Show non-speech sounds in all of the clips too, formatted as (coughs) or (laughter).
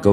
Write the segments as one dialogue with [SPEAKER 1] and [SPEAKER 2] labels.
[SPEAKER 1] 各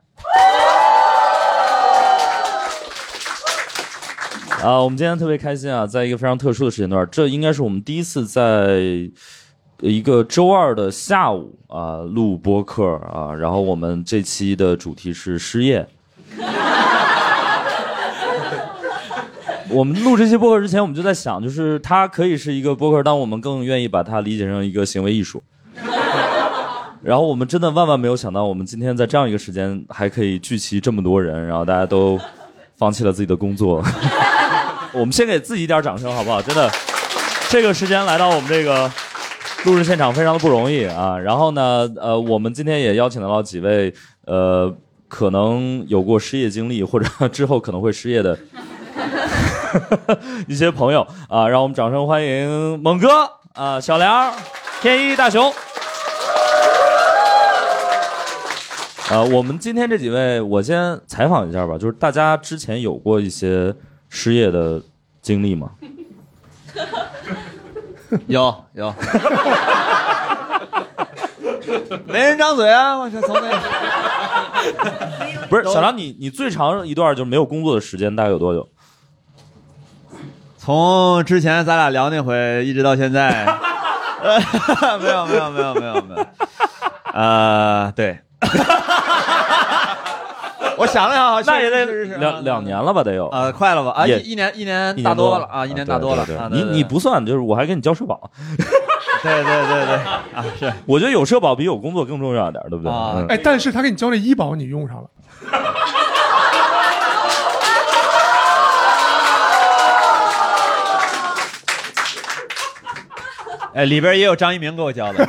[SPEAKER 1] 啊、我们今天特别开心啊，在一个非常特殊的时间段，这应该是我们第一次在一个周二的下午啊录播客啊，然后我们这期的主题是失业。我们录这期播客之前，我们就在想，就是它可以是一个播客，但我们更愿意把它理解成一个行为艺术。然后我们真的万万没有想到，我们今天在这样一个时间还可以聚齐这么多人，然后大家都放弃了自己的工作。我们先给自己一点掌声，好不好？真的，这个时间来到我们这个录制现场非常的不容易啊。然后呢，呃，我们今天也邀请到了几位呃，可能有过失业经历或者之后可能会失业的 (laughs) 一些朋友啊，让我们掌声欢迎猛哥啊、小梁、天一、大熊。呃，我们今天这几位，我先采访一下吧，就是大家之前有过一些失业的经历吗？
[SPEAKER 2] (laughs) 有有，没人张嘴啊！我去，从那
[SPEAKER 1] (laughs) 不是，小梁，你你最长一段就是没有工作的时间大概有多久？
[SPEAKER 2] 从之前咱俩聊那回，一直到现在，
[SPEAKER 1] (laughs)
[SPEAKER 2] 呃 (laughs) 没有没有没有没有没有，
[SPEAKER 1] (laughs)
[SPEAKER 2] 呃，对， (laughs) 我想了想，啊
[SPEAKER 1] 那也
[SPEAKER 2] 确实
[SPEAKER 1] 得
[SPEAKER 2] 是是
[SPEAKER 1] 两两年了吧，得有
[SPEAKER 2] 啊，呃快了吧？啊，
[SPEAKER 1] 也
[SPEAKER 2] 一一年一年
[SPEAKER 1] 一年
[SPEAKER 2] 大
[SPEAKER 1] 多
[SPEAKER 2] 了啊，一年大
[SPEAKER 1] 对
[SPEAKER 2] 多了
[SPEAKER 1] 对对
[SPEAKER 2] 啊！
[SPEAKER 1] 你
[SPEAKER 2] 对
[SPEAKER 1] 你不算，就是我还给你交社保，
[SPEAKER 2] 对对对对啊，是
[SPEAKER 1] 我觉得有社保比有工作更重要一点，对不对？
[SPEAKER 2] 啊
[SPEAKER 1] 嗯
[SPEAKER 3] 哎，但是他给你交那医保，你用上了，
[SPEAKER 2] 哎，里边也有张一鸣给我
[SPEAKER 4] (laughs)
[SPEAKER 2] 教的，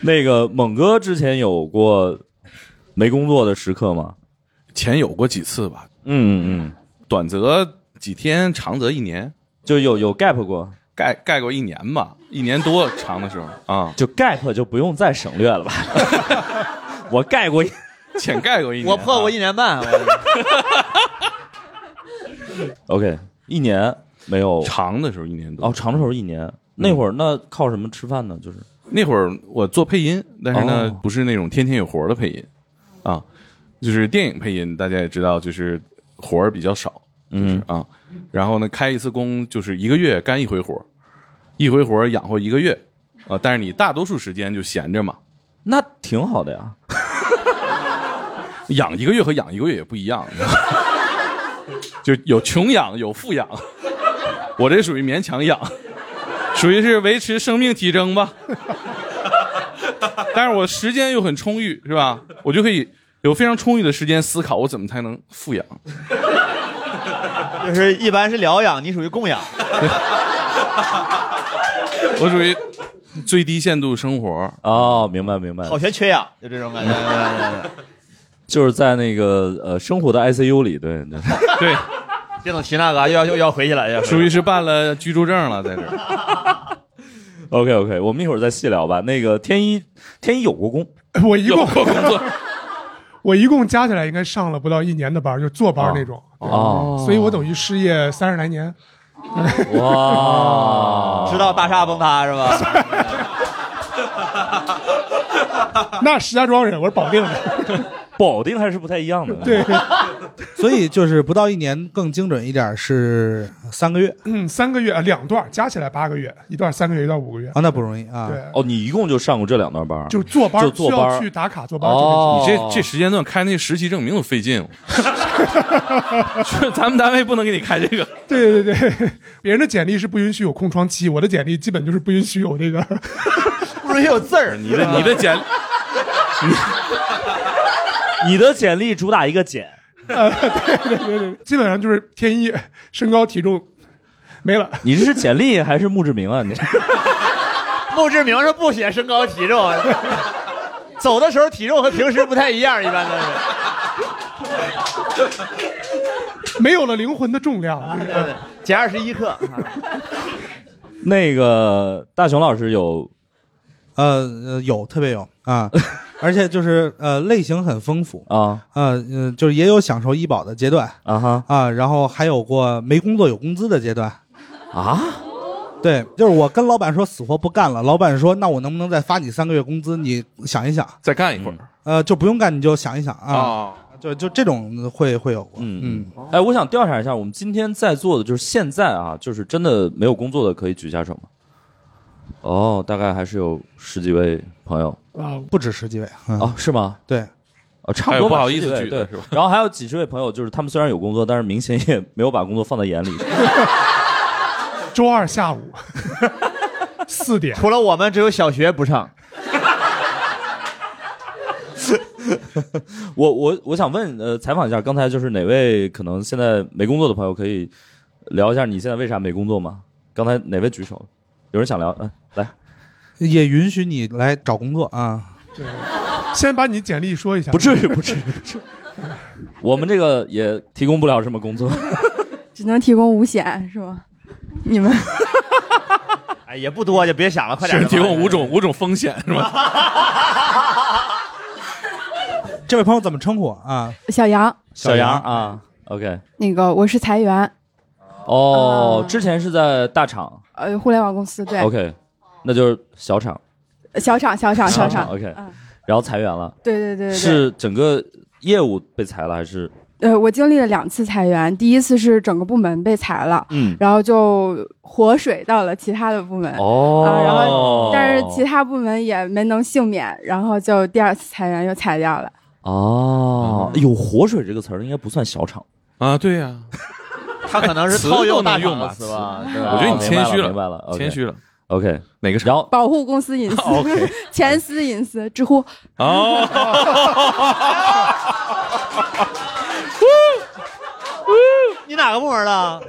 [SPEAKER 1] 那个猛哥之前有过没工作的时刻吗？
[SPEAKER 4] 前有过几次吧，
[SPEAKER 1] 嗯嗯嗯，
[SPEAKER 4] 短则几天，长则一年，
[SPEAKER 1] 就有有 gap 过，
[SPEAKER 4] 盖盖过一年吧，一年多长的时候啊，
[SPEAKER 1] 就 gap 就不用再省略了吧。我盖过一
[SPEAKER 4] 浅盖过一年。
[SPEAKER 2] 我破过一
[SPEAKER 4] 啊
[SPEAKER 2] 年半，我
[SPEAKER 1] OK 一年没有
[SPEAKER 4] 长的时候一年多。嗯
[SPEAKER 1] 哦，长的时候一年。那会儿那靠什么吃饭呢？就是
[SPEAKER 4] 那会儿我做配音，但是呢，
[SPEAKER 1] 哦
[SPEAKER 4] 不是那种天天有活儿的配音，啊，就是电影配音，大家也知道，就是活儿比较少
[SPEAKER 1] 嗯
[SPEAKER 4] 啊。然后呢，开一次工就是一个月干一回活儿，一回活儿养活一个月啊。但是你大多数时间就闲着嘛，
[SPEAKER 1] 那挺好的呀。
[SPEAKER 4] (laughs) 养一个月和养一个月也不一样， (laughs) 就有穷养有富养，我这属于勉强养，属于是维持生命体征吧。但是我时间又很充裕，是吧？我就可以有非常充裕的时间思考我怎么才能富养。
[SPEAKER 2] 就是一般是疗养，你属于供养，
[SPEAKER 4] (laughs)
[SPEAKER 3] 啊
[SPEAKER 4] 我属于最低限度生活，
[SPEAKER 1] 哦，明白明白，
[SPEAKER 2] 好学缺氧，就这种感觉。对对对对
[SPEAKER 1] 就是在那个呃生活的 ICU 里，对对。
[SPEAKER 4] 对，
[SPEAKER 2] 别总提那个啊，又要又要回去了，又要回去
[SPEAKER 4] (laughs) 属于是办了居住证了，在这儿
[SPEAKER 1] (laughs) OK OK，我们一会儿再细聊吧。那个天一，天一有过工，
[SPEAKER 4] (laughs)
[SPEAKER 3] 我一
[SPEAKER 4] 有
[SPEAKER 3] 共
[SPEAKER 4] 过工作。
[SPEAKER 1] (laughs)
[SPEAKER 3] 我一共加起来应该上了不到一年的班，就坐班那种，
[SPEAKER 1] 哦，
[SPEAKER 3] 所以我等于失业三十来年。
[SPEAKER 1] 哇，啊
[SPEAKER 2] 直到大厦崩塌是
[SPEAKER 4] (laughs)
[SPEAKER 2] 吧？
[SPEAKER 3] 那石家庄人我是保定的，
[SPEAKER 1] (laughs) 保定还是不太一样的。，
[SPEAKER 5] (laughs)
[SPEAKER 3] 对，
[SPEAKER 5] 所以就是不到一年，更精准一点是三个月
[SPEAKER 3] 嗯，三个月啊，两段加起来八个月，一段三个月，一段五个月，
[SPEAKER 5] 啊，那不容易啊。
[SPEAKER 3] 对，
[SPEAKER 1] 哦，你一共就上过这两段班，
[SPEAKER 3] 就是坐班
[SPEAKER 1] 就坐班
[SPEAKER 3] 需要去打卡坐班，就是
[SPEAKER 1] 哦
[SPEAKER 4] 你这这时间段开那实习证明都费劲，哦 (laughs) 就咱们单位不能给你开这个。
[SPEAKER 3] (laughs) 对对对对，别人的简历是不允许有空窗期，我的简历基本就是不允许有
[SPEAKER 1] (laughs)
[SPEAKER 3] 这个，
[SPEAKER 2] 不是有字儿，你
[SPEAKER 4] 你的你的简
[SPEAKER 1] 你的简历主打一个
[SPEAKER 3] (laughs)
[SPEAKER 1] 简，
[SPEAKER 3] 基本上就是天一身高体重没了，
[SPEAKER 1] 你这是简历还是墓志铭啊？你这 (laughs)
[SPEAKER 2] 墓志铭是不写身高体重，走的时
[SPEAKER 4] (laughs)
[SPEAKER 2] 候体重和平时不太一样，一般都是。
[SPEAKER 3] (laughs) 没有了灵魂的重量。
[SPEAKER 2] 啊减二十一克。啊
[SPEAKER 1] 那个大熊老师有，
[SPEAKER 5] 呃，呃有特别有啊，而且就是呃类型很丰富
[SPEAKER 1] 啊，
[SPEAKER 5] 呃嗯，就是也有享受医保的阶段
[SPEAKER 1] 啊哈
[SPEAKER 5] 啊，然后还有过没工作有工资的阶段
[SPEAKER 1] 啊，
[SPEAKER 5] 对，就是我跟老板说死活不干了，老板说那我能不能再发你三个月工资？你想一想，
[SPEAKER 4] 再干一会儿
[SPEAKER 5] 呃，就不用干，你就想一想啊，
[SPEAKER 4] 啊，
[SPEAKER 5] 就就这种会会有过，嗯
[SPEAKER 1] 哎，我想调查一下，我们今天在座的，就是现在啊，就是真的没有工作的，可以举下手吗？哦，大概还是有十几位朋友
[SPEAKER 3] 啊，
[SPEAKER 5] 嗯不止十几位，嗯
[SPEAKER 1] 啊，是吗？
[SPEAKER 5] 对，
[SPEAKER 1] 啊，差不
[SPEAKER 4] 哎
[SPEAKER 1] 多
[SPEAKER 4] 不
[SPEAKER 1] 吧
[SPEAKER 4] 好
[SPEAKER 1] 十
[SPEAKER 4] 意
[SPEAKER 1] 几
[SPEAKER 4] 思
[SPEAKER 1] 位
[SPEAKER 4] 举
[SPEAKER 1] 对
[SPEAKER 4] 的是吧，
[SPEAKER 1] 然后还有几十位朋友，就是他们虽然有工作，但是明显也没有把工作放在
[SPEAKER 3] (laughs)
[SPEAKER 1] 眼里。
[SPEAKER 3] 周二下午四点，
[SPEAKER 2] 除了我们，只有小学不上。
[SPEAKER 1] 我我我想问，呃，采访一下，刚才就是哪位可能现在没工作的朋友，可以聊一下你现在为啥没工作吗？刚才哪位举手？有人想聊？嗯、来，
[SPEAKER 5] 也允许你来找工作啊，
[SPEAKER 3] 先把你简历说一下。
[SPEAKER 1] 不至于，不至于，不至于。我们这个也提供不了什么工作。
[SPEAKER 6] 只能提供五险是吗？你们
[SPEAKER 2] (laughs) 哎，也不多，就别想了，快点
[SPEAKER 4] 是
[SPEAKER 1] 哦
[SPEAKER 2] 吧。 (laughs)
[SPEAKER 4] 提供五种五种风险是吧？
[SPEAKER 5] 这位朋友怎么称呼啊？
[SPEAKER 6] 小杨，
[SPEAKER 1] 小杨
[SPEAKER 5] 杨
[SPEAKER 1] 啊，OK，
[SPEAKER 6] 那个我是裁员，
[SPEAKER 1] 哦，
[SPEAKER 6] 啊
[SPEAKER 1] 之前是在大厂
[SPEAKER 6] 呃，互联网公司对，
[SPEAKER 1] ，OK，那就是小厂，
[SPEAKER 6] 小厂小厂小厂，
[SPEAKER 1] ，OK，
[SPEAKER 6] 嗯
[SPEAKER 1] 然后裁员了，
[SPEAKER 6] 对对对对对，
[SPEAKER 1] 是整个业务被裁了还是？
[SPEAKER 6] 呃，我经历了两次裁员，第一次是整个部门被裁了，
[SPEAKER 1] 嗯，
[SPEAKER 6] 然后就活水到了其他的部门，
[SPEAKER 1] 哦，
[SPEAKER 6] 啊然后但是其他部门也没能幸免，然后就第二次裁员又裁掉了。
[SPEAKER 1] 哦，
[SPEAKER 4] 嗯
[SPEAKER 1] 有活水这个词儿应该不算小厂。
[SPEAKER 4] 啊，对呀，哎
[SPEAKER 2] 他可能是
[SPEAKER 4] 词
[SPEAKER 2] 套
[SPEAKER 4] 都
[SPEAKER 2] 用
[SPEAKER 4] 能
[SPEAKER 2] 大
[SPEAKER 4] 用
[SPEAKER 2] 厂
[SPEAKER 4] 啊吧
[SPEAKER 2] 的词吧？
[SPEAKER 1] 我
[SPEAKER 2] 对吧
[SPEAKER 4] 我觉得你谦虚了
[SPEAKER 1] 明白了，OK
[SPEAKER 4] 谦。虚了
[SPEAKER 1] OK，
[SPEAKER 4] 哪个厂
[SPEAKER 1] 然后
[SPEAKER 6] 保护公司
[SPEAKER 1] (laughs)
[SPEAKER 6] 隐私
[SPEAKER 4] OK
[SPEAKER 6] (laughs) 前司隐私，知乎
[SPEAKER 4] 哦，
[SPEAKER 2] (laughs)
[SPEAKER 1] (laughs)
[SPEAKER 2] 你哪个部门的？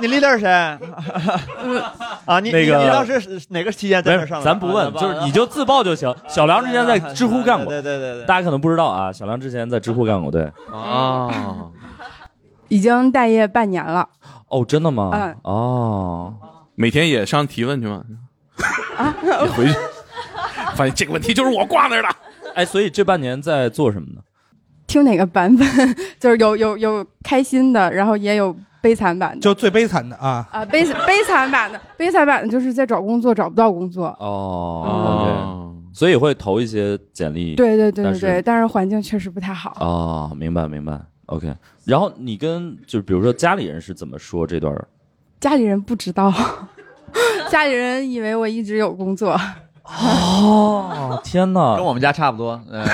[SPEAKER 2] 你 leader 谁？啊，你
[SPEAKER 1] 那个
[SPEAKER 2] 你你当时是哪个期间在
[SPEAKER 1] 没
[SPEAKER 2] 这
[SPEAKER 1] 事，
[SPEAKER 2] 上的？啊
[SPEAKER 1] 咱不问，就是你就自曝就行。小梁之前在知乎干过
[SPEAKER 2] 对，对对对
[SPEAKER 1] 大家可能不知道啊，小梁之前在知乎干过，对。
[SPEAKER 4] 啊，
[SPEAKER 6] 已经待业半年了
[SPEAKER 1] 哦，真的吗
[SPEAKER 6] 嗯？
[SPEAKER 1] 哦，
[SPEAKER 4] 每天也上提问去吗？
[SPEAKER 6] 啊，
[SPEAKER 4] (laughs) 也回去发现这个问题就是我挂那儿了。
[SPEAKER 1] 哎，所以这半年在做什么呢？
[SPEAKER 6] 听哪个版本， (laughs) 就是有有有开心的，然后也有悲惨版的。
[SPEAKER 5] 就最悲惨的啊，
[SPEAKER 6] 啊、悲悲惨版的，悲惨版的就是在找工作找不到工作，
[SPEAKER 1] 哦，OK，所以会投一些简历。。
[SPEAKER 6] 对对对
[SPEAKER 1] 但
[SPEAKER 6] 对
[SPEAKER 1] 是
[SPEAKER 6] 对，但是环境确实不太好。
[SPEAKER 1] 哦，明白明白。OK，然后你跟就是比如说家里人是怎么说这段儿？
[SPEAKER 6] 家里人不知道， (laughs) 家里人以为我一直有工作。
[SPEAKER 2] 啊
[SPEAKER 1] 哦，天哪！
[SPEAKER 2] 跟我们家差不多。嗯 (laughs)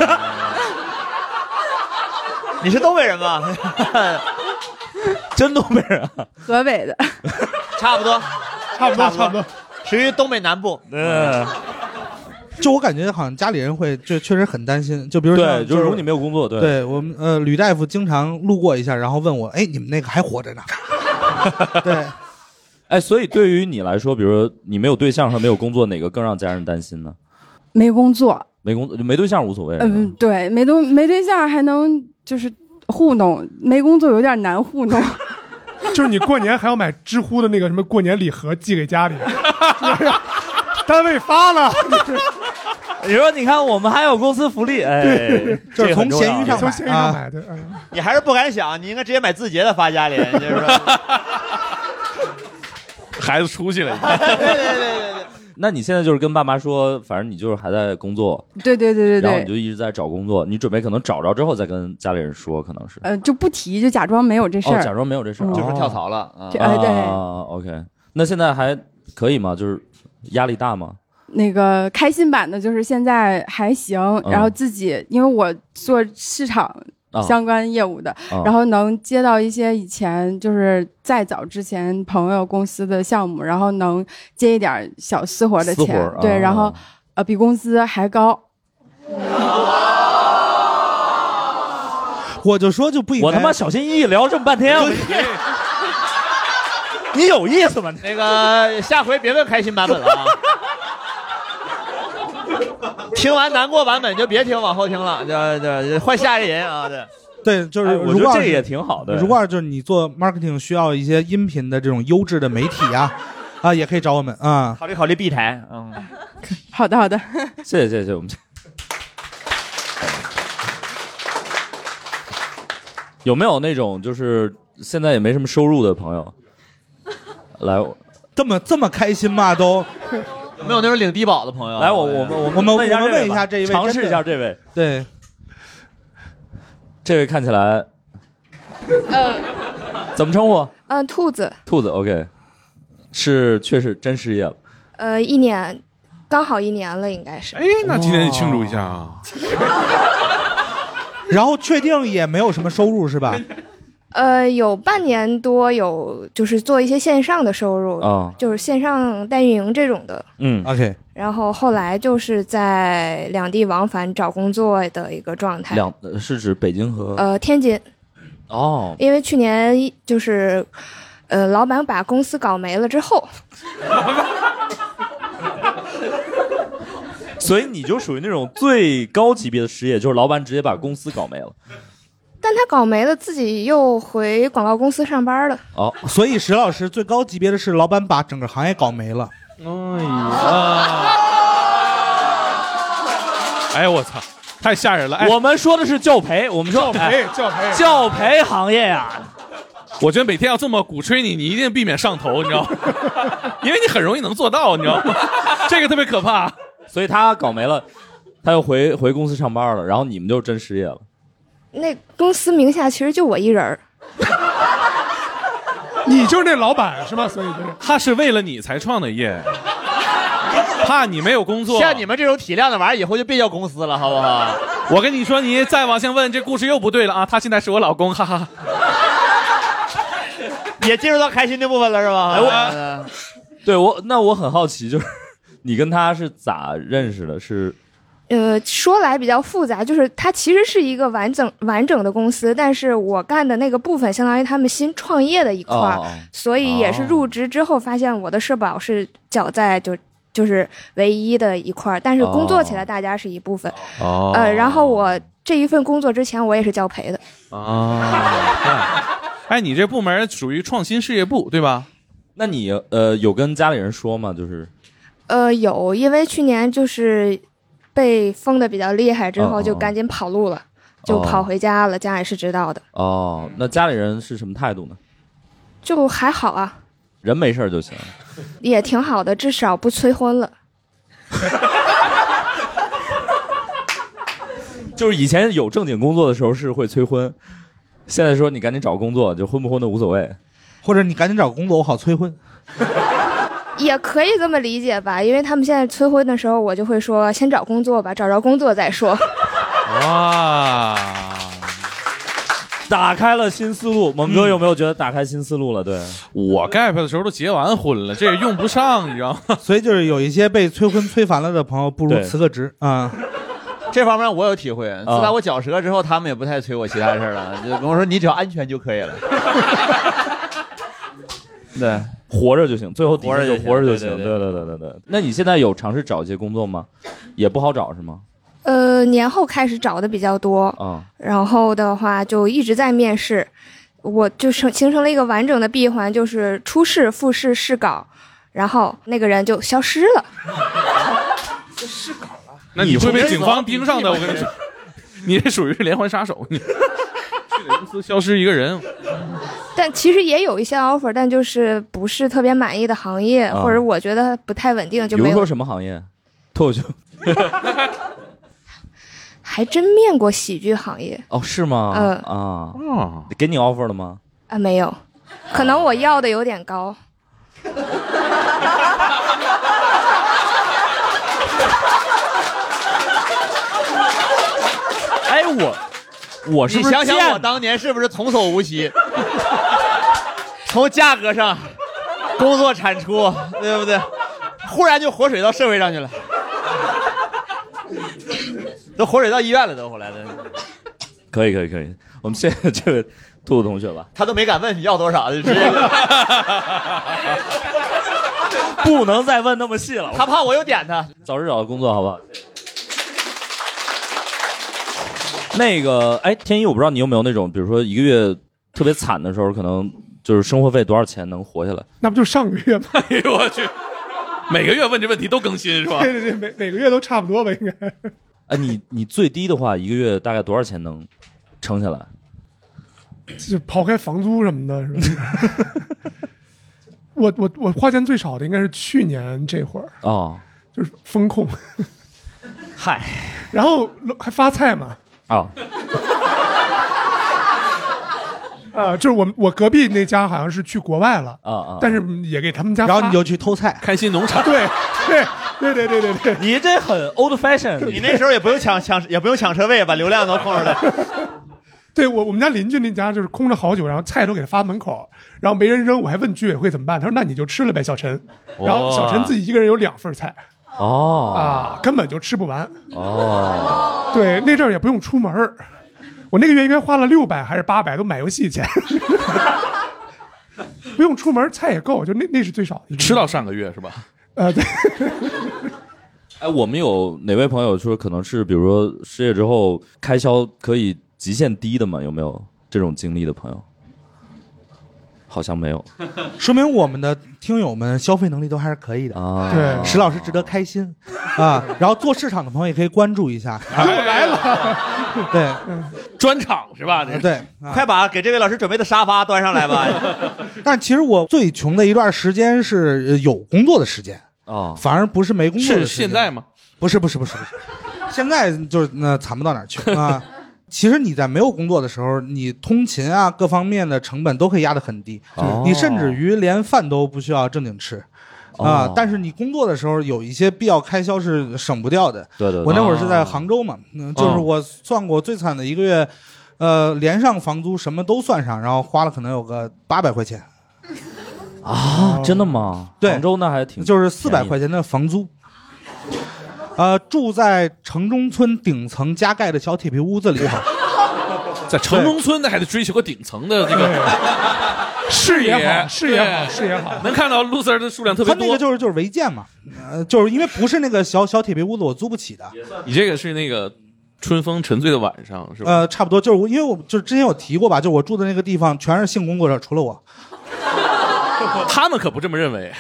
[SPEAKER 2] 你是东北人吗？
[SPEAKER 1] (laughs) 真东北人啊，
[SPEAKER 6] 河北
[SPEAKER 1] (laughs)
[SPEAKER 6] 的，
[SPEAKER 2] 差不多，
[SPEAKER 3] 差不多，差不多。
[SPEAKER 2] 属于东北南部。
[SPEAKER 1] 嗯
[SPEAKER 5] 就我感觉好像家里人会就确实很担心，就比如
[SPEAKER 1] 对，
[SPEAKER 5] 像
[SPEAKER 1] 就是是如果你没有工作，对，
[SPEAKER 5] 对我们呃，吕大夫经常路过一下，然后问我，哎，你们那个还活着呢？
[SPEAKER 1] (laughs)
[SPEAKER 5] 对，
[SPEAKER 1] 哎，所以对于你来说，比如说你没有对象和没有工作，哪个更让家人担心呢？
[SPEAKER 6] 没工作，
[SPEAKER 1] 没工作没对啊象无所谓， (laughs)
[SPEAKER 6] 嗯，对，没东没对象还能就是糊弄，没工作有点难糊
[SPEAKER 1] (laughs)
[SPEAKER 6] 弄。
[SPEAKER 3] (laughs) 就是你过年还要买知乎的那个什么过年礼盒寄给家里， (laughs) 就是单位发了，
[SPEAKER 1] 啊 (laughs) 你说你看我们还有公司福利，哎，
[SPEAKER 5] 就是从闲鱼上
[SPEAKER 3] 从
[SPEAKER 5] 买
[SPEAKER 3] 闲鱼上
[SPEAKER 5] 啊，
[SPEAKER 3] 买的。嗯
[SPEAKER 2] 你还是不敢想，你应该直接买字节的发家里，就是说，
[SPEAKER 4] 孩子出
[SPEAKER 6] (laughs)
[SPEAKER 4] 息了，
[SPEAKER 2] 对对对对对，
[SPEAKER 1] (laughs) 那你现在就是跟爸妈说，反正你就是还在工作，
[SPEAKER 6] 对对对对
[SPEAKER 1] 然后你
[SPEAKER 6] 对，
[SPEAKER 1] 就一直在找工作，你准备可能找着之后再跟家里人说，可能是
[SPEAKER 6] 呃，就不提，就假装没有这事
[SPEAKER 1] 哦，
[SPEAKER 6] 儿。
[SPEAKER 1] 假装没有这事儿，
[SPEAKER 6] 嗯
[SPEAKER 2] 就是跳
[SPEAKER 1] 哦
[SPEAKER 2] 槽了。嗯
[SPEAKER 6] 这
[SPEAKER 1] 啊
[SPEAKER 6] 哎对
[SPEAKER 1] o k 那现在还可以吗？就是压力大吗？
[SPEAKER 6] 那个开心版的，就是现在还行，
[SPEAKER 1] 嗯
[SPEAKER 6] 然后自己因为我做市场
[SPEAKER 1] 啊，
[SPEAKER 6] 相关业务的，
[SPEAKER 1] 啊
[SPEAKER 6] 然后能接到一些以前就是再早之前朋友公司的项目，然后能接一点小私活的
[SPEAKER 1] 私活
[SPEAKER 6] 钱
[SPEAKER 1] 儿，
[SPEAKER 6] 对，
[SPEAKER 1] 啊
[SPEAKER 6] 然后呃比工资还高，
[SPEAKER 5] 我就说就不应该。
[SPEAKER 1] 我他妈小心翼翼聊这么半天，我你有意思吗？你
[SPEAKER 2] 那个下回别问开心版本了啊。听完难过版本就别听，往后听了，就就就换下一人啊！对，
[SPEAKER 5] 对，就是
[SPEAKER 1] 哎我觉
[SPEAKER 5] 如
[SPEAKER 1] 得
[SPEAKER 5] 果
[SPEAKER 1] 这
[SPEAKER 5] 要是
[SPEAKER 1] 也挺好的
[SPEAKER 5] 如果要是就是你做 marketing 需要一些音频的这种优质的媒体啊，啊，也可以找我们啊。
[SPEAKER 2] 考虑考虑 B 台，嗯，
[SPEAKER 6] 好的，好的。
[SPEAKER 1] (laughs) 谢谢谢谢谢，我们有没有那种就是现在也没什么收入的朋友来我
[SPEAKER 5] 这么这么开心吗？都
[SPEAKER 2] 有没有那种领低保的朋友？啊
[SPEAKER 1] 来我我们
[SPEAKER 5] 我们
[SPEAKER 1] 问一下
[SPEAKER 5] 我们
[SPEAKER 1] 位吧
[SPEAKER 5] 问一下这一位
[SPEAKER 1] 尝
[SPEAKER 5] 真
[SPEAKER 1] 试
[SPEAKER 5] 的
[SPEAKER 1] 一下这位，
[SPEAKER 5] 对，
[SPEAKER 1] 这位看起来
[SPEAKER 7] 呃
[SPEAKER 1] 怎么称呼？
[SPEAKER 7] 呃，兔子，
[SPEAKER 1] 兔子，OK，是确实真失业了。
[SPEAKER 7] 呃，一年，刚好一年了，应该是。哦
[SPEAKER 4] 哎，那今天就庆祝一下啊！
[SPEAKER 5] (laughs) 然后确定也没有什么收入是吧？
[SPEAKER 7] 呃，有半年多有，就是做一些线上的收入，
[SPEAKER 1] 哦
[SPEAKER 7] 就是线上代运营这种的。
[SPEAKER 1] 嗯
[SPEAKER 5] OK，
[SPEAKER 7] 然后后来就是在两地往返找工作的一个状态。
[SPEAKER 1] 两是指北京和
[SPEAKER 7] 呃，天津，
[SPEAKER 1] 哦，
[SPEAKER 7] 因为去年一就是，呃，老板把公司搞没了之后，
[SPEAKER 1] 所以你就属于那种最高级别的失业，就是老板直接把公司搞没了。
[SPEAKER 7] 但他搞没了，自己又回广告公司上班了。
[SPEAKER 1] 哦，
[SPEAKER 5] 所以石老师最高级别的是老板把整个行业搞没了。
[SPEAKER 4] 啊哎，我操，太吓人了！哎，
[SPEAKER 1] 我们说的是教培，我们说教
[SPEAKER 3] 哎，教培
[SPEAKER 1] 教培行业呀、
[SPEAKER 4] 我觉得每天要这么鼓吹你，你一定避免上头，
[SPEAKER 3] (laughs)
[SPEAKER 4] 你知道吗？因为你很容易能做到，你知道吗？这个
[SPEAKER 1] (laughs)
[SPEAKER 4] 特别可怕。
[SPEAKER 1] 所以他搞没了，他又回回公司上班了，然后你们就真失业了。
[SPEAKER 7] 那公司名下其实就我一人儿，
[SPEAKER 3] 你就是那老板是吗？所以就是
[SPEAKER 4] 他是为了你才创的业，怕你没有工作。
[SPEAKER 2] 像你们这种体量的玩意儿，以后就别叫公司了，好不好？
[SPEAKER 4] 我跟你说，你再往下问，这故事又不对了啊！他现在是我老公，
[SPEAKER 3] (laughs)
[SPEAKER 4] 哈哈。哎
[SPEAKER 2] 也进入到开心的部分了，是吧？
[SPEAKER 1] 哎
[SPEAKER 2] 我
[SPEAKER 1] 对我，那我很好奇，就是你跟他是咋认识的？是
[SPEAKER 7] 呃，说来比较复杂，就是它其实是一个完整完整的公司，但是我干的那个部分相当于他们新创业的一块儿，
[SPEAKER 1] 哦，
[SPEAKER 7] 所以也是
[SPEAKER 1] 哦
[SPEAKER 7] 入职之后发现我的社保是缴在就就是唯一的一块儿，但是工作起来大家是一部分。
[SPEAKER 2] 哦
[SPEAKER 7] 呃，然后我这一份工作之前我也是教培的，
[SPEAKER 4] 哎，你这部门属于创新事业部对吧？
[SPEAKER 1] 那你呃有跟家里人说吗？就是
[SPEAKER 7] 呃，有因为去年就是被封的比较厉害之
[SPEAKER 1] 哦哦
[SPEAKER 7] 后，就
[SPEAKER 1] 哦
[SPEAKER 7] 赶紧跑路了，就
[SPEAKER 1] 哦
[SPEAKER 7] 跑回家了，家里是知道的，
[SPEAKER 1] 哦，那家里人是什么态度呢？
[SPEAKER 7] 就还好啊，
[SPEAKER 1] 人没事儿就行。
[SPEAKER 7] 也挺好的，至少不催婚了。
[SPEAKER 1] 就是以前有正经工作的时候是会催婚，现在说你赶紧找工作，就婚不婚的无所谓。
[SPEAKER 5] 或者你赶紧找工作，我好催婚。
[SPEAKER 7] 也可以这么理解吧，因为他们现在催婚的时候，我就会说先找工作吧，找着工作再
[SPEAKER 1] (laughs)
[SPEAKER 7] 说。
[SPEAKER 4] 哇，
[SPEAKER 1] 打开了新思路，猛哥有没有觉得打开新思路了？对，
[SPEAKER 4] (laughs) 我 gap 的时候都结完婚了，这也用不上，你知道吗？
[SPEAKER 5] 所以就是有一些被催婚催烦了的朋友，不如
[SPEAKER 1] 对
[SPEAKER 5] 辞个职啊。
[SPEAKER 2] 这方面我有体会。自打我绞折之后，他们也不太催我其他事儿了，就跟我说你只要安全就可以了。对，
[SPEAKER 1] 活着就行，最后底线就活
[SPEAKER 2] 活
[SPEAKER 1] 着
[SPEAKER 2] 着
[SPEAKER 1] 就
[SPEAKER 2] 就
[SPEAKER 1] 行
[SPEAKER 2] 行。
[SPEAKER 1] 对对对对对。那你现在有尝试找一些工作吗？也不好找是吗？
[SPEAKER 7] 呃，年后开始找的比较多，
[SPEAKER 1] 啊、
[SPEAKER 7] 然后的话就一直在面试，我就成形成了一个完整的闭环，就是初试、复试、试稿，然后那个人就消失了。
[SPEAKER 4] 那你会被警方盯上的，我跟你说， (laughs) 你这属于是连环杀手，你去哪公司消失一个人，
[SPEAKER 7] 但其实也有一些 offer，但就是不是特别满意的行业，
[SPEAKER 1] 啊
[SPEAKER 7] 或者我觉得不太稳定，
[SPEAKER 1] 比
[SPEAKER 7] 就
[SPEAKER 1] 如
[SPEAKER 7] 没
[SPEAKER 1] 说
[SPEAKER 7] 有。
[SPEAKER 1] 什么行业？脱口秀？
[SPEAKER 7] 还真面过喜剧行业
[SPEAKER 1] 哦，是吗？
[SPEAKER 7] 嗯
[SPEAKER 1] 啊，
[SPEAKER 4] 哦，
[SPEAKER 1] 给你 offer 了吗？
[SPEAKER 7] 啊，没有，可能我要的有点高。
[SPEAKER 1] 哎，我我是
[SPEAKER 2] 你
[SPEAKER 1] 不是
[SPEAKER 2] 想想我
[SPEAKER 1] 见
[SPEAKER 2] 当年是不是童叟无欺？ (laughs) 从价格上，工作产出，对不对？忽然就活水到社会上去了，都活水到医院了，都后来的，
[SPEAKER 1] 可以可以可以，我们谢谢这位兔子同学吧，
[SPEAKER 2] 他都没敢问你要多少，就直接 (laughs)
[SPEAKER 1] 不能再问那么细了
[SPEAKER 2] 他怕我又点他。
[SPEAKER 1] 早日找到工作好不好？那个，哎，天一，我不知道你有没有那种，比如说一个月特别惨的时候，可能就是生活费多少钱能活下来？
[SPEAKER 3] 那不就上个月吗？
[SPEAKER 4] 哎呦我去，每个月问这问题都更新是吧？
[SPEAKER 3] 对对对，每每个月都差不多吧，应该。
[SPEAKER 1] (laughs)
[SPEAKER 3] (laughs)
[SPEAKER 1] 哎，你你最低的话，一个月大概多少钱能撑下来？
[SPEAKER 3] 就刨开房租什么的，是吧？ (laughs) 我我我花钱最少的应该是去年这会儿，
[SPEAKER 1] 哦，
[SPEAKER 3] 就是风控，
[SPEAKER 1] 嗨，
[SPEAKER 3] (laughs) 然后还发菜嘛，
[SPEAKER 1] 哦，
[SPEAKER 3] 啊、就是我我隔壁那家好像是去国外了，
[SPEAKER 1] 啊啊！
[SPEAKER 3] 但是也给他们家发，
[SPEAKER 5] 然后你就去偷菜，
[SPEAKER 4] 开心农场，
[SPEAKER 3] 对对对对对对对，
[SPEAKER 1] 你这很 old fashion，
[SPEAKER 2] 你那时候也不用抢抢，也不用抢车位，把流量都控制了。
[SPEAKER 3] (laughs) 对我我们家邻居那家就是空了好久，然后菜都给他发门口，然后没人扔，我还问居委会怎么办，他说那你就吃了呗，小陈。然后小陈自己一个人有两份菜
[SPEAKER 1] 哦
[SPEAKER 3] 啊，根本就吃不完。
[SPEAKER 1] 哦，
[SPEAKER 3] 对，那阵儿也不用出门儿我那个月应该花了六百还是八百，都买游戏钱。 (laughs) 不用出门，菜也够，就那那是最少的。
[SPEAKER 4] 吃到上个月是吧？
[SPEAKER 3] 呃，对，
[SPEAKER 1] 哎，我们有哪位朋友说可能是比如说失业之后开销可以极限低的吗？有没有这种经历的朋友？好像没有
[SPEAKER 4] (laughs)
[SPEAKER 5] 说明我们的听友们消费能力都还是可以的。
[SPEAKER 1] 啊。
[SPEAKER 3] 对
[SPEAKER 5] 石老师值得开心啊！然后做市场的朋友也可以关注一
[SPEAKER 1] (laughs)
[SPEAKER 5] 下。
[SPEAKER 2] 又来了，
[SPEAKER 5] 对
[SPEAKER 4] (laughs) 专场是吧？这
[SPEAKER 5] 对啊！
[SPEAKER 2] (laughs) 快把给这位老师准备的沙发端上来 (laughs) 吧。
[SPEAKER 5] 但其实我最穷的一段时间是呃有工作的时间，
[SPEAKER 1] 哦，
[SPEAKER 5] 反而不是没工作的
[SPEAKER 4] 是
[SPEAKER 5] 时间
[SPEAKER 4] 现在吗？
[SPEAKER 5] 不是不是不是不是，现在就是那惨不到哪儿去
[SPEAKER 1] (laughs)
[SPEAKER 5] 啊。其实你在没有工作的时候，你通勤啊各方面的成本都可以压得很低，
[SPEAKER 1] 哦
[SPEAKER 5] 你甚至于连饭都不需要正经吃啊
[SPEAKER 1] 哦。
[SPEAKER 5] 但是你工作的时候有一些必要开销是省不掉的。
[SPEAKER 1] 对对哦对，
[SPEAKER 5] 我那会儿是在杭州嘛，嗯就是我算过最惨的一个月，呃，连上房租什么都算上，然后花了可能有个八百块钱，
[SPEAKER 1] 啊，真的吗？
[SPEAKER 5] 对
[SPEAKER 1] 杭州那还挺
[SPEAKER 5] 就是四百
[SPEAKER 1] 便宜
[SPEAKER 5] 块钱的房租。呃，住在城中村顶层加盖的小铁皮屋子里头，
[SPEAKER 4] 在城中村那还得追求个顶层的这个
[SPEAKER 3] 视野好，
[SPEAKER 4] 对
[SPEAKER 3] 视野好，视野好。
[SPEAKER 4] 能看到 loser 的数量特别
[SPEAKER 5] 他那
[SPEAKER 4] 多
[SPEAKER 5] 个。就是就是违建嘛，呃，就是因为不是那个小小铁皮屋子，我租不起的，
[SPEAKER 4] 你这个是那个春风沉醉的晚上是吧？
[SPEAKER 5] 呃，差不多就是我，因为我就是之前有提过吧，就我住的那个地方全是性工作者，除了我，
[SPEAKER 4] (laughs) 他们可不这么认 (laughs) 为。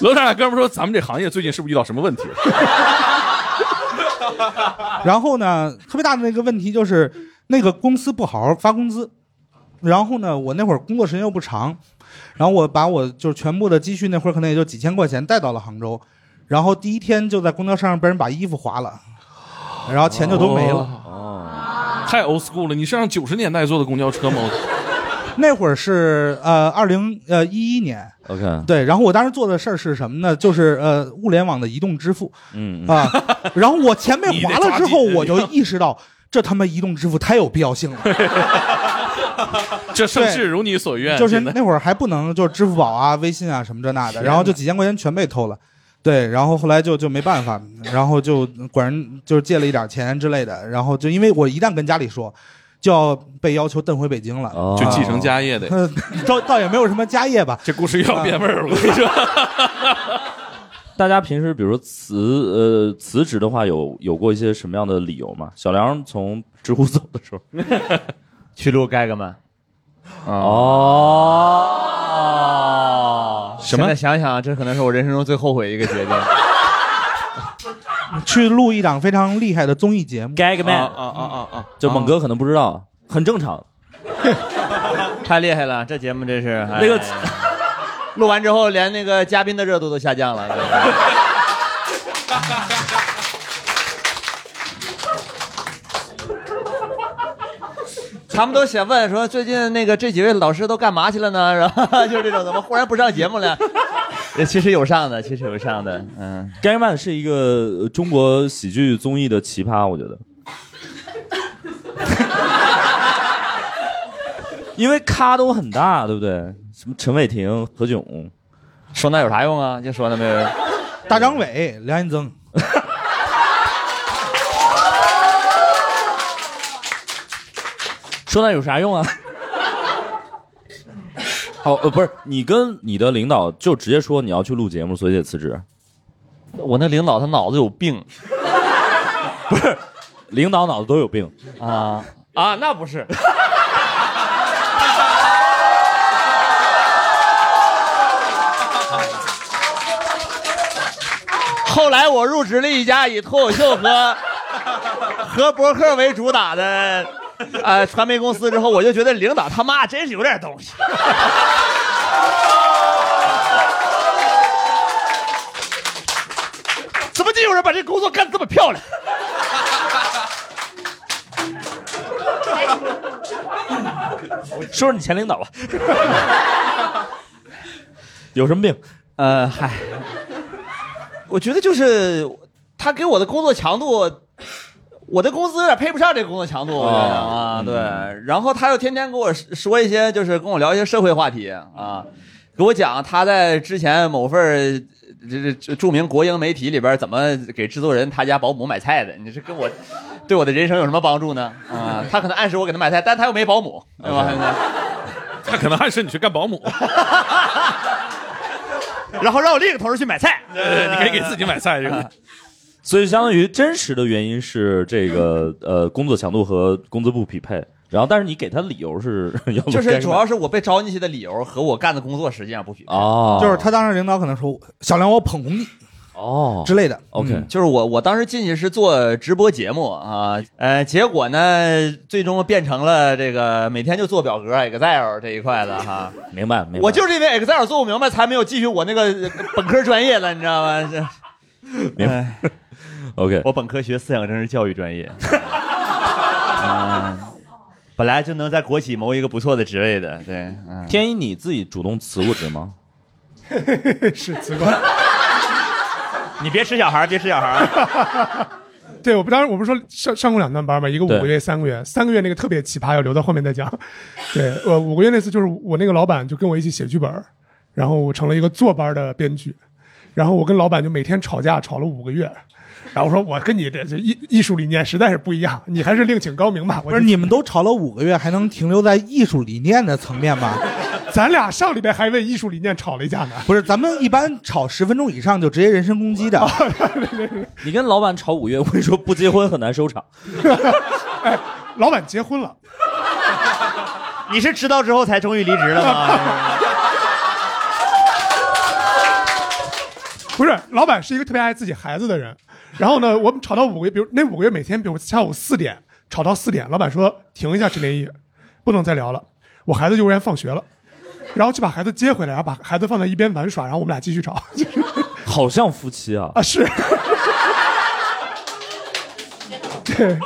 [SPEAKER 4] 楼上俩哥们说：“咱们这行业最近是不是遇到什么问题？ (laughs)
[SPEAKER 5] 然后呢，特别大的那个问题就是那个公司不好好发工资，然后呢，我那会儿工作时间又不长，然后我把我就是全部的积蓄，那会儿可能也就几千块钱带到了杭州，然后第一天就在公交车上被人把衣服划了，然后 (laughs) 钱就都没了。
[SPEAKER 4] 哦太 old school 了！你是上九十年代坐的公交车吗？
[SPEAKER 5] (laughs) 那会儿是呃二零呃一一年，
[SPEAKER 1] OK，
[SPEAKER 5] 对，然后我当时做的事儿是什么呢？就是呃物联网的移动支付
[SPEAKER 1] 嗯，嗯
[SPEAKER 5] 啊，然后我钱被划了之后，
[SPEAKER 4] (laughs) 你得抓紧
[SPEAKER 5] 我就意识到这他妈移动支付太有必要性了。
[SPEAKER 4] 这盛世如你所愿，
[SPEAKER 5] 就是
[SPEAKER 4] 真的
[SPEAKER 5] 那会儿还不能，就是支付宝啊、微信啊什么这那的，然后就几千块钱全被偷了。对，然后后来就就没办法，然后就管人就是借了一点钱之类的，然后就因为我一旦跟家里说，就要被要求蹬回北京了。
[SPEAKER 1] 哦
[SPEAKER 4] 就继承家业的。 (laughs)
[SPEAKER 5] 呃， (laughs) 倒倒也没有什么家业吧，啊
[SPEAKER 4] 这故事又要变味儿了，我跟你说。
[SPEAKER 1] 大家平时比如说辞呃辞职的话，有有过一些什么样的理由吗？小梁从知乎走的时候，
[SPEAKER 2] (laughs) 去录盖个曼。
[SPEAKER 1] 哦，
[SPEAKER 2] 什么？现在想想，这可能是我人生中最后悔的一个决定。
[SPEAKER 5] 去录一档非常厉害的综艺节目。
[SPEAKER 1] gag
[SPEAKER 4] 啊
[SPEAKER 1] man，
[SPEAKER 4] 啊啊啊啊！
[SPEAKER 1] 就猛哥可能不知道，很正常。
[SPEAKER 2] (laughs) 太厉害了，这节目真是
[SPEAKER 1] 那个
[SPEAKER 2] 哎 (laughs) 录完之后，连那个嘉宾的热度都下降了。 (laughs) 对他们都想问说，最近那个这几位老师都干嘛去了呢？然后 (laughs) 就是这种，怎么忽然不上节目了？其实有上的，其实有上的，嗯，
[SPEAKER 1] gag man 是一个呃中国喜剧综艺的奇葩，我觉得。 (laughs) 因为咖都很大，对不对？什么陈伟霆、何炅，
[SPEAKER 2] 说那有啥用啊？就说那没有用。
[SPEAKER 5] 大张伟、梁
[SPEAKER 1] (laughs)
[SPEAKER 5] 彦增，
[SPEAKER 1] 说那有啥用啊？哦，呃，不是，你跟你的领导就直接说你要去录节目，所以得辞职。
[SPEAKER 2] 我那领导他脑子有病，
[SPEAKER 1] (laughs) 不是，领导脑子都有病
[SPEAKER 2] 啊啊，那不是， (laughs) 后来我入职了一家以脱口秀和和博客为主打的呃传媒公司之后，我就觉得领导他妈真是有点东西。怎么就有人把这工作干得这么漂亮？
[SPEAKER 1] 说说你前领导吧，有什么病？
[SPEAKER 2] 呃，嗨，我觉得就是他给我的工作强度，我的工资有点配不上这工作强度，我觉
[SPEAKER 4] 哦
[SPEAKER 2] 得
[SPEAKER 4] 嗯
[SPEAKER 2] 啊，对。然后他又天天跟我说一些，就是跟我聊一些社会话题啊，给我讲他在之前某份儿这这这著名国营媒体里边儿怎么给制作人他家保姆买菜的，你这跟我对我的人生有什么帮助呢？啊，他可能暗示我给他买菜，但他又没保姆，对吧？
[SPEAKER 4] (laughs) 他可能暗示你去干保姆，
[SPEAKER 2] 然后让我另一个同事去买菜，
[SPEAKER 4] 你可以给自己买菜。这
[SPEAKER 5] 啊
[SPEAKER 4] 个
[SPEAKER 1] 所以相当于真实的原因是这个呃工作强度和工资不匹配，然后但是你给他理由是 (laughs) 要
[SPEAKER 2] (laughs)
[SPEAKER 1] 录
[SPEAKER 2] 就
[SPEAKER 1] 节
[SPEAKER 2] 是
[SPEAKER 1] 目
[SPEAKER 2] 主要是我被招进去的理由和我干的工作实际上不匹配。
[SPEAKER 1] 哦，
[SPEAKER 5] 就是他当时领导可能说小梁我捧红你
[SPEAKER 1] 哦
[SPEAKER 5] 之类的。
[SPEAKER 1] OK
[SPEAKER 5] 嗯
[SPEAKER 2] 就是我，我当时进去是做直播节目啊，呃，结果呢，最终变成了这个每天就做表格 Excel 这一块的哈。
[SPEAKER 1] 明白明白，
[SPEAKER 2] 我就是因为 Excel 做不明白，才没有继续我那个本科专业了，你知道吗？ (laughs) 这
[SPEAKER 1] 明白 OK
[SPEAKER 2] 哎我本科学思想政治教育专业，
[SPEAKER 1] 啊
[SPEAKER 2] 嗯本来就能在国企谋一个不错的职位的，对，嗯，
[SPEAKER 1] 天一你自己主动辞过职
[SPEAKER 2] (laughs)
[SPEAKER 1] 吗？
[SPEAKER 3] (laughs) 是辞
[SPEAKER 5] (laughs)
[SPEAKER 3] 官。
[SPEAKER 2] (laughs) 你别吃小孩，别吃小孩。
[SPEAKER 3] 对，我不当时我不是说上上过两段班嘛，一个五
[SPEAKER 1] 对
[SPEAKER 3] 个月，三个月，三个月那个特别奇葩，要留到后面再讲。对，我五个月那次就是我那个老板就跟我一起写剧本儿，然后我成了一个坐班的编剧，然后我跟老板就每天吵架，吵了五个月。然后我说我跟你这这艺艺术理念实在是不一样，你还是另请高明吧。我
[SPEAKER 5] 不是
[SPEAKER 3] 就
[SPEAKER 5] 你们都吵了五个月，还能停留在艺术理念的层面吗？
[SPEAKER 3] 咱俩上礼拜还为艺术理念吵了一架呢。
[SPEAKER 5] 不是，咱们一般吵十分钟以上就直接人身攻击的。
[SPEAKER 1] (laughs) 你跟老板吵五月，我跟你说不结婚很难收场。
[SPEAKER 2] 哎
[SPEAKER 3] 老板结婚了，
[SPEAKER 2] 你是知道之后才终于离职的
[SPEAKER 3] (laughs)
[SPEAKER 2] 吗？
[SPEAKER 3] 不是，老板是一个特别爱自己孩子的人。然后呢，我们吵到五个月，比如那五个月每天，比如下午四点吵到四点，老板说停一下陈连义，不能再聊了，我孩子幼儿园放学了，然后就把孩子接回来，然后把孩子放在一边玩耍，然后我们俩继续吵。 (laughs) 就是
[SPEAKER 1] 好像夫妻啊，
[SPEAKER 3] 啊，是，对，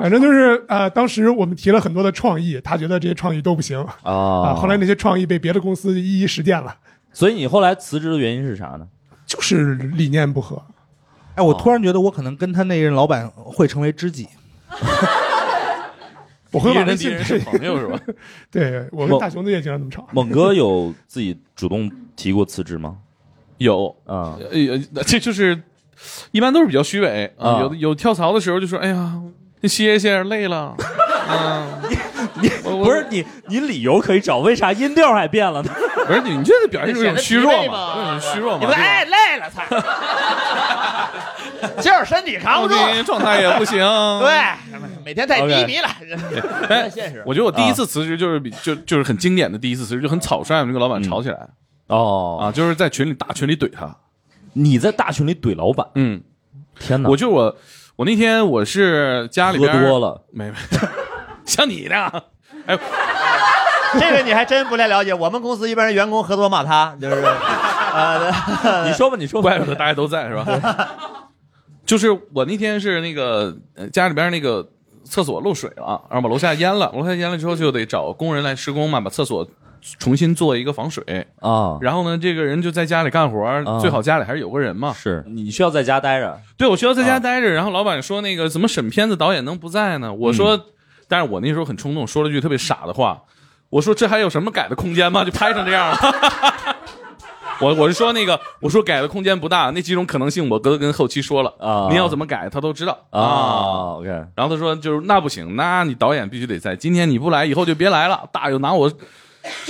[SPEAKER 3] 反正就是呃，当时我们提了很多的创意，他觉得这些创意都不行啊、
[SPEAKER 4] 哦
[SPEAKER 1] 啊
[SPEAKER 3] 后来那些创意被别的公司一一实践了，
[SPEAKER 1] 所以你后来辞职的原因是啥呢？
[SPEAKER 3] (laughs) 就是理念不合。
[SPEAKER 5] 哎，我突然觉得我可能跟他那任老板会成为知己。
[SPEAKER 3] 我
[SPEAKER 4] 敌
[SPEAKER 3] 会把
[SPEAKER 4] 人
[SPEAKER 3] 微 (laughs)
[SPEAKER 4] 的敌
[SPEAKER 3] 信
[SPEAKER 4] 人
[SPEAKER 3] 推
[SPEAKER 4] 是朋友是吧？
[SPEAKER 3] (laughs) 对我跟大熊子也经常这么吵。
[SPEAKER 1] 猛哥有自己主动提过辞职吗？
[SPEAKER 4] 有，
[SPEAKER 1] 啊、
[SPEAKER 4] 呃，这就是一般都是比较虚伪啊、
[SPEAKER 1] 啊
[SPEAKER 4] 有的有跳槽的时候就说，哎呀，歇一歇，累了。嗯，我我
[SPEAKER 1] 不是你，你理由可以找，为啥音调还变了呢？
[SPEAKER 4] (laughs) 不是你，你这得表现出一种虚弱嘛，
[SPEAKER 2] 这显得疲惫
[SPEAKER 4] 这
[SPEAKER 2] 嘛
[SPEAKER 4] 种虚弱嘛，
[SPEAKER 2] 你们哎
[SPEAKER 4] 对吧
[SPEAKER 2] 累了，操！
[SPEAKER 4] (laughs)
[SPEAKER 2] 今儿身体扛不住，
[SPEAKER 4] 今天状态也不行。对，
[SPEAKER 2] (laughs) 对，每天太低迷了， (laughs)
[SPEAKER 4] (laughs)
[SPEAKER 2] 太现实。
[SPEAKER 4] 哎
[SPEAKER 2] 啊
[SPEAKER 4] 我觉得我第一
[SPEAKER 1] 啊
[SPEAKER 4] 次辞职就是比就就是很经典的第一次辞职，就很草率，我们就跟老板吵起来
[SPEAKER 1] 嗯哦，
[SPEAKER 4] 啊，就是在群里大群里怼他。
[SPEAKER 1] 你在大群里怼老板，
[SPEAKER 4] 嗯，
[SPEAKER 1] 天哪！
[SPEAKER 4] 我就我我那天我是家里
[SPEAKER 1] 喝
[SPEAKER 4] 边
[SPEAKER 1] 多，了，
[SPEAKER 4] 没 (laughs) 没，像你的，哎，
[SPEAKER 2] 这个你还真不太了解。我们公司一般人员工合作骂他， (laughs) 就是，呃， (laughs)
[SPEAKER 1] 你说吧，你说吧
[SPEAKER 4] 怪。不得大家都在是吧？
[SPEAKER 1] (laughs)
[SPEAKER 4] 就是我那天是那个呃家里边那个厕所漏水了，然后把楼下淹了，楼下淹了之后就得找工人来施工嘛，把厕所重新做一个防水。
[SPEAKER 1] 啊，
[SPEAKER 4] 然后呢，这个人就在家里干活，
[SPEAKER 1] 啊
[SPEAKER 4] 最好家里还是有个人嘛。
[SPEAKER 1] 是你需要在家待着，
[SPEAKER 4] 对，我需要
[SPEAKER 1] 啊
[SPEAKER 4] 在家待着。然后老板说那个怎么审片子导演能不在呢？
[SPEAKER 1] 嗯
[SPEAKER 4] 我说，但是我那时候很冲动，说了句特别傻的话，我说这还有什么改的空间吗？就拍成这样了。 (laughs) 我我是说那个，我说改的空间不大，那几种可能性我都跟后期说了
[SPEAKER 1] 啊
[SPEAKER 4] 您要怎么改他都知道
[SPEAKER 1] 啊，OK，
[SPEAKER 4] 然后他说就是那不行，那你导演必须得在，今天你不来，以后就别来了。大有拿我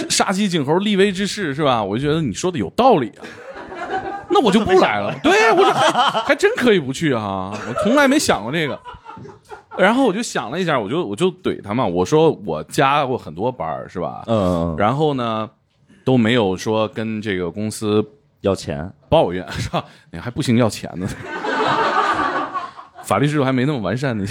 [SPEAKER 4] 杀鸡儆猴，立威之势是吧？我就觉得你说的有道理
[SPEAKER 1] (laughs)
[SPEAKER 4] 啊，那我就不来了。对，我说还还真可以不去啊，我从来没想过这个。然后我就想了一下，我就我就怼他嘛，我说我加过很多班儿是吧？
[SPEAKER 1] 嗯，
[SPEAKER 4] 然后呢，都没有说跟这个公司
[SPEAKER 1] 要钱
[SPEAKER 4] 抱怨是吧？你还不行要钱呢，法律制度还没那么完善呢。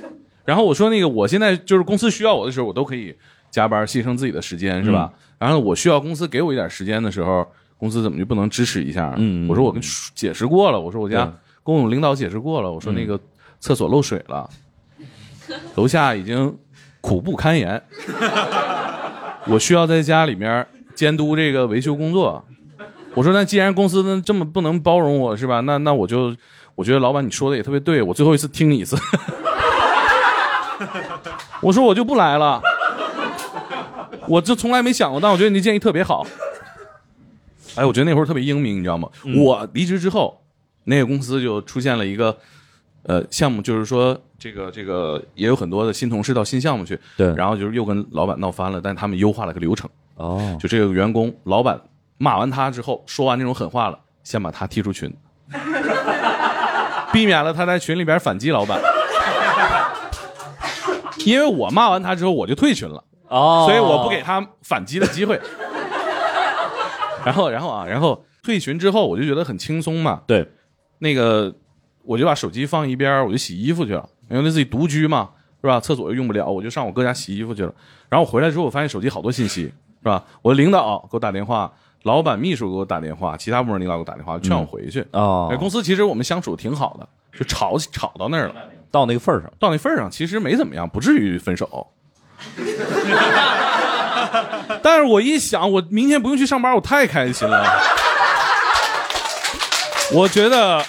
[SPEAKER 4] (laughs) 然后我说那个，我现在就是公司需要我的时候，我都可以加班牺牲自己的时间是吧？然后我需要公司给我一点时间的时候，公司怎么就不能支持一下？
[SPEAKER 1] 嗯嗯
[SPEAKER 4] 我说我跟解释过了，我说我家
[SPEAKER 1] 对
[SPEAKER 4] 跟我领导解释过了，我说那个厕所漏水了，楼下已经苦不堪言， (laughs) 我需要在家里面监督这个维修工作。 (laughs) 我说那既然公司呢这么不能包容我是吧？那那我就我觉得老板你说的也特别对，我最后一次听你一次。 (laughs) 我说我就不来了，我就从来没想过，但我觉得你的建议特别好。哎，我觉得那会儿特别英明，你知道吗？我离职之后，那个公司就出现了一个呃项目，就是说这个这个也有很多的新同事到新项目去，
[SPEAKER 1] 对
[SPEAKER 4] 然后就是又跟老板闹翻了，但他们优化了个流程，
[SPEAKER 1] 哦，
[SPEAKER 4] 就这个员工，老板骂完他之后，说完这种狠话了，先把他踢出群，避免了他在群里边反击老板。 (laughs) 因为我骂完他之后，我就退群了，
[SPEAKER 1] 哦，
[SPEAKER 4] 所以我不给他反击的机会。 (laughs) 然后，然后啊，然后退群之后，我就觉得很轻松嘛。
[SPEAKER 1] 对，
[SPEAKER 4] 那个我就把手机放一边儿，我就洗衣服去了，因为那自己独居嘛，是吧？厕所又用不了，我就上我哥家洗衣服去了。然后我回来之后，我发现手机好多信息，是吧？我的领导给我打电话，老板、秘书给我打电话，其他部门领导给我打电话，劝我回去。
[SPEAKER 1] 哦
[SPEAKER 4] 哎，公司其实我们相处挺好的，就吵吵到那儿了，
[SPEAKER 1] 到那个份儿上，
[SPEAKER 4] 到那份儿上其实没怎么样，不至于分手。但是我一想，我明天不用去上班，我太开心了。 (laughs) 我觉得，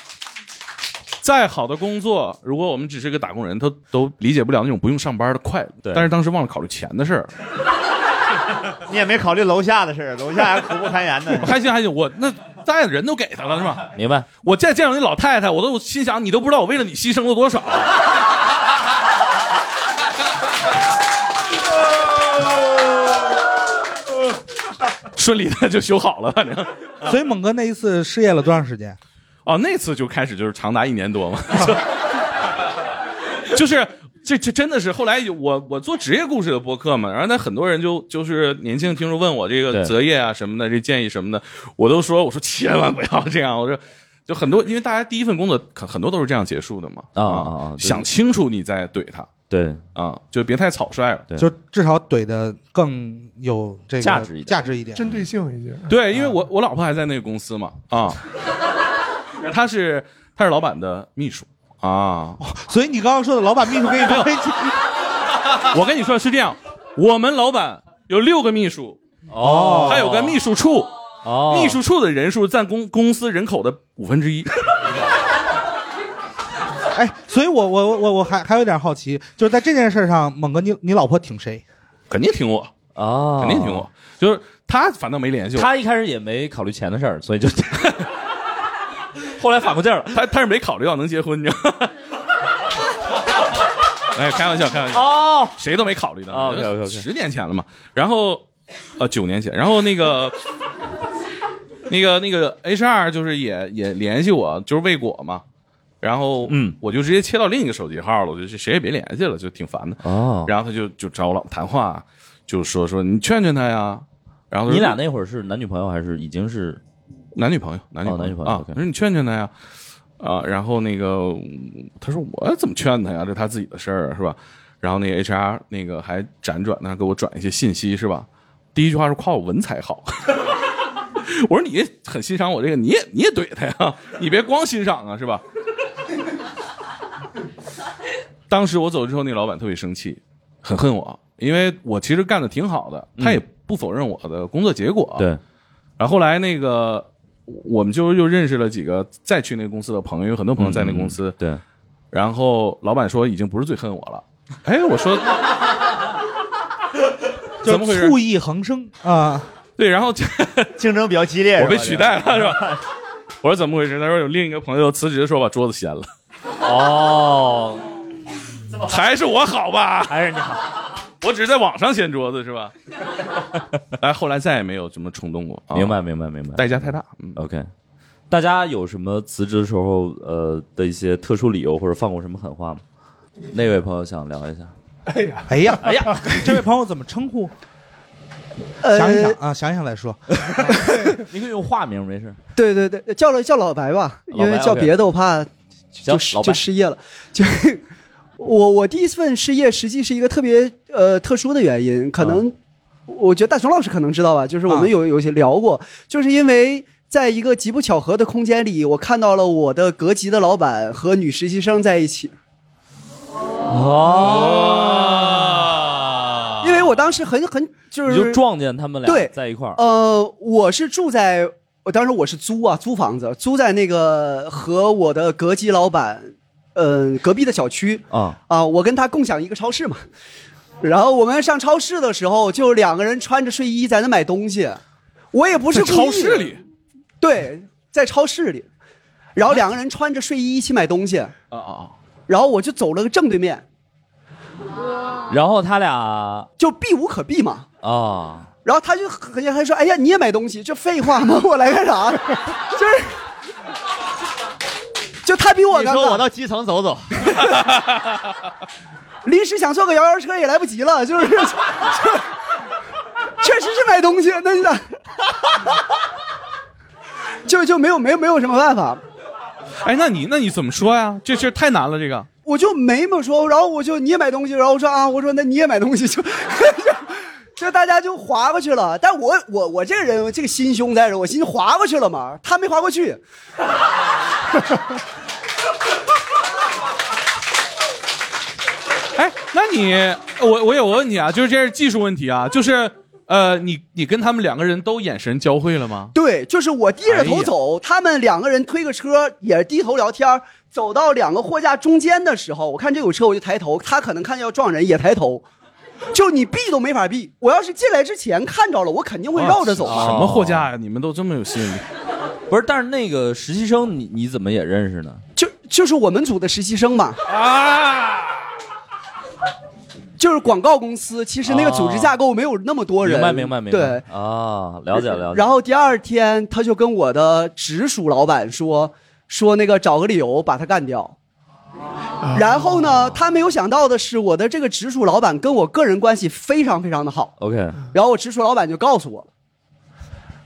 [SPEAKER 4] 再好的工作，如果我们只是个打工人，他都理解不了那种不用上班的快乐。
[SPEAKER 1] 对
[SPEAKER 4] 但是当时忘了考虑钱的
[SPEAKER 1] (laughs)
[SPEAKER 4] 事儿，。
[SPEAKER 2] 你也没考虑楼下的事儿，楼下还苦不堪言呢
[SPEAKER 4] (laughs) 还行还行，我那带人都给他了是吧？
[SPEAKER 1] 明白？
[SPEAKER 4] 我再见着那老太太，我都心想，你都不知道我为了你牺牲
[SPEAKER 1] (laughs)
[SPEAKER 4] 了多少。顺利的就修好了，反正
[SPEAKER 5] 所以猛哥那一次失业了多长时间？
[SPEAKER 4] 哦，那次就开始就是长达一年多嘛，就是 (laughs) 这这真的是后来有我我做职业故事的播客嘛，然后那很多人就就是年轻听众问我这
[SPEAKER 1] 对
[SPEAKER 4] 个择业啊什么的，这建议什么的，我都说我说千万不要这样，我说就很多因为大家第一份工作很很多都是这样结束的嘛，
[SPEAKER 1] 啊啊啊对
[SPEAKER 4] 想清楚你再怼他
[SPEAKER 1] 对，
[SPEAKER 4] 啊，就别太草率了。
[SPEAKER 1] 对
[SPEAKER 5] 就至少怼的更有这个
[SPEAKER 1] 价值一点
[SPEAKER 5] 价值一点。
[SPEAKER 3] 针对性已经。
[SPEAKER 4] 对，因为我我老婆还在那个公司嘛，啊，她是她是老板的秘书啊，
[SPEAKER 5] 哦所以你刚刚说的老板秘书给你发微信，
[SPEAKER 4] (laughs) 我跟你说是这样，我们老板有六个秘书，
[SPEAKER 1] 哦
[SPEAKER 4] 还有个秘书处，
[SPEAKER 1] 哦，
[SPEAKER 4] 秘书处的人数占公公司人口的五分之一。
[SPEAKER 5] 哎，所以我我我我我还还有点好奇，就是在这件事上，猛哥你你老婆挺谁？
[SPEAKER 4] 肯定挺我，
[SPEAKER 1] 啊，
[SPEAKER 4] 肯定挺我，就是他反倒没联系我，
[SPEAKER 1] 他一开始也没考虑钱的事儿，所以就， (laughs) 后来反过劲儿了。
[SPEAKER 4] 他他是没考虑到能结婚，你知
[SPEAKER 1] (laughs)
[SPEAKER 4] 道吗？哎，开玩笑，开玩笑，
[SPEAKER 1] 哦，
[SPEAKER 4] 谁都没考虑到。
[SPEAKER 1] 啊，OK，OK，OK
[SPEAKER 4] 十年前了嘛，然后，呃，九年前，然后那个。那个那个 HR 就是也也联系我，就是未果嘛，然后
[SPEAKER 1] 嗯
[SPEAKER 4] 我就直接切到另一个手机号了，我就谁也别联系了，就挺烦的。
[SPEAKER 1] 哦，
[SPEAKER 4] 然后他就就找我老婆谈话，就说说你劝劝他呀。然后他说
[SPEAKER 1] 你俩那会儿是男女朋友还是已经是
[SPEAKER 4] 男女朋友，男女
[SPEAKER 1] 哦男女朋友
[SPEAKER 4] 啊
[SPEAKER 1] OK？
[SPEAKER 4] 他说你劝劝他呀，啊，然后那个嗯他说我怎么劝他呀？这他自己的事儿是吧？然后那个 HR 那个还辗转呢给我转一些信息是吧？第一句话是夸我文采好， (laughs) 我说你很欣赏我这个，你也你也怼他呀，你别光欣赏啊是吧？当时我走之后，那老板特别生气，很恨我，因为我其实干的挺好的，他也不否认我的工作结果，啊
[SPEAKER 1] 对
[SPEAKER 4] 然后后来那个我们就又认识了几个再去那个公司的朋友，有很多朋友在那个公司。
[SPEAKER 1] 嗯对
[SPEAKER 4] 然后老板说已经不是最恨我了。哎，我说
[SPEAKER 5] 就
[SPEAKER 1] (laughs)
[SPEAKER 4] 怎么回
[SPEAKER 5] 是
[SPEAKER 4] 事
[SPEAKER 5] 醋？意横生啊！
[SPEAKER 4] 对，然后
[SPEAKER 2] 竞争比较激烈，
[SPEAKER 4] 我被
[SPEAKER 2] 是吧
[SPEAKER 4] 取代了是吧？ (laughs) 我说怎么回事？他说有另一个朋友辞职说把桌子掀了，
[SPEAKER 1] 哦，
[SPEAKER 4] 还是我好吧？
[SPEAKER 2] 还是你好。
[SPEAKER 4] 我只是在网上掀桌子是吧？哎，后来 (laughs) 再也没有什么冲动过。
[SPEAKER 1] (laughs)
[SPEAKER 4] 啊
[SPEAKER 1] 明白，明白，明白。
[SPEAKER 4] 代价太大。嗯
[SPEAKER 1] OK，大家有什么辞职的时候呃的一些特殊理由，或者放过什么狠话吗？那位朋友想聊一下。
[SPEAKER 5] 哎呀，哎呀，哎呀，这位朋友怎么称呼？想一想啊，想一想
[SPEAKER 1] (laughs)
[SPEAKER 5] 再说。
[SPEAKER 1] 你呃可以用化名，没事。
[SPEAKER 8] (laughs) 对对对，叫了叫老白吧，
[SPEAKER 1] 老白
[SPEAKER 8] 因为叫
[SPEAKER 1] OK
[SPEAKER 8] 别的我怕就
[SPEAKER 1] 老白
[SPEAKER 8] 就失业了。就我我第一份失业实际是一个特别呃特殊的原因，可
[SPEAKER 1] 嗯
[SPEAKER 8] 能、我觉得大熊老师可能知道吧，就是我
[SPEAKER 1] 啊
[SPEAKER 8] 们有、有些聊过，就是因为。在一个极不巧合的空间里，我看到了我的隔级的老板和女实习生在一起。
[SPEAKER 1] 哦，
[SPEAKER 8] 因为我当时很很就是
[SPEAKER 1] 你就撞见他们俩
[SPEAKER 8] 对
[SPEAKER 1] 在一块儿。
[SPEAKER 8] 呃，我是住在，我当时我是租啊，租房子，租在那个和我的隔级老板，嗯、隔壁的小区
[SPEAKER 4] 哦
[SPEAKER 1] 啊
[SPEAKER 8] 啊、我跟他共享一个超市嘛。然后我们上超市的时候，就两个人穿着睡衣在那买东西，我也不是
[SPEAKER 4] 在
[SPEAKER 8] 故
[SPEAKER 4] 超
[SPEAKER 8] 意的
[SPEAKER 4] 市里，
[SPEAKER 8] 对，在超市里，然后两个人穿着睡衣一起买东西，
[SPEAKER 4] 啊啊！
[SPEAKER 8] 然后我就走了个正对面，
[SPEAKER 1] 然后他俩啊、
[SPEAKER 8] 就避无可避嘛。
[SPEAKER 4] 啊
[SPEAKER 8] 然后他就很还说：“哎呀，你也买东西，这废话吗？ (laughs) 我来干啥？就是，就他比我
[SPEAKER 2] 你
[SPEAKER 8] 尴
[SPEAKER 2] 说我
[SPEAKER 8] 尬，
[SPEAKER 2] 到基层走走，
[SPEAKER 8] (laughs) 临时想坐个摇摇车也来不及了，就是， (laughs) 就确实是买东西，那你咋？ (laughs) 就就没有没有没有什么办法，
[SPEAKER 4] 哎，那你那你怎么说呀？这事儿太难了，这个。
[SPEAKER 8] 我就没么说，然后我就你也买东西，然后我说啊，我说那你也买东西，就 (laughs) 就就大家就划过去了。但我我我这个人这个心胸在这儿，我心划过去了嘛，他没划过去。
[SPEAKER 4] 哎，那你我我有个问题啊，就是这是技术问题啊，就是呃，你你跟他们两个人都眼神交汇了吗？
[SPEAKER 8] 对，就是我低着
[SPEAKER 4] 哎呀
[SPEAKER 8] 头走，他们两个人推个车也低头聊天儿，走到两个货架中间的时候，我看这有车我就抬头，他可能看见要撞人也抬头，就你避都没法避。我要是进来之前看着了，我肯定会绕着走
[SPEAKER 4] 什
[SPEAKER 8] 嘛。
[SPEAKER 4] 么货架呀、你们都这么有吸引力？
[SPEAKER 1] 不是，但是那个实习生你你怎么也认识呢？
[SPEAKER 8] 就就是我们组的实习生嘛，
[SPEAKER 4] 啊！
[SPEAKER 8] 就是广告公司，其实那个组织架构没有那么多人。
[SPEAKER 1] 明白明白明白。
[SPEAKER 8] 对，
[SPEAKER 1] 啊，了解了解。
[SPEAKER 8] 然后第二天他就跟我的直属老板说，说那个找个理由把他干掉。然后呢，他没有想到的是，我的这个直属老板跟我个人关系非常非常的好。
[SPEAKER 1] OK，
[SPEAKER 8] 然后我直属老板就告诉我了，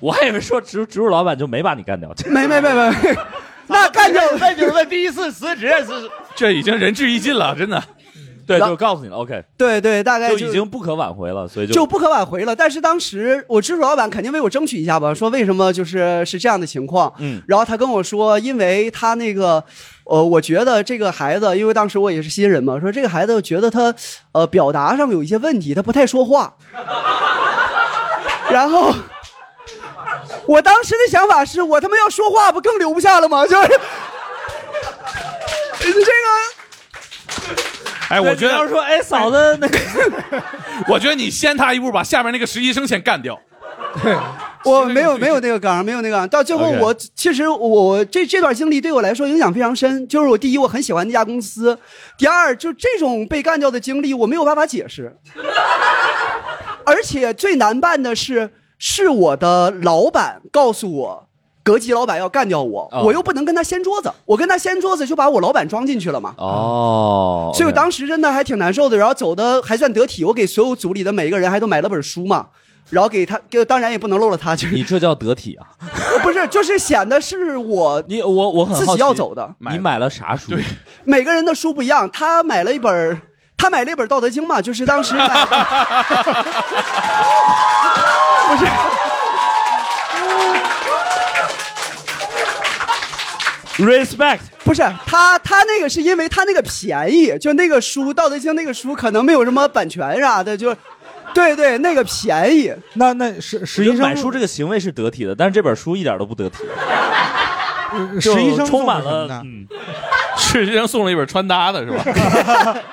[SPEAKER 1] 我还以为说植植入老板就没把你干掉，
[SPEAKER 8] 没没没没，没那干掉
[SPEAKER 2] 那就是问第一次辞职
[SPEAKER 4] (laughs)
[SPEAKER 2] 是
[SPEAKER 4] 这已经仁至义尽了，真的。
[SPEAKER 1] 对，
[SPEAKER 8] 然
[SPEAKER 1] 就告诉你了。OK，
[SPEAKER 8] 对对，大概
[SPEAKER 1] 就
[SPEAKER 8] 就
[SPEAKER 1] 已经不可挽回了，所以就
[SPEAKER 8] 就不可挽回了。但是当时我直属老板肯定为我争取一下吧，说为什么就是是这样的情况。
[SPEAKER 1] 嗯，
[SPEAKER 8] 然后他跟我说，因为他那个，呃，我觉得这个孩子，因为当时我也是新人嘛，说这个孩子觉得他，呃，表达上有一些问题，他不太说话。然后，我当时的想法是我他妈要说话不更留不下了吗？就是， (laughs) 这个。
[SPEAKER 4] 哎，我觉
[SPEAKER 1] 要
[SPEAKER 4] 得
[SPEAKER 1] 是说，哎，嫂子，那个
[SPEAKER 4] (laughs) 我觉得你先他一步，把下边那个实习生先干掉。
[SPEAKER 1] (laughs)
[SPEAKER 8] 我没有没有那个岗，没有那个岗。到最后
[SPEAKER 1] OK
[SPEAKER 8] 我，其实我我这这段经历对我来说影响非常深。就是我第一，我很喜欢那家公司；第二，就这种被干掉的经历，我没有办法解释。 (laughs) 而且最难办的是，是我的老板告诉我，隔级老板要干掉我，
[SPEAKER 1] 哦
[SPEAKER 8] 我又不能跟他掀桌子，我跟他掀桌子就把我老板装进去了嘛。
[SPEAKER 1] 哦，
[SPEAKER 8] 所以我
[SPEAKER 1] OK
[SPEAKER 8] 当时真的还挺难受的，然后走的还算得体，我给所有组里的每一个人还都买了本书嘛，然后给他，给当然也不能漏了他，就是
[SPEAKER 1] 你这叫得体啊！
[SPEAKER 8] (laughs) 不是，就是显得是我
[SPEAKER 1] 你我我很
[SPEAKER 8] 自
[SPEAKER 1] 好
[SPEAKER 8] 己
[SPEAKER 1] 奇
[SPEAKER 8] 要走的。
[SPEAKER 1] 你买了啥书？ (laughs)
[SPEAKER 8] 每个人的书不一样，他买了一本儿，他买了一本《道德经》嘛，就是
[SPEAKER 1] (laughs)
[SPEAKER 8] 当时买的。 (laughs) 不是，
[SPEAKER 1] respect
[SPEAKER 8] 不是，他他那个是因为他那个便宜，就那个书《道德经》那个书可能没有什么版权啥的，就，对对，那个便宜。
[SPEAKER 5] 那那实实习
[SPEAKER 1] 就
[SPEAKER 5] 生
[SPEAKER 1] 买书这个行为是得体的，但是这本书一点都不得体，
[SPEAKER 5] 实习呃生
[SPEAKER 1] 就充满
[SPEAKER 5] 送的
[SPEAKER 4] 呃
[SPEAKER 1] 了
[SPEAKER 5] 什么
[SPEAKER 4] (laughs)
[SPEAKER 5] 呢
[SPEAKER 1] 嗯，
[SPEAKER 4] 实习生送了一本穿搭的是
[SPEAKER 5] (laughs)
[SPEAKER 4] 吧？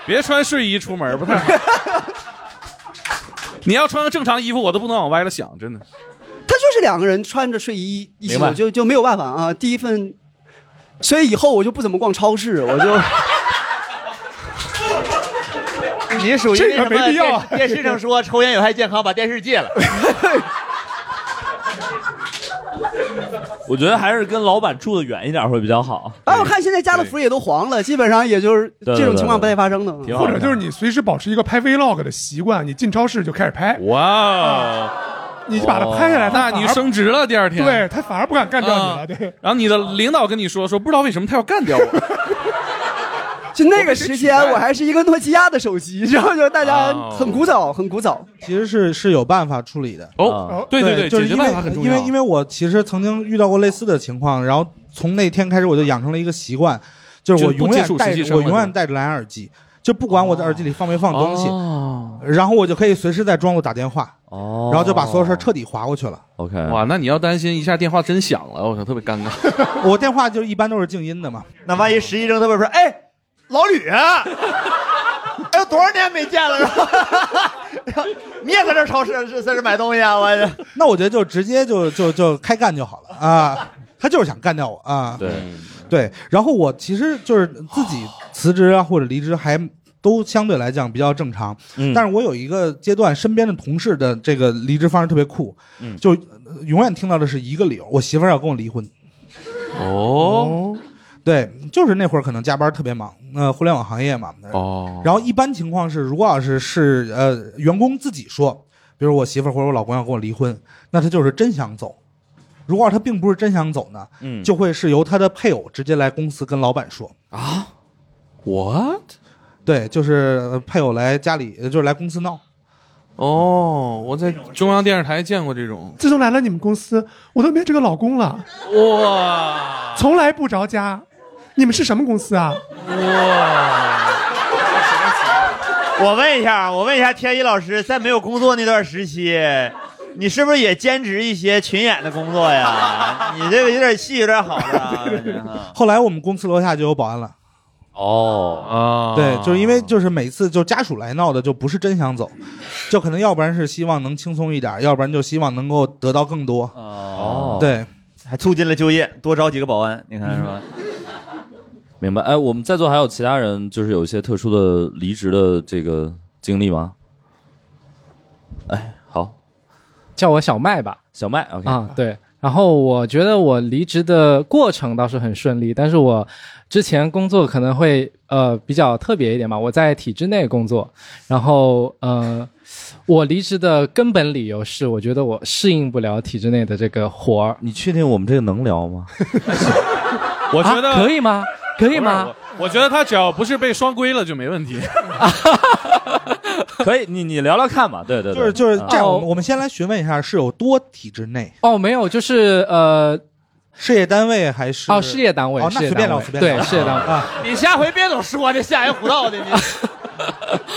[SPEAKER 4] 别穿睡衣出门，不太好。你要穿个正常衣服，我都不能往歪了想，真的。
[SPEAKER 8] 他就是两个人穿着睡衣一起
[SPEAKER 1] 明白
[SPEAKER 8] 走，就就没有办法啊。第一份， (laughs) 所以以后我就不怎么逛超市，我就。
[SPEAKER 2] 是你属于
[SPEAKER 3] 这
[SPEAKER 2] 那
[SPEAKER 3] 个
[SPEAKER 2] 什么
[SPEAKER 3] 没必要啊
[SPEAKER 2] 电电视上说抽烟有害健康，把电视戒了。
[SPEAKER 1] 我觉得还是跟老板住的远一点会比较好。
[SPEAKER 8] 哎，我看现在家乐福也都黄了，基本上也就是
[SPEAKER 1] 对
[SPEAKER 8] 这种情况
[SPEAKER 1] 对对
[SPEAKER 8] 不太发生的。
[SPEAKER 1] 挺好
[SPEAKER 3] 或
[SPEAKER 1] 的
[SPEAKER 3] 者就是你随时保持一个拍 vlog 的习惯，你进超市就开始拍，
[SPEAKER 4] 哇哦，
[SPEAKER 5] (laughs)
[SPEAKER 3] 你就把它拍下
[SPEAKER 1] 哦
[SPEAKER 3] 来，
[SPEAKER 4] 那
[SPEAKER 3] 它
[SPEAKER 4] 你
[SPEAKER 3] 反而
[SPEAKER 4] 升职了，第二天。
[SPEAKER 3] 对他反而不敢干掉你
[SPEAKER 4] 啊
[SPEAKER 3] 了，对。
[SPEAKER 4] 然后你的领导跟你说说，不知道为什么他要干掉我，
[SPEAKER 8] 就那个时间，我还是一个诺基亚的手机，然后就大家
[SPEAKER 4] 哦
[SPEAKER 8] 很古早，很古早。
[SPEAKER 5] 其实是是有办法处理的。
[SPEAKER 4] 哦
[SPEAKER 1] 啊
[SPEAKER 3] 哦，
[SPEAKER 4] 对对
[SPEAKER 5] 就
[SPEAKER 4] 解决
[SPEAKER 5] 是因为
[SPEAKER 4] 办法很重要。
[SPEAKER 5] 因为因为我其实曾经遇到过类似的情况，然后从那天开始我就养成了一个习惯，就是我
[SPEAKER 4] 就不
[SPEAKER 5] 永
[SPEAKER 4] 接
[SPEAKER 5] 远
[SPEAKER 4] 触
[SPEAKER 5] 戴
[SPEAKER 4] 实习
[SPEAKER 5] 着
[SPEAKER 4] 生
[SPEAKER 5] 我
[SPEAKER 4] 了
[SPEAKER 5] 永
[SPEAKER 4] 是
[SPEAKER 5] 远
[SPEAKER 4] 吗
[SPEAKER 5] 戴着蓝牙耳机，就不管我的耳机里放没放东西，
[SPEAKER 4] 哦
[SPEAKER 5] 然后我就可以随时在装作打电话，
[SPEAKER 1] 哦
[SPEAKER 5] 然后就把所有事儿彻底划过去了。
[SPEAKER 1] OK。
[SPEAKER 4] 哇，那你要担心一下电话真响了，我操，特别尴
[SPEAKER 5] (laughs)
[SPEAKER 4] 尬。
[SPEAKER 5] 我电话就一般都是静音的嘛，
[SPEAKER 2] 那万一实习生他们说，哎，老吕啊， (laughs) 哎呦，多少年没见了， (laughs) 然后然后你也在这超市是在这买东西啊？
[SPEAKER 5] (laughs)
[SPEAKER 2] 我这
[SPEAKER 5] 那我觉得就直接就就就开干就好了啊。他就是想干掉我啊！
[SPEAKER 1] 对，
[SPEAKER 5] 对，然后我其实就是自己辞职啊或者离职还都相对来讲比较正常，
[SPEAKER 1] 嗯
[SPEAKER 5] 但是我有一个阶段，身边的同事的这个离职方式特别酷，
[SPEAKER 1] 嗯
[SPEAKER 5] 就呃永远听到的是一个理由：我媳妇儿要跟我离婚。
[SPEAKER 4] 哦
[SPEAKER 5] 对，就是那会儿可能加班特别忙，呃，互联网行业嘛。
[SPEAKER 4] 哦，
[SPEAKER 5] 然后一般情况是，如果要是是呃员工自己说，比如我媳妇儿或者我老公要跟我离婚，那他就是真想走。如果要是他并不是真想走呢，
[SPEAKER 1] 嗯
[SPEAKER 5] 就会是由他的配偶直接来公司跟老板说。
[SPEAKER 4] 啊 what？
[SPEAKER 5] 对，就是呃配偶来家里，呃就是来公司闹。
[SPEAKER 4] 哦，我在中央电视台见过这种，
[SPEAKER 3] 自从来了你们公司，我都没这个老公了，
[SPEAKER 4] 哇
[SPEAKER 3] 从来不着家。你们是什么公司啊？
[SPEAKER 4] 哇，
[SPEAKER 2] 我问一下，我问一下天一老师，在没有工作那段时期，你是不是也兼职一些群演的工作呀？你这个有点戏有点好的啊，
[SPEAKER 5] 后来我们公司楼下就有保安了。
[SPEAKER 1] 哦，
[SPEAKER 4] 啊，
[SPEAKER 5] 对，就是因为就是每次就家属来闹的，就不是真
[SPEAKER 4] (laughs)
[SPEAKER 5] 想走，就可能要不然是希望能轻松一点，要不然就希望能够得到更多。
[SPEAKER 2] 哦，
[SPEAKER 5] 对，
[SPEAKER 2] 还促进了就业，多招几个保安，你看是吧？
[SPEAKER 1] 明白。哎，我们在座还有其他人，就是有一些特殊的离职的这个经历吗？哎，好，
[SPEAKER 9] (laughs) 叫我小麦吧。
[SPEAKER 1] 小麦，OK，、
[SPEAKER 9] 啊，对。然后我觉得我离职的过程倒是很顺利，但是我之前工作可能会呃比较特别一点吧。我在体制内工作，然后呃，我离职的根本理由是我觉得我适应不了体制内的这个活儿。
[SPEAKER 1] 你确定我们这个能聊
[SPEAKER 9] (laughs)
[SPEAKER 1] 吗？
[SPEAKER 4] 我觉得
[SPEAKER 9] 啊、可以吗？可以
[SPEAKER 4] 不是
[SPEAKER 9] 吗？？
[SPEAKER 4] 我我觉得他只要不是被双规了就没问题。
[SPEAKER 1] (laughs) 可以，你你聊聊看吧。对对
[SPEAKER 5] 就
[SPEAKER 1] 对，
[SPEAKER 5] 是就是
[SPEAKER 1] 啊
[SPEAKER 5] 这样，
[SPEAKER 9] 哦
[SPEAKER 5] 我们我们先来询问一下，是有多体制内
[SPEAKER 9] 哦，没有，就是呃，
[SPEAKER 5] 事业单位还是
[SPEAKER 9] 哦，事业单位，
[SPEAKER 5] 哦那
[SPEAKER 9] 事业
[SPEAKER 5] 随便
[SPEAKER 9] 单
[SPEAKER 5] 聊
[SPEAKER 9] 位
[SPEAKER 5] 随便聊
[SPEAKER 9] 对，事业单位。
[SPEAKER 5] 啊？
[SPEAKER 2] (laughs) 你下回别总说这吓人胡闹的，你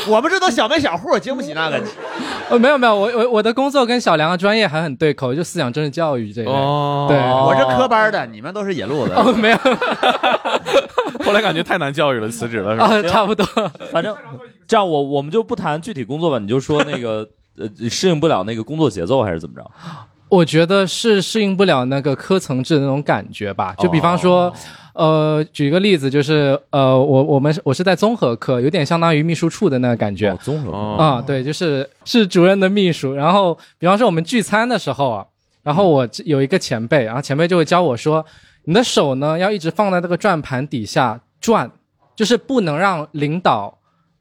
[SPEAKER 2] 我们这都小门
[SPEAKER 9] 啊
[SPEAKER 2] 小户，经不起那个。
[SPEAKER 9] (laughs) 哦，没有没有，我我我的工作跟小梁的专业还很对口，就思想政治教育这一类。
[SPEAKER 4] 哦
[SPEAKER 9] 对，
[SPEAKER 2] 我是科班的，你们都是野路子。
[SPEAKER 9] 哦，没有 (laughs)
[SPEAKER 4] 后来感觉太难教育了，辞职了是吧？
[SPEAKER 9] 啊，差不多。
[SPEAKER 1] 反正这样我我们就不谈具体工作吧，你就说那个呃适应不了那个工作节奏还是怎么着？
[SPEAKER 9] 我觉得是适应不了那个科层制的那种感觉吧。就比方
[SPEAKER 2] 哦
[SPEAKER 9] 说，呃，举一个例子，就是呃，我我们是我是在综合科，有点相当于秘书处的那个感觉
[SPEAKER 1] 哦
[SPEAKER 9] 啊、
[SPEAKER 1] 综合
[SPEAKER 4] 哦
[SPEAKER 9] 对，就是是主任的秘书。然后，比方说我们聚餐的时候啊，
[SPEAKER 1] 嗯
[SPEAKER 9] 然后我这有一个前辈，然后前辈就会教我说，你的手呢要一直放在这个转盘底下转，就是不能让领导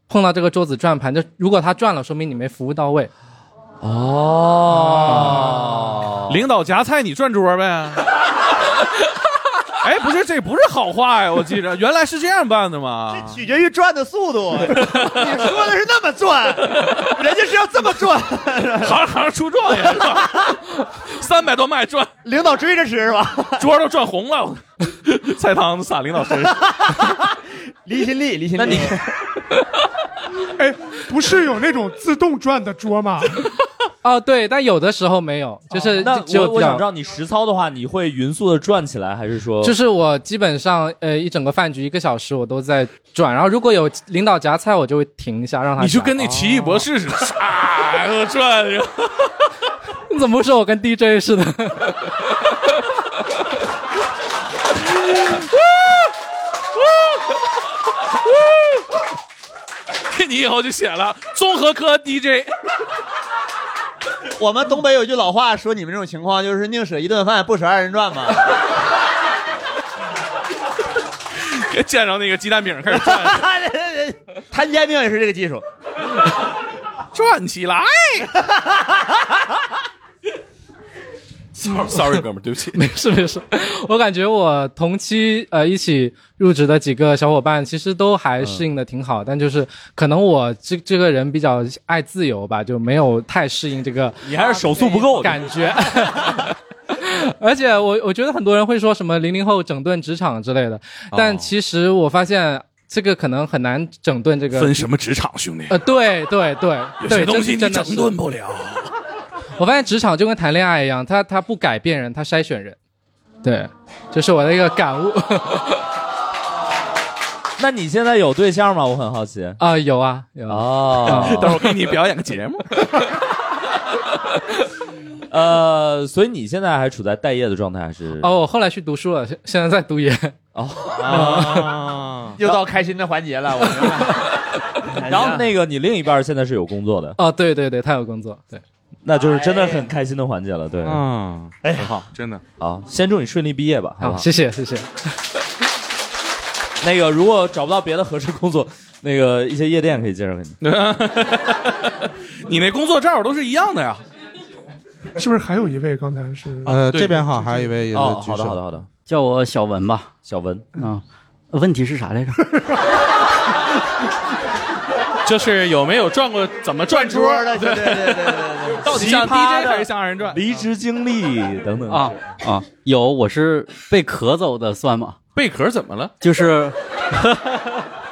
[SPEAKER 9] 碰到这个桌子转盘。就如果他转了，说明你没服务到位。
[SPEAKER 1] 哦，
[SPEAKER 4] 领导夹菜你转桌呗。啊 (laughs) 哎，不是，这不是好话呀！我记着，原来是这样办的嘛。
[SPEAKER 2] 取决于转的速度，你说的是那么
[SPEAKER 4] (laughs)
[SPEAKER 2] 转，人家是要这么转，
[SPEAKER 4] 行行出
[SPEAKER 1] (laughs)
[SPEAKER 4] 状元， (laughs) 三百多迈转
[SPEAKER 2] (laughs) 领导追着吃是吧？
[SPEAKER 4] 桌都转
[SPEAKER 2] (laughs)
[SPEAKER 4] 红了，菜汤子洒领导身上。
[SPEAKER 2] 离心力，离心力。那你
[SPEAKER 3] (laughs) 哎，不是有那种自动转的桌吗？
[SPEAKER 9] 哦，对，但有的时候没有，就是
[SPEAKER 1] 哦那
[SPEAKER 9] 就只有
[SPEAKER 1] 我我
[SPEAKER 9] 比较
[SPEAKER 1] 想知道你实操的话，你会匀速的转起来，还是说
[SPEAKER 9] 就是我基本上呃一整个饭局一个小时我都在转，然后如果有领导夹菜，我就会停一下让他夹。
[SPEAKER 4] 你就跟那奇异博士
[SPEAKER 1] (laughs)
[SPEAKER 4] 似的，唰给我转。
[SPEAKER 9] 你怎么不说我跟 DJ
[SPEAKER 4] (laughs)
[SPEAKER 9] 似的？
[SPEAKER 4] 你以后就写了综合科 DJ。
[SPEAKER 2] (laughs) 我们东北有句老话说你们这种情况就是宁舍一顿饭不舍二人
[SPEAKER 4] (laughs)
[SPEAKER 2] 转嘛。
[SPEAKER 4] 见着那个鸡蛋饼开始转，
[SPEAKER 2] (laughs) 摊煎饼也是这个技术，
[SPEAKER 4] 转起来。Sorry，哥们儿，对不起。
[SPEAKER 9] (laughs) 没事没事，我感觉我同期呃一起入职的几个小伙伴，其实都还适应的挺
[SPEAKER 4] 嗯
[SPEAKER 9] 好，但就是可能我这这个人比较爱自由吧，就没有太适应这个
[SPEAKER 1] 你还是手速不够，
[SPEAKER 9] 感觉。 (laughs) 而且我我觉得很多人会说什么零零后整顿职场之类的，
[SPEAKER 4] 哦
[SPEAKER 9] 但其实我发现这个可能很难整顿这个
[SPEAKER 4] 分什么职场，兄弟？
[SPEAKER 9] 呃，对对对
[SPEAKER 4] 有
[SPEAKER 9] 对，
[SPEAKER 4] 些东 (laughs) 西你
[SPEAKER 9] 真的
[SPEAKER 4] 整
[SPEAKER 9] 是
[SPEAKER 4] 顿不了。
[SPEAKER 9] (laughs) 我发现职场就跟谈恋爱一样，他他不改变人，他筛选人。对，这是我的一个感悟。
[SPEAKER 1] (laughs) 那你现在有对象吗？我很好奇。
[SPEAKER 9] 啊、有啊有啊，
[SPEAKER 1] 哦，
[SPEAKER 4] (laughs) 待会儿给你表演个节目。
[SPEAKER 1] (laughs) 呃，所以你现在还处在待业的状态，还是？
[SPEAKER 9] 哦，我后来去读书了，现现在在读研。
[SPEAKER 1] 哦
[SPEAKER 2] 又到开心的环节了。我明
[SPEAKER 4] (laughs)
[SPEAKER 2] 白
[SPEAKER 1] 然后那个你另一半现在是有工作的，
[SPEAKER 9] (laughs) 哦，对对对，他有工作，对，
[SPEAKER 1] 那就是真的很开心的环节了。对，
[SPEAKER 4] 嗯，
[SPEAKER 2] 哎
[SPEAKER 4] 很好，真的。
[SPEAKER 1] 好，先祝你顺利毕业吧，好
[SPEAKER 9] 好，
[SPEAKER 1] 不好？
[SPEAKER 9] 谢谢谢谢，
[SPEAKER 1] (laughs) 那个如果找不到别的合适工作，那个一些夜店可以介绍给你。
[SPEAKER 4] 你那工作照都是一样的呀？
[SPEAKER 3] (laughs) 是不是还有一位刚才是？
[SPEAKER 5] 呃，
[SPEAKER 4] 啊对
[SPEAKER 5] 这边好，还有一位也在
[SPEAKER 1] 哦，
[SPEAKER 5] 举手。
[SPEAKER 1] 好的，好的，好的。
[SPEAKER 10] 叫我小文吧。
[SPEAKER 1] 小文，
[SPEAKER 10] 啊，问题是啥 (laughs) 来着？
[SPEAKER 4] 就是有没有转过怎么转桌？
[SPEAKER 2] 的，对
[SPEAKER 10] (laughs)
[SPEAKER 2] 对对对对对。
[SPEAKER 4] 到底像
[SPEAKER 1] 奇葩
[SPEAKER 4] DJ
[SPEAKER 1] 的
[SPEAKER 4] 还是像二人转？
[SPEAKER 1] 离职经历等等
[SPEAKER 10] 啊，啊，有，我是被咳走的，算吗？
[SPEAKER 4] 贝壳怎么了？
[SPEAKER 10] 就是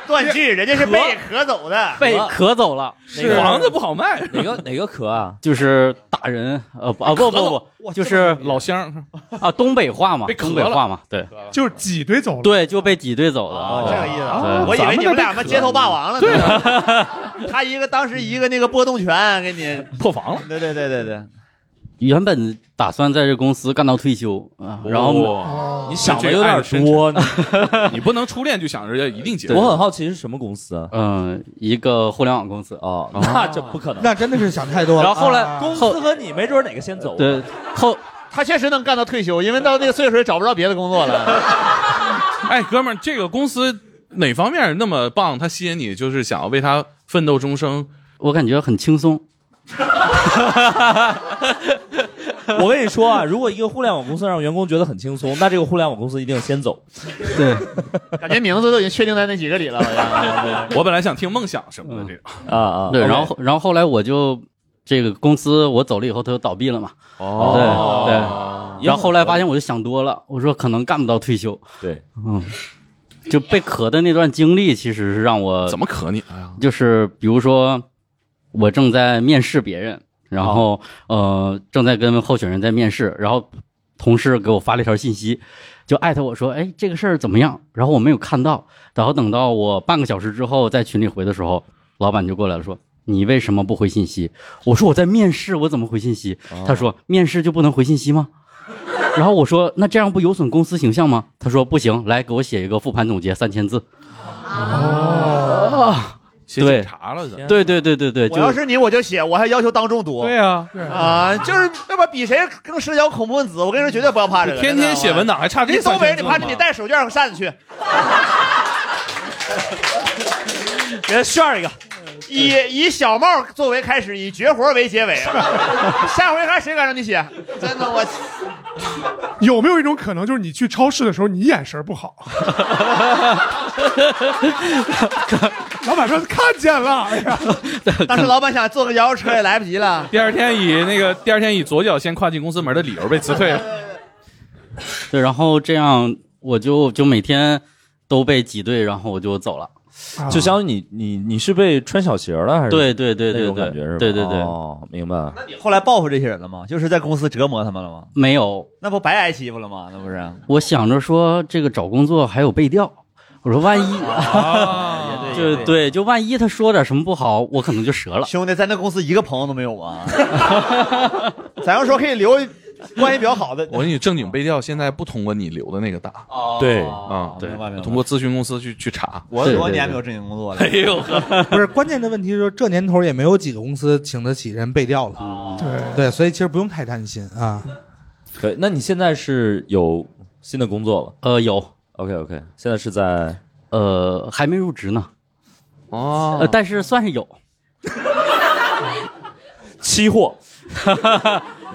[SPEAKER 2] 断句，人家是被咳走的。
[SPEAKER 10] 被咳走了，
[SPEAKER 1] 是
[SPEAKER 4] 房子不好卖，
[SPEAKER 1] 哪个哪个壳啊？
[SPEAKER 10] (laughs)
[SPEAKER 1] 哎
[SPEAKER 10] 就是打人，呃不啊不不不，就是
[SPEAKER 1] (laughs)
[SPEAKER 4] 老乡
[SPEAKER 10] 啊东北话嘛
[SPEAKER 4] 被，咳
[SPEAKER 10] 东北
[SPEAKER 4] 了
[SPEAKER 10] 话嘛，对
[SPEAKER 3] 就是挤兑走了。
[SPEAKER 10] 对，就被挤兑走
[SPEAKER 1] 哦
[SPEAKER 2] 这
[SPEAKER 10] 了。
[SPEAKER 2] 个意思
[SPEAKER 10] 对
[SPEAKER 2] 啊，我以为你们俩他妈街头霸王了。对，
[SPEAKER 4] 啊
[SPEAKER 2] 他一个当时一个那个波动拳给你，
[SPEAKER 4] 破防了。
[SPEAKER 2] 对对对对对，
[SPEAKER 10] 原本打算在这公司干到退休啊，然后
[SPEAKER 4] 后
[SPEAKER 3] 哦
[SPEAKER 1] 你想的有点多。你
[SPEAKER 4] 你不能初恋就想着要一定结婚。
[SPEAKER 1] 我很好奇是什么公司啊？
[SPEAKER 10] 嗯，一个互联网公司，
[SPEAKER 1] 哦，那这不可能。
[SPEAKER 5] 啊那真的是想太多了。
[SPEAKER 10] 然后后来
[SPEAKER 5] 啊
[SPEAKER 1] 公司和你没准哪个先走。
[SPEAKER 10] 对后
[SPEAKER 2] 他确实能干到退休，因为到那个岁数也找不着别的工作了。
[SPEAKER 1] (laughs)
[SPEAKER 4] 哎，哥们儿，这个公司哪方面那么棒？它吸引你，就是想要为它奋斗终生。
[SPEAKER 10] 我感觉很轻松，
[SPEAKER 1] 我跟你说啊，如果一个互联网公司让员工觉得很轻松，那这个互联网公司一定先走。
[SPEAKER 10] 对，
[SPEAKER 2] 感觉名字都已经确定在那几个里了，好像。
[SPEAKER 4] (laughs) 我本来想听梦想什么
[SPEAKER 10] 嗯
[SPEAKER 4] 的这种。
[SPEAKER 1] 啊啊，
[SPEAKER 10] 对，
[SPEAKER 1] OK
[SPEAKER 10] 然后然后后来我就这个公司我走了以后，它就倒闭了嘛。
[SPEAKER 1] 哦
[SPEAKER 10] 对对，然后后来发现我就想多了，我说可能干不到退休，
[SPEAKER 1] 对，
[SPEAKER 10] 嗯，就被咳的那段经历其实是让我
[SPEAKER 4] 怎么可你了呀？
[SPEAKER 10] 就是比如说我正在面试别人，然后
[SPEAKER 4] 哦
[SPEAKER 10] 呃正在跟候选人在面试，然后同事给我发了一条信息。就艾特我说，哎，这个事儿怎么样？然后我没有看到，然后等到我半个小时之后在群里回的时候，老板就过来了，说你为什么不回信息？我说我在面试，我怎么回信息？
[SPEAKER 4] 哦
[SPEAKER 10] 他说面试就不能回信息吗？然后我说那这样不有损公司形象吗？他说不行，来给我写一个复盘总结三千字。
[SPEAKER 5] 哦
[SPEAKER 4] 写警察了，
[SPEAKER 1] 对
[SPEAKER 10] 对对对对对，就
[SPEAKER 2] 我要是你，我就写，我还要求当众读。
[SPEAKER 4] 呀，
[SPEAKER 2] 啊，就是要不比谁更深交恐怖分子，我跟你说绝对不要怕这个。
[SPEAKER 4] 天天写文
[SPEAKER 2] 档，
[SPEAKER 4] 档还差这
[SPEAKER 2] 你
[SPEAKER 4] 三
[SPEAKER 2] 东
[SPEAKER 4] 千字吗。
[SPEAKER 2] 北人，你怕你带手绢儿扇去。 (laughs)
[SPEAKER 1] 给他炫一个。
[SPEAKER 2] 以以小帽作为开始，以绝活为结尾。下回看谁敢让你写？真的，我
[SPEAKER 3] 有没有一种可能，就是你去超市的时候，你眼神不好？老板说看见了，
[SPEAKER 2] (laughs)
[SPEAKER 3] 哎呀，
[SPEAKER 2] 当时老板想坐个摇摇车也来不及了。
[SPEAKER 4] 第二天以那个第二天以左脚先跨进公司门的理由被辞退了。
[SPEAKER 10] 对，然后这样我就就每天都被挤兑，然后我就走了。
[SPEAKER 1] 就相当于你你你是被穿小鞋了还是？
[SPEAKER 10] 对对对
[SPEAKER 1] 那
[SPEAKER 10] 对
[SPEAKER 1] 种
[SPEAKER 10] 对
[SPEAKER 1] 感觉是吧？
[SPEAKER 10] 对对对，
[SPEAKER 1] 哦，明白了。
[SPEAKER 2] 后来报复这些人了吗？就是在公司折磨他们了吗？
[SPEAKER 10] 没有，
[SPEAKER 2] 那不白挨欺负了吗？那不是？
[SPEAKER 10] 我想着说这个找工作还有背调，我说万一
[SPEAKER 4] 啊，
[SPEAKER 10] (laughs) 就对，就万一他说点什么不好，我可能就折了。
[SPEAKER 4] (laughs)
[SPEAKER 2] 兄弟，在那公司一个朋友都没有啊！咱要说可以留关系比较好的。
[SPEAKER 4] 我给你正经背调，现在不通过你留的那个打。
[SPEAKER 2] 哦
[SPEAKER 4] 对啊，对
[SPEAKER 2] 明白明白，
[SPEAKER 4] 通过咨询公司去去查。
[SPEAKER 2] 我很多年没有正经工作了。
[SPEAKER 4] 哎呦呵，
[SPEAKER 5] (laughs)
[SPEAKER 4] (laughs)
[SPEAKER 5] 不是关键的问题，就是这年头也没有几个公司请得起人背调
[SPEAKER 4] 啊
[SPEAKER 5] 了。
[SPEAKER 3] 对
[SPEAKER 5] 对，所以其实不用太担心啊。
[SPEAKER 1] 可以，那你现在是有新的工作了？
[SPEAKER 10] 呃，有。
[SPEAKER 1] OK OK，现在是在
[SPEAKER 10] 呃还没入职呢。
[SPEAKER 4] 哦
[SPEAKER 10] 呃，但是算是有。
[SPEAKER 1] (laughs) 期货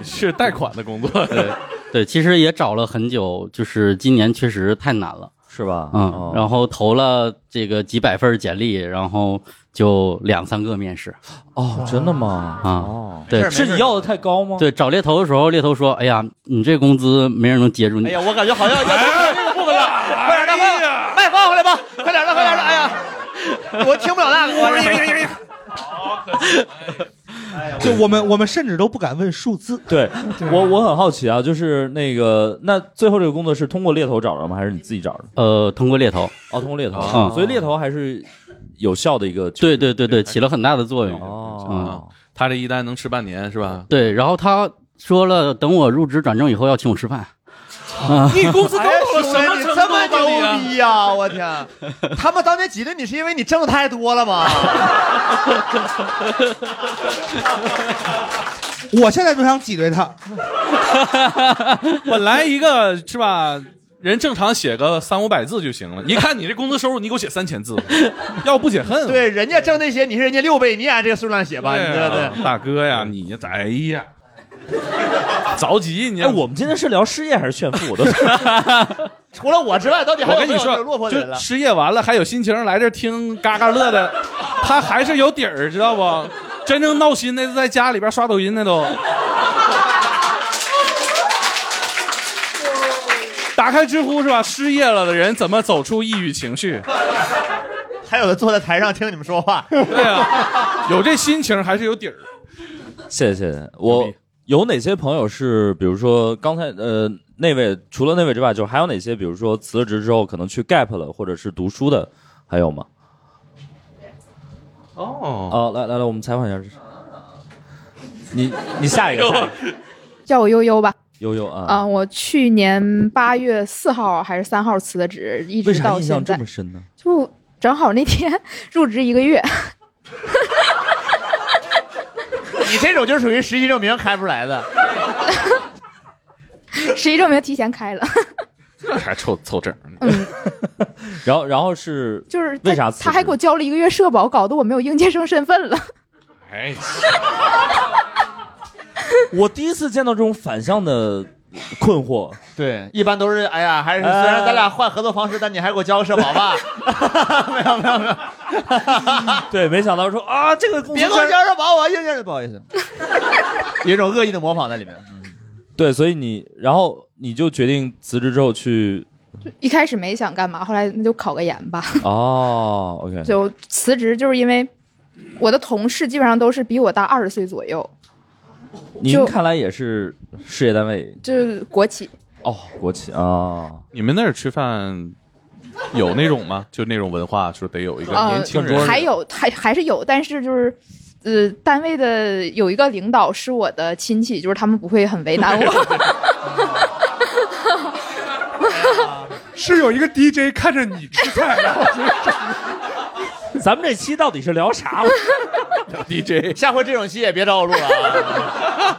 [SPEAKER 4] 是贷款的工作。 (laughs)
[SPEAKER 10] 对对，其实也找了很久，就是今年确实太难了，
[SPEAKER 1] 是吧？哦
[SPEAKER 10] 嗯，然后投了这个几百份简历，然后就两三个面试。
[SPEAKER 1] 哦，真的吗？
[SPEAKER 10] 啊，对，
[SPEAKER 1] 是你要的太高吗？
[SPEAKER 10] 对，找猎头的时候，猎头说：“哎呀，你这工资没人能接住你。”
[SPEAKER 2] 哎呀，我感觉好像要
[SPEAKER 4] 哎
[SPEAKER 2] 这个部分了，快点的，快点，麦放回来吧，快点的，快点的，哎呀，
[SPEAKER 8] (laughs)
[SPEAKER 2] 我听不了那个，我
[SPEAKER 5] 就我们我们甚至都不敢问数字。
[SPEAKER 1] 对我我很好奇啊，就是那个那最后这个工作是通过猎头找着吗？还是你自己找着？
[SPEAKER 10] 呃，通过猎头。
[SPEAKER 1] (laughs) 哦，通过猎头，
[SPEAKER 10] 嗯
[SPEAKER 1] 所以猎头还是有效的一个。
[SPEAKER 10] 对对对对，起了很大的作用。哦，
[SPEAKER 4] 他这一单能吃半年是吧？
[SPEAKER 10] 对，然后他说了，等我入职转正以后要请我吃饭。啊，
[SPEAKER 2] 你公司
[SPEAKER 10] 啊
[SPEAKER 2] 哎呀，熊人，你这
[SPEAKER 4] 啊
[SPEAKER 2] 么牛逼呀！我天，他们当年挤兑你是因为你挣的太多了吗？
[SPEAKER 5] 我现在就想挤兑他，
[SPEAKER 4] (laughs) 本来一个是吧，人正常写个三五百字就行了。一看你这工资收入，你给我写三千字，
[SPEAKER 1] (laughs)
[SPEAKER 4] 要不解恨。
[SPEAKER 2] 对，人家挣那些，你是人家六倍，你也按这个数量写吧，你
[SPEAKER 4] 对
[SPEAKER 2] 这对
[SPEAKER 4] 啊。大哥
[SPEAKER 1] 嗯
[SPEAKER 4] 呀，你呀哎呀，着急你。哎，
[SPEAKER 1] 我们今天是聊失业还是炫富？
[SPEAKER 4] (laughs)
[SPEAKER 1] 我都
[SPEAKER 2] 除了啊我之外，到底还
[SPEAKER 4] 我
[SPEAKER 2] 有
[SPEAKER 4] 跟
[SPEAKER 2] 没
[SPEAKER 4] 你
[SPEAKER 2] 有这
[SPEAKER 4] 说
[SPEAKER 2] 个落魄，的人
[SPEAKER 4] 就
[SPEAKER 2] 了？
[SPEAKER 4] 失业完了还有心情来这听嘎嘎乐的，他还是有底儿，知道不？真正闹心那是在家里边刷抖音那都。打开知乎是吧？失业了的人怎么走出抑郁情绪？
[SPEAKER 2] 还有的坐在台上听你们说话。
[SPEAKER 4] 对啊，有这心情还是有底儿。
[SPEAKER 1] 谢谢谢谢。我有哪些朋友是，比如说刚才呃那位，除了那位之外，就还有哪些，比如说辞了职之后可能去 gap 了，或者是读书的，还有吗？
[SPEAKER 4] 哦
[SPEAKER 1] 哦，来来来，我们采访一下。哎你你下一个，下一个
[SPEAKER 11] 叫我悠悠吧。
[SPEAKER 1] 悠悠
[SPEAKER 11] 啊、
[SPEAKER 1] 啊，
[SPEAKER 11] 我去年八月四号还是三号辞的职，一
[SPEAKER 1] 为
[SPEAKER 11] 直
[SPEAKER 1] 啥
[SPEAKER 11] 到
[SPEAKER 1] 印象
[SPEAKER 11] 现
[SPEAKER 1] 这
[SPEAKER 11] 在
[SPEAKER 1] 么，深呢？
[SPEAKER 11] 就正好那天 (laughs) 入职一个月。
[SPEAKER 2] (laughs) 你这种就属于实习证明开不出来的。
[SPEAKER 11] 实习证明提前开了， (laughs)
[SPEAKER 4] 这还凑凑整呢。
[SPEAKER 1] 然后然后是
[SPEAKER 11] 嗯就是
[SPEAKER 1] 为啥辞职
[SPEAKER 11] 他还给我交了一个月社保，搞得我没有应届生身份了。 (laughs)
[SPEAKER 4] 哎，
[SPEAKER 1] 我第一次见到这种反向的困惑。
[SPEAKER 2] 对，一般都是哎呀，还是虽然咱俩换合作方式，但你还给我交个社保
[SPEAKER 1] (laughs)
[SPEAKER 2] (laughs) 吧。
[SPEAKER 1] 对，没想到说啊，这个公司
[SPEAKER 2] 别给
[SPEAKER 1] 居
[SPEAKER 2] 我
[SPEAKER 1] 然
[SPEAKER 2] 交社保，我应届不好意思， (laughs) 有一种恶意的模仿在里面。
[SPEAKER 1] 对，所以你然后你就决定辞职之后去
[SPEAKER 11] 一开始没想干嘛，后来那就考个研吧。
[SPEAKER 1] 哦，OK，
[SPEAKER 11] 就辞职，就是因为我的同事基本上都是比我大二十岁左右，
[SPEAKER 1] 您
[SPEAKER 11] 就
[SPEAKER 1] 看来也是事业单位
[SPEAKER 11] 就是国企。
[SPEAKER 1] 哦，国企啊。
[SPEAKER 4] 你们那儿吃饭有那种吗？就那种文化，说得有一个
[SPEAKER 11] 呃
[SPEAKER 4] 年轻人，
[SPEAKER 11] 还有还还是有，但是就是。呃，单位的有一个领导是我的亲戚，就是他们不会很为难
[SPEAKER 4] (laughs)
[SPEAKER 11] 我。
[SPEAKER 3] 是有一个 DJ 看着你吃菜，然后
[SPEAKER 1] 咱们这期到底是聊啥？
[SPEAKER 2] (laughs) 哎
[SPEAKER 4] DJ
[SPEAKER 2] 下回这种戏也别找我录了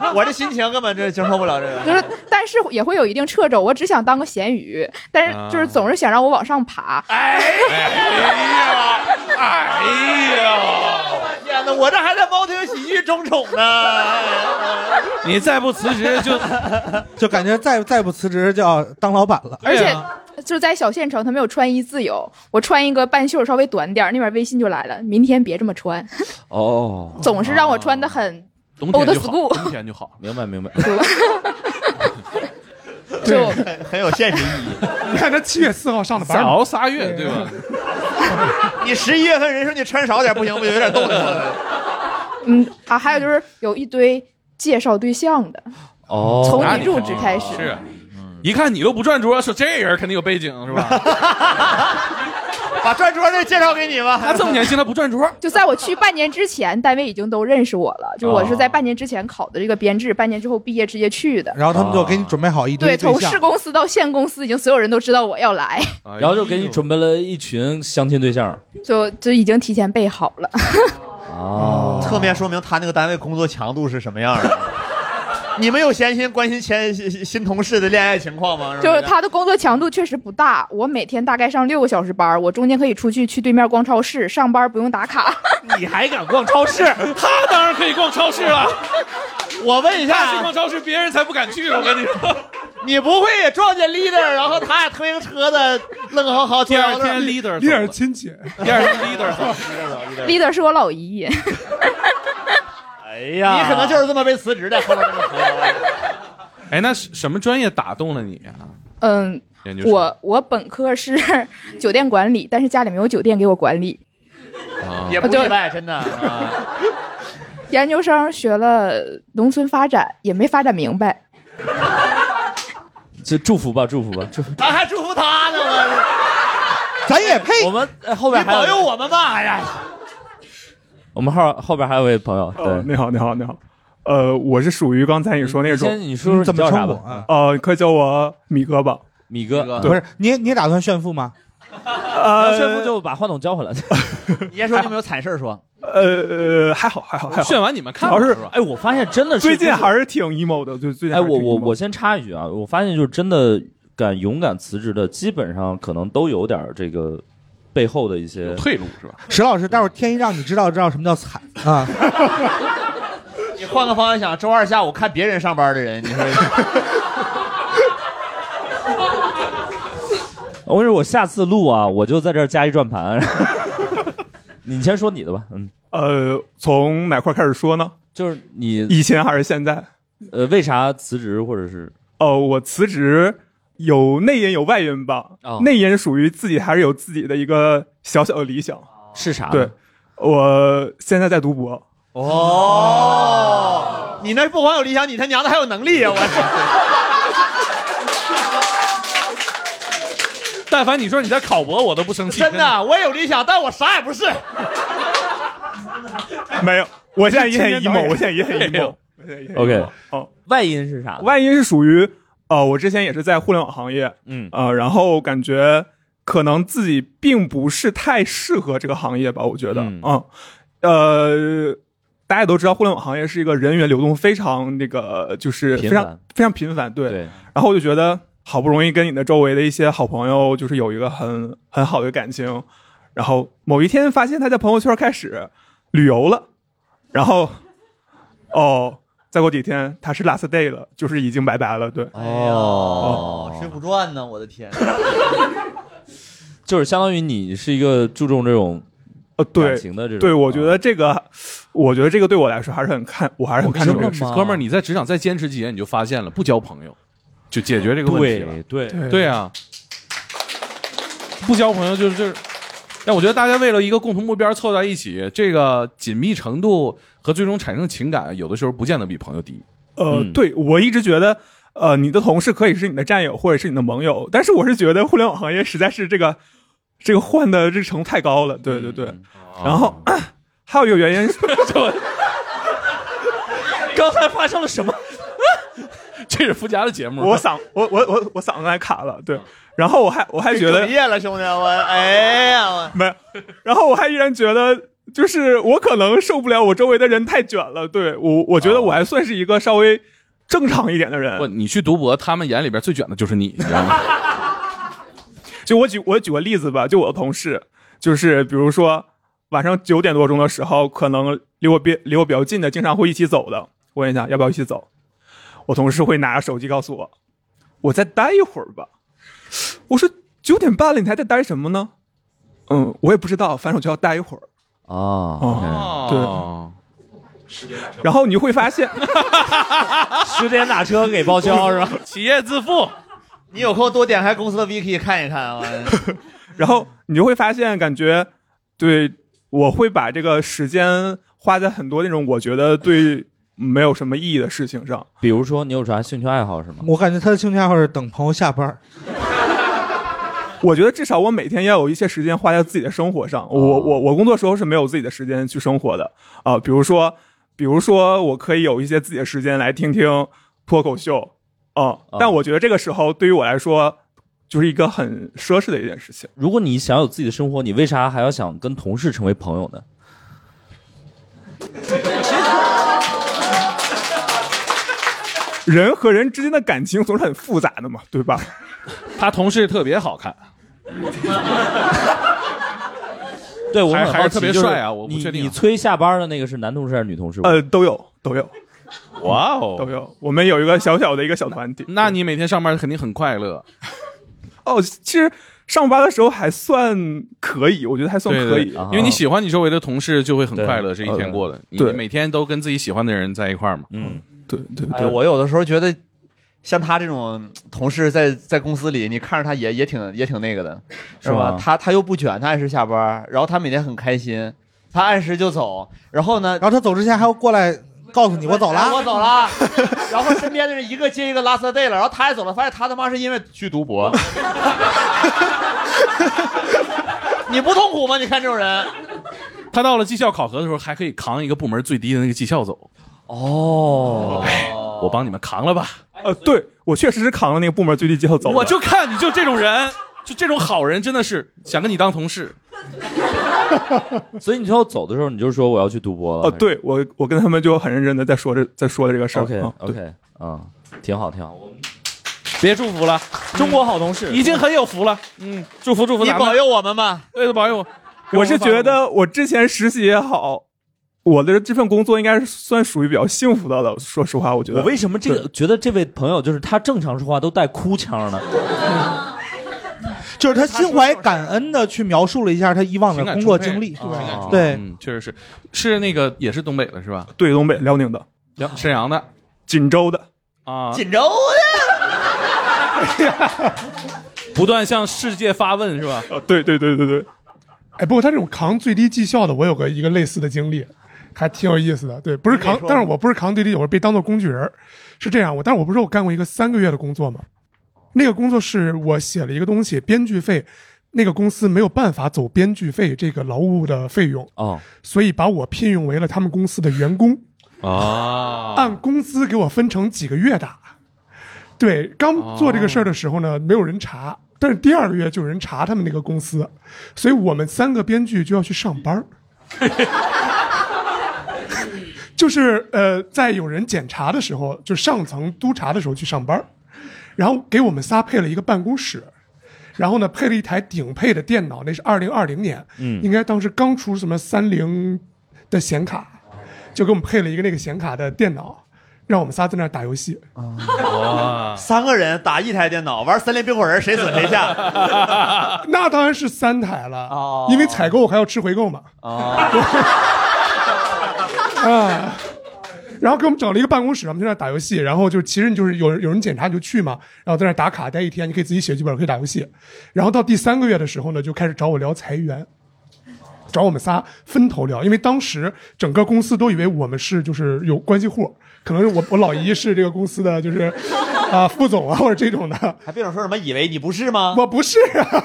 [SPEAKER 2] (laughs) 啊，我这心情根本就承受不了这个。
[SPEAKER 11] 就是，但是也会有一定掣肘。我只想当个咸鱼，但
[SPEAKER 2] 啊
[SPEAKER 11] 是
[SPEAKER 4] 啊
[SPEAKER 11] 就是总是想让我往上爬。
[SPEAKER 4] 哎呀，
[SPEAKER 2] 天哪，我这还在猫头喜剧中宠呢。
[SPEAKER 4] 你再不辞职就
[SPEAKER 5] (laughs) 就感觉再再不辞职就要当老板了。
[SPEAKER 11] 而且就是在小县城，他没有穿衣自由。我穿一个半袖稍微短点儿，那边微信就来了，明天别这么穿。
[SPEAKER 1] 哦，
[SPEAKER 11] 总是让我穿的很
[SPEAKER 4] 冬天
[SPEAKER 11] Old
[SPEAKER 4] 就好，
[SPEAKER 11] school
[SPEAKER 4] 冬天就好。
[SPEAKER 1] 明白明白。
[SPEAKER 11] 就
[SPEAKER 2] 很有现实
[SPEAKER 1] (laughs)
[SPEAKER 2] 意义。
[SPEAKER 3] 你看他七月四号上的
[SPEAKER 4] 再
[SPEAKER 3] 班嘛，
[SPEAKER 4] 熬仨月，对吧？
[SPEAKER 2] (laughs) 你十一月份人说你穿少点不行，不有点冻的？
[SPEAKER 11] 嗯啊，还有就是有一堆介绍对象的，
[SPEAKER 1] 哦，
[SPEAKER 11] 从
[SPEAKER 4] 那
[SPEAKER 11] 你入职
[SPEAKER 4] 啊
[SPEAKER 11] 开始。
[SPEAKER 2] 嗯
[SPEAKER 4] 是，一看你都不转桌，说这人肯定有背景是吧？
[SPEAKER 2] 把转桌那介绍给你吧。
[SPEAKER 4] 他这么年轻，他不转桌。
[SPEAKER 11] 就在我去半年之前，单位已经都认识我了。就我是在半年之前考的这个编制，半年之后毕业直接去的。
[SPEAKER 5] 哦然后他们就给你准备好一堆
[SPEAKER 11] 对，
[SPEAKER 5] 对
[SPEAKER 11] 从
[SPEAKER 5] 象
[SPEAKER 11] 市，公司到县公司，已经所有人都知道我要
[SPEAKER 5] (laughs)
[SPEAKER 11] 来，
[SPEAKER 1] 然后就给你准备了一群相亲对象。
[SPEAKER 11] 就就已经提前备好了。
[SPEAKER 1] 哦，
[SPEAKER 2] 侧面说明他那个单位工作强度是什么样的。 (laughs) 你们有闲心关心前新新同事的恋爱情况吗？
[SPEAKER 11] (laughs) 就是他的工作强度确实不大，我每天大概上六个小时班儿，我中间可以出去去对面逛超市，上班不用打卡。
[SPEAKER 2] (laughs) 你还敢逛超市？
[SPEAKER 4] (laughs) 他当然可以逛超市了。
[SPEAKER 2] (laughs) 我问一
[SPEAKER 4] 他去
[SPEAKER 2] 下
[SPEAKER 4] 逛，超市，别人才不敢去。我跟你说，
[SPEAKER 2] 你不会也撞见 leader，然后他俩推个车的，愣好好
[SPEAKER 3] 啊
[SPEAKER 4] 第二天 leader 走了
[SPEAKER 3] 亲戚，
[SPEAKER 4] 第二天 leader 走
[SPEAKER 11] (laughs)
[SPEAKER 4] 了
[SPEAKER 11] leader 是我老
[SPEAKER 5] (laughs)
[SPEAKER 11] 姨，
[SPEAKER 2] (laughs) 哎
[SPEAKER 4] 呀
[SPEAKER 2] 你可能就是这么被辞职的，后来这么回来了
[SPEAKER 4] 哎，那是什么专业打动了你啊？
[SPEAKER 11] 嗯
[SPEAKER 4] 研究，生
[SPEAKER 11] 我我本科是 (laughs) 酒店管理，但是家里没有酒店给我管理。
[SPEAKER 2] (laughs) 也不意外，真的。啊
[SPEAKER 11] 研究生学了农村发展，也没发展明白。
[SPEAKER 1] 这祝福吧，祝福吧，祝福。
[SPEAKER 2] 咱还祝福他呢，我
[SPEAKER 5] 咱也配。
[SPEAKER 1] 我们呃后边
[SPEAKER 2] 你
[SPEAKER 1] 还有
[SPEAKER 2] 保佑我们吧！哎呀，
[SPEAKER 1] 我们后后边还有位朋友，对，
[SPEAKER 12] 哦你好，你好，你好。呃，我是属于刚才你说那种，嗯
[SPEAKER 1] 你先你说说
[SPEAKER 12] 怎
[SPEAKER 1] 你
[SPEAKER 12] 么
[SPEAKER 1] 叫
[SPEAKER 12] 称
[SPEAKER 1] 啥
[SPEAKER 12] 呼
[SPEAKER 1] 吧？嗯
[SPEAKER 12] 呃，你可以叫我米哥吧。
[SPEAKER 1] 米哥，
[SPEAKER 5] 不是你也你也打算炫富吗？
[SPEAKER 1] 呃，
[SPEAKER 12] 呃，
[SPEAKER 1] 炫富就把话筒交回
[SPEAKER 2] (laughs)
[SPEAKER 1] 来。
[SPEAKER 2] 你先说你有没有惨事儿说？
[SPEAKER 12] 呃呃，还好，还好，还好。
[SPEAKER 4] 炫完你们看
[SPEAKER 12] 主
[SPEAKER 4] 吧，
[SPEAKER 12] 要是
[SPEAKER 4] 吧？
[SPEAKER 1] 哎，我发现真的是
[SPEAKER 12] 最近还是挺 emo 的，就最近
[SPEAKER 1] 哎，
[SPEAKER 12] 还是
[SPEAKER 1] 我
[SPEAKER 12] 挺 emo 的。
[SPEAKER 1] 我我先插一句啊，我发现就是真的敢勇敢辞职的，基本上可能都有点儿这个背后的一些
[SPEAKER 4] 退路是吧？
[SPEAKER 5] 石老师，待会儿天一让你知道知道什么叫惨啊！
[SPEAKER 2] (laughs) 你换个方向想，周二下午看别人上班的人，你说
[SPEAKER 1] 我跟你说，我下次录啊，我就在这儿加一转盘。你先说你的吧，嗯，
[SPEAKER 12] 呃，从哪块开始说呢？
[SPEAKER 1] 就是你
[SPEAKER 12] 以前还是现在？
[SPEAKER 1] 呃，为啥辞职或者是
[SPEAKER 12] 呃，我辞职有内因有外因吧。
[SPEAKER 1] 哦
[SPEAKER 12] 内因属于自己还是有自己的一个小小的理想。
[SPEAKER 1] 是啥呢？
[SPEAKER 12] 对，我现在在读博。
[SPEAKER 2] 哦，你那不光有理想，你他娘的还有能力呀！我
[SPEAKER 4] (laughs) 但凡你说你在考博，我都不生气。
[SPEAKER 2] 真
[SPEAKER 4] (laughs)
[SPEAKER 2] 的，我也有理想，但我啥也不是。
[SPEAKER 12] 没有，我现在也很
[SPEAKER 4] 青年导
[SPEAKER 12] emo，
[SPEAKER 4] 演
[SPEAKER 12] 我现在
[SPEAKER 2] (laughs)
[SPEAKER 12] 也
[SPEAKER 2] 哎
[SPEAKER 12] 很
[SPEAKER 4] 没
[SPEAKER 12] emo
[SPEAKER 4] 有。
[SPEAKER 12] 我现在也很
[SPEAKER 1] OK，
[SPEAKER 12] 哦，
[SPEAKER 1] 外因是啥？
[SPEAKER 12] 外因是属于呃，我之前也是在互联网行业，
[SPEAKER 1] 嗯
[SPEAKER 12] 呃，然后感觉可能自己并不是太适合这个行业吧，我觉得，
[SPEAKER 1] 嗯
[SPEAKER 12] 嗯，呃，大家也都知道，互联网行业是一个人员流动非常那个，就是非
[SPEAKER 1] 频
[SPEAKER 12] 常
[SPEAKER 1] 繁
[SPEAKER 12] 非常频繁，对。
[SPEAKER 1] 对，
[SPEAKER 12] 然后我就觉得，好不容易跟你的周围的一些好朋友，就是有一个很很好的感情，然后某一天发现他在朋友圈开始旅游了，然后，哦，再过几天他是 last day 了，就是已经拜拜了，对。
[SPEAKER 2] 哎
[SPEAKER 1] 哦
[SPEAKER 2] 《水浒传》呢？我的
[SPEAKER 4] (laughs)
[SPEAKER 2] 天，
[SPEAKER 1] 就是相当于你是一个注重这种
[SPEAKER 12] 呃，
[SPEAKER 1] 感
[SPEAKER 12] 对，
[SPEAKER 1] 情的这种。啊
[SPEAKER 12] 对，我觉得这个，我觉得这个对我来说还是很看，我还是很看
[SPEAKER 1] 哦真
[SPEAKER 12] 重
[SPEAKER 1] 的
[SPEAKER 12] 这
[SPEAKER 1] 吗
[SPEAKER 12] 个事。
[SPEAKER 4] 哎哥们儿，你在职场再坚持几年，你就发现了，不交朋友就解决这个问题了
[SPEAKER 1] 对。对，
[SPEAKER 4] 对啊，不交朋友就是就是。但我觉得大家为了一个共同目标凑在一起，这个紧密程度和最终产生情感，有的时候不见得比朋友低。
[SPEAKER 12] 呃，
[SPEAKER 1] 嗯
[SPEAKER 12] 对我一直觉得，呃，你的同事可以是你的战友或者是你的盟友，但是我是觉得互联网行业实在是这个这个换的这程度太高了。对对对，然后、 (coughs) 还有一个原因是，
[SPEAKER 1] 刚才发生了
[SPEAKER 12] (laughs)
[SPEAKER 1] 什么？
[SPEAKER 4] 这是附加的节目，
[SPEAKER 12] 我嗓我我我我嗓子还卡了。对，然后我还我还觉得
[SPEAKER 2] 哽咽了，兄弟，我哎呀，我
[SPEAKER 12] 没有，然后我还依然觉得。就是我可能受不了我周围的人太卷了，对我，我觉得我还算是一个稍微正常一点的人。
[SPEAKER 4] 不，你去读博，他们眼里边最卷的就是你，你知道吗？
[SPEAKER 12] 就我举我举个例子吧，就我的同事，就是比如说晚上九点多钟的时候，可能离我比离我比较近的，经常会一起走的，我问一下要不要一起走，我同事会拿着手机告诉我，我再待一会儿吧。我说九点半了，你还在待什么呢？嗯，我也不知道，反正我就要待一会儿。
[SPEAKER 1] 哦，
[SPEAKER 2] (laughs)
[SPEAKER 4] 哦，
[SPEAKER 12] 然后你会发现， (laughs)
[SPEAKER 1] 十点打车给报销是吧？
[SPEAKER 4] 企业自负，
[SPEAKER 2] 你有空多点开公司的 Viki 看一看啊！ (laughs)
[SPEAKER 12] (laughs) 然后你就会发现，感觉对我会把这个时间花在很多那种我觉得对没有什么意义的事情上。
[SPEAKER 1] 比如说你有啥兴趣爱好是吗？
[SPEAKER 5] 我感觉他的兴趣爱好是等朋友下班儿，
[SPEAKER 12] 我觉得至少我每天要有一些时间花在自己的生活
[SPEAKER 1] 哦
[SPEAKER 12] 上。我我我工作时候是没有自己的时间去生活的啊、比如说，比如说我可以有一些自己的时间来听听脱口秀啊、
[SPEAKER 1] 哦
[SPEAKER 12] 但我觉得这个时候对于我来说就是一个很奢侈的一件事情。
[SPEAKER 1] 如果你想有自己的生活，你为啥还要想跟同事成为朋友呢？
[SPEAKER 12] 人和人之间的感情总是很复杂的嘛，对吧？
[SPEAKER 4] 他同事特别好看，
[SPEAKER 1] 对我
[SPEAKER 4] 还
[SPEAKER 1] 很
[SPEAKER 4] 还
[SPEAKER 1] 好
[SPEAKER 4] 是
[SPEAKER 1] 奇
[SPEAKER 4] 特别
[SPEAKER 1] 就是
[SPEAKER 4] 帅啊我不
[SPEAKER 1] 你
[SPEAKER 4] 确定啊
[SPEAKER 1] 你催下班的那个是男同事还是女同事？
[SPEAKER 12] 呃，都有都有。
[SPEAKER 4] 哇哦，
[SPEAKER 12] 都有。 (laughs) 我们有一个小小的一个小团体。
[SPEAKER 4] 那你每天上班肯定很快
[SPEAKER 12] (laughs)
[SPEAKER 4] 乐。
[SPEAKER 12] 哦，其实上班的时候还算可以，我觉得还算
[SPEAKER 4] 对
[SPEAKER 12] 可以，啊
[SPEAKER 4] 对对因为你喜欢你周围的同事，就会很
[SPEAKER 12] 对
[SPEAKER 4] 快乐。这一天过了，你
[SPEAKER 12] 对
[SPEAKER 4] 每天都跟自己喜欢的人在一块儿嘛。
[SPEAKER 1] 嗯，
[SPEAKER 12] 对
[SPEAKER 2] (laughs)
[SPEAKER 12] 对
[SPEAKER 2] 哎，我有的时候觉得，像他这种同事在在公司里，你看着他也也挺也挺那个的，是吧？
[SPEAKER 1] 吧
[SPEAKER 2] 他他又不卷，他按时下班，然后他每天很开心，他按时就走，然后呢，然哎
[SPEAKER 5] 后他走之前还要过来告诉你我走
[SPEAKER 4] 啊
[SPEAKER 5] 了，
[SPEAKER 2] 我走了，然后身边的人一个接一个拉色 day 了，然后他也走了，发现他他妈是因为去读博。 (laughs) 你不痛苦吗？你看这种人，
[SPEAKER 4] 他到了绩效考核的时候，还可以扛一个部门最低的那个绩效走。哎
[SPEAKER 1] 哦，
[SPEAKER 4] 我帮你们扛了吧。
[SPEAKER 12] 呃，对我确实是扛了那个部门最低绩效走了。
[SPEAKER 4] 我就看你就这种人，就这种好人，真的是想跟你当同事。
[SPEAKER 1] 所以你最后走的时候，你就说我要去读博了。
[SPEAKER 12] 哦，对我我跟他们就很认真的在说这在说这个事儿。
[SPEAKER 1] OK
[SPEAKER 12] 嗯对
[SPEAKER 1] OK，嗯，挺好挺好。我们
[SPEAKER 4] 别祝福了，
[SPEAKER 1] 中国好同事
[SPEAKER 4] 已经很有福了。嗯，祝福祝福
[SPEAKER 2] 你
[SPEAKER 4] 咱们，
[SPEAKER 2] 保佑我们吧。
[SPEAKER 4] 对，保佑我。
[SPEAKER 12] 我是觉得我之前实习也好，我的这份工作应该是算属于比较幸福的了。说实话，我觉得
[SPEAKER 1] 我为什么这个觉得这位朋友就是他正常说话都带哭腔呢？
[SPEAKER 5] 就是他心怀感恩的去描述了一下他以往的工作经历，
[SPEAKER 4] 情感充沛
[SPEAKER 5] 对，
[SPEAKER 4] 嗯，确实是，是那个也是东北的是吧？
[SPEAKER 12] 对东北辽宁的、
[SPEAKER 4] 辽沈阳的、
[SPEAKER 12] 锦州的
[SPEAKER 4] 啊，
[SPEAKER 2] 锦州的，
[SPEAKER 4] (laughs) 不断向世界发问 (laughs) 是吧？
[SPEAKER 12] 对对对对对，
[SPEAKER 3] 哎，不过他这种扛最低绩效的，我有个一个类似的经历，还挺有意思的。对，不是扛
[SPEAKER 12] 你，说
[SPEAKER 3] 但是我不是扛最低，我是被当做工具人儿，是这样。我，但是我不是我干过一个三个月的工作吗？那个工作是我写了一个东西，编剧费，那个公司没有办法走编剧费这个劳务的费用，
[SPEAKER 1] 哦
[SPEAKER 3] 所以把我聘用为了他们公司的员工。
[SPEAKER 4] 啊，
[SPEAKER 3] 按工资给我分成几个月打。对，刚做这个事儿的时候呢，没有人查，但是第二个月就有人查他们那个公司，所以我们三个编剧就要去上班儿。就是呃，在有人检查的时候，就上层督查的时候去上班儿，然后给我们仨配了一个办公室，然后呢配了一台顶配的电脑，那是二零二零年，
[SPEAKER 1] 嗯
[SPEAKER 3] 应该当时刚出什么三零的显卡，就给我们配了一个那个显卡的电脑，让我们仨在那儿打游戏。
[SPEAKER 4] 哇，
[SPEAKER 2] 啊三个人打一台电脑玩森林冰火人，谁损谁下。 (laughs)
[SPEAKER 3] (laughs) 那当然是三台了，
[SPEAKER 2] 哦
[SPEAKER 3] 因为采购还要吃回购嘛。 (laughs) 啊，然后给我们整了一个办公室，我们在那儿打游戏，然后就其实你就是有人有人检查你就去嘛，然后在那儿打卡待一天，你可以自己写剧本，可以打游戏。然后到第三个月的时候呢，就开始找我聊裁员，找我们仨分头聊，因为当时整个公司都以为我们是就是有关系户，可能是我我老姨是这个公司的就是啊、副总啊或者这种的，
[SPEAKER 2] 还别总说什么以为你不是吗？
[SPEAKER 3] 我不是啊，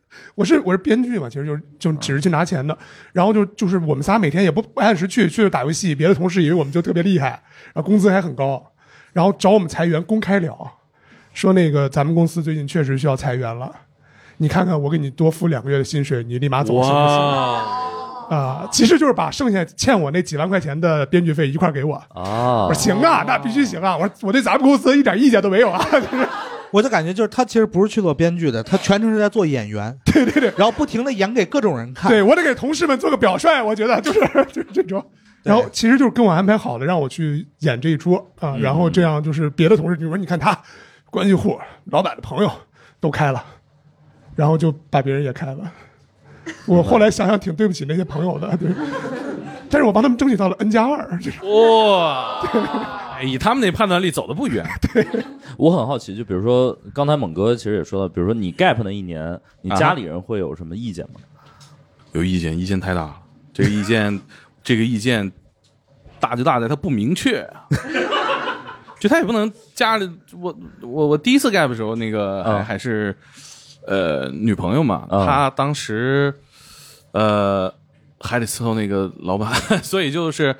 [SPEAKER 3] (laughs) 我是我是编剧嘛，其实就是就只是去拿钱的。然后就就是我们仨每天也不不按时去，去了打游戏，别的同事以为我们就特别厉害，然后工资还很高，然后找我们裁员公开聊，说那个咱们公司最近确实需要裁员了，你看看我给你多付两个月的薪水，你立马走行不行？
[SPEAKER 4] 哇
[SPEAKER 3] 啊，其实就是把剩下欠我那几万块钱的编剧费一块儿给我。
[SPEAKER 1] 啊
[SPEAKER 3] 我说行啊，那必须行啊！我说我对咱们公司一点意见都没有啊，就是
[SPEAKER 5] 我就感觉就是他其实不是去做编剧的，他全程是在做演员，
[SPEAKER 3] (laughs)
[SPEAKER 5] 对
[SPEAKER 3] 对对，
[SPEAKER 5] 然后不停的演给各种人看，
[SPEAKER 3] 对我得给同事们做个表率，我觉得就是就是这种。然后其实就是跟我安排好的，让我去演这一桌
[SPEAKER 4] 嗯
[SPEAKER 3] 啊，然后这样就是别的同事，比如说你看他，关系户、老板的朋友都开了，然后就把别人也开
[SPEAKER 4] (laughs)
[SPEAKER 3] 了。我后来想想挺对不起那些朋友的，对，但是我帮他们争取到了 N 加二，这
[SPEAKER 4] 哇，哎以他们那判断力走的不
[SPEAKER 1] (laughs)
[SPEAKER 4] 远。
[SPEAKER 1] 我很好奇，就比如说刚才猛哥其实也说到，比如说你 gap 那一年，你
[SPEAKER 4] 啊
[SPEAKER 1] 家里人会有什么意见吗？
[SPEAKER 4] (laughs) 有意见，意见太大了。这个意见，这个意见大就大在它不明确， (laughs) 就他也不能家里我我我第一次 gap 的时候，那个还、还是呃女朋友嘛，她当时呃还得伺候那个老板， (laughs) 所以就是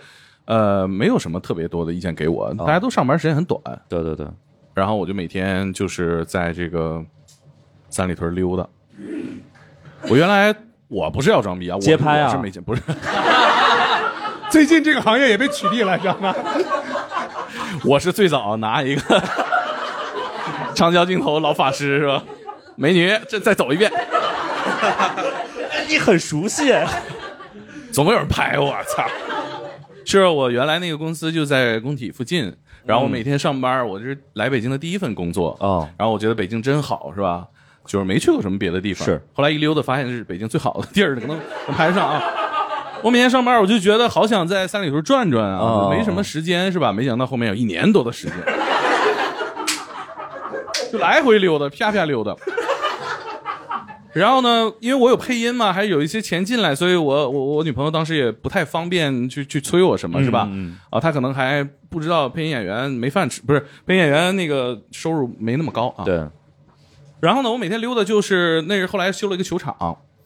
[SPEAKER 4] 呃没有什么特别多的意见给我，大家都上班时间很短。
[SPEAKER 1] 对对对，
[SPEAKER 4] 然后我就每天就是在这个三里屯溜达。我原来我不是要装逼啊，我
[SPEAKER 3] 街拍啊
[SPEAKER 4] 我是没见不是。
[SPEAKER 3] 最近这个行业也被取缔了，知道吗？
[SPEAKER 4] (laughs) 我是最早拿一个长焦镜头老法师是吧？美女，这再走一遍。 (laughs)
[SPEAKER 1] 你很熟
[SPEAKER 13] (laughs)
[SPEAKER 1] 悉，
[SPEAKER 4] 总有人拍我，操！ (laughs) 是我原来那个公司就在工体附近，然后我每天上班，我这是来北京的第一份工作
[SPEAKER 1] 哦，
[SPEAKER 4] 然后我觉得北京真好，是吧？就是没去过什么别的地方，
[SPEAKER 1] 是。
[SPEAKER 4] 后来一溜达，发现是北京最好的地儿，可能能排 (laughs) 上啊。我每天上班，我就觉得好想在三里屯转转啊，
[SPEAKER 1] 哦
[SPEAKER 4] 没什么时间是吧？没想到后面有一年多的时间， (laughs) 就来回溜达，啪啪溜达。然后呢，因为我有配音嘛，还有一些钱进来，所以我我我女朋友当时也不太方便去去催我什么，是吧？
[SPEAKER 1] 嗯
[SPEAKER 4] 啊，她可能还不知道配音演员没饭吃，不是配音演员那个收入没那么高啊。
[SPEAKER 1] 对。
[SPEAKER 4] 然后呢，我每天溜达就是那是后来修了一个球场，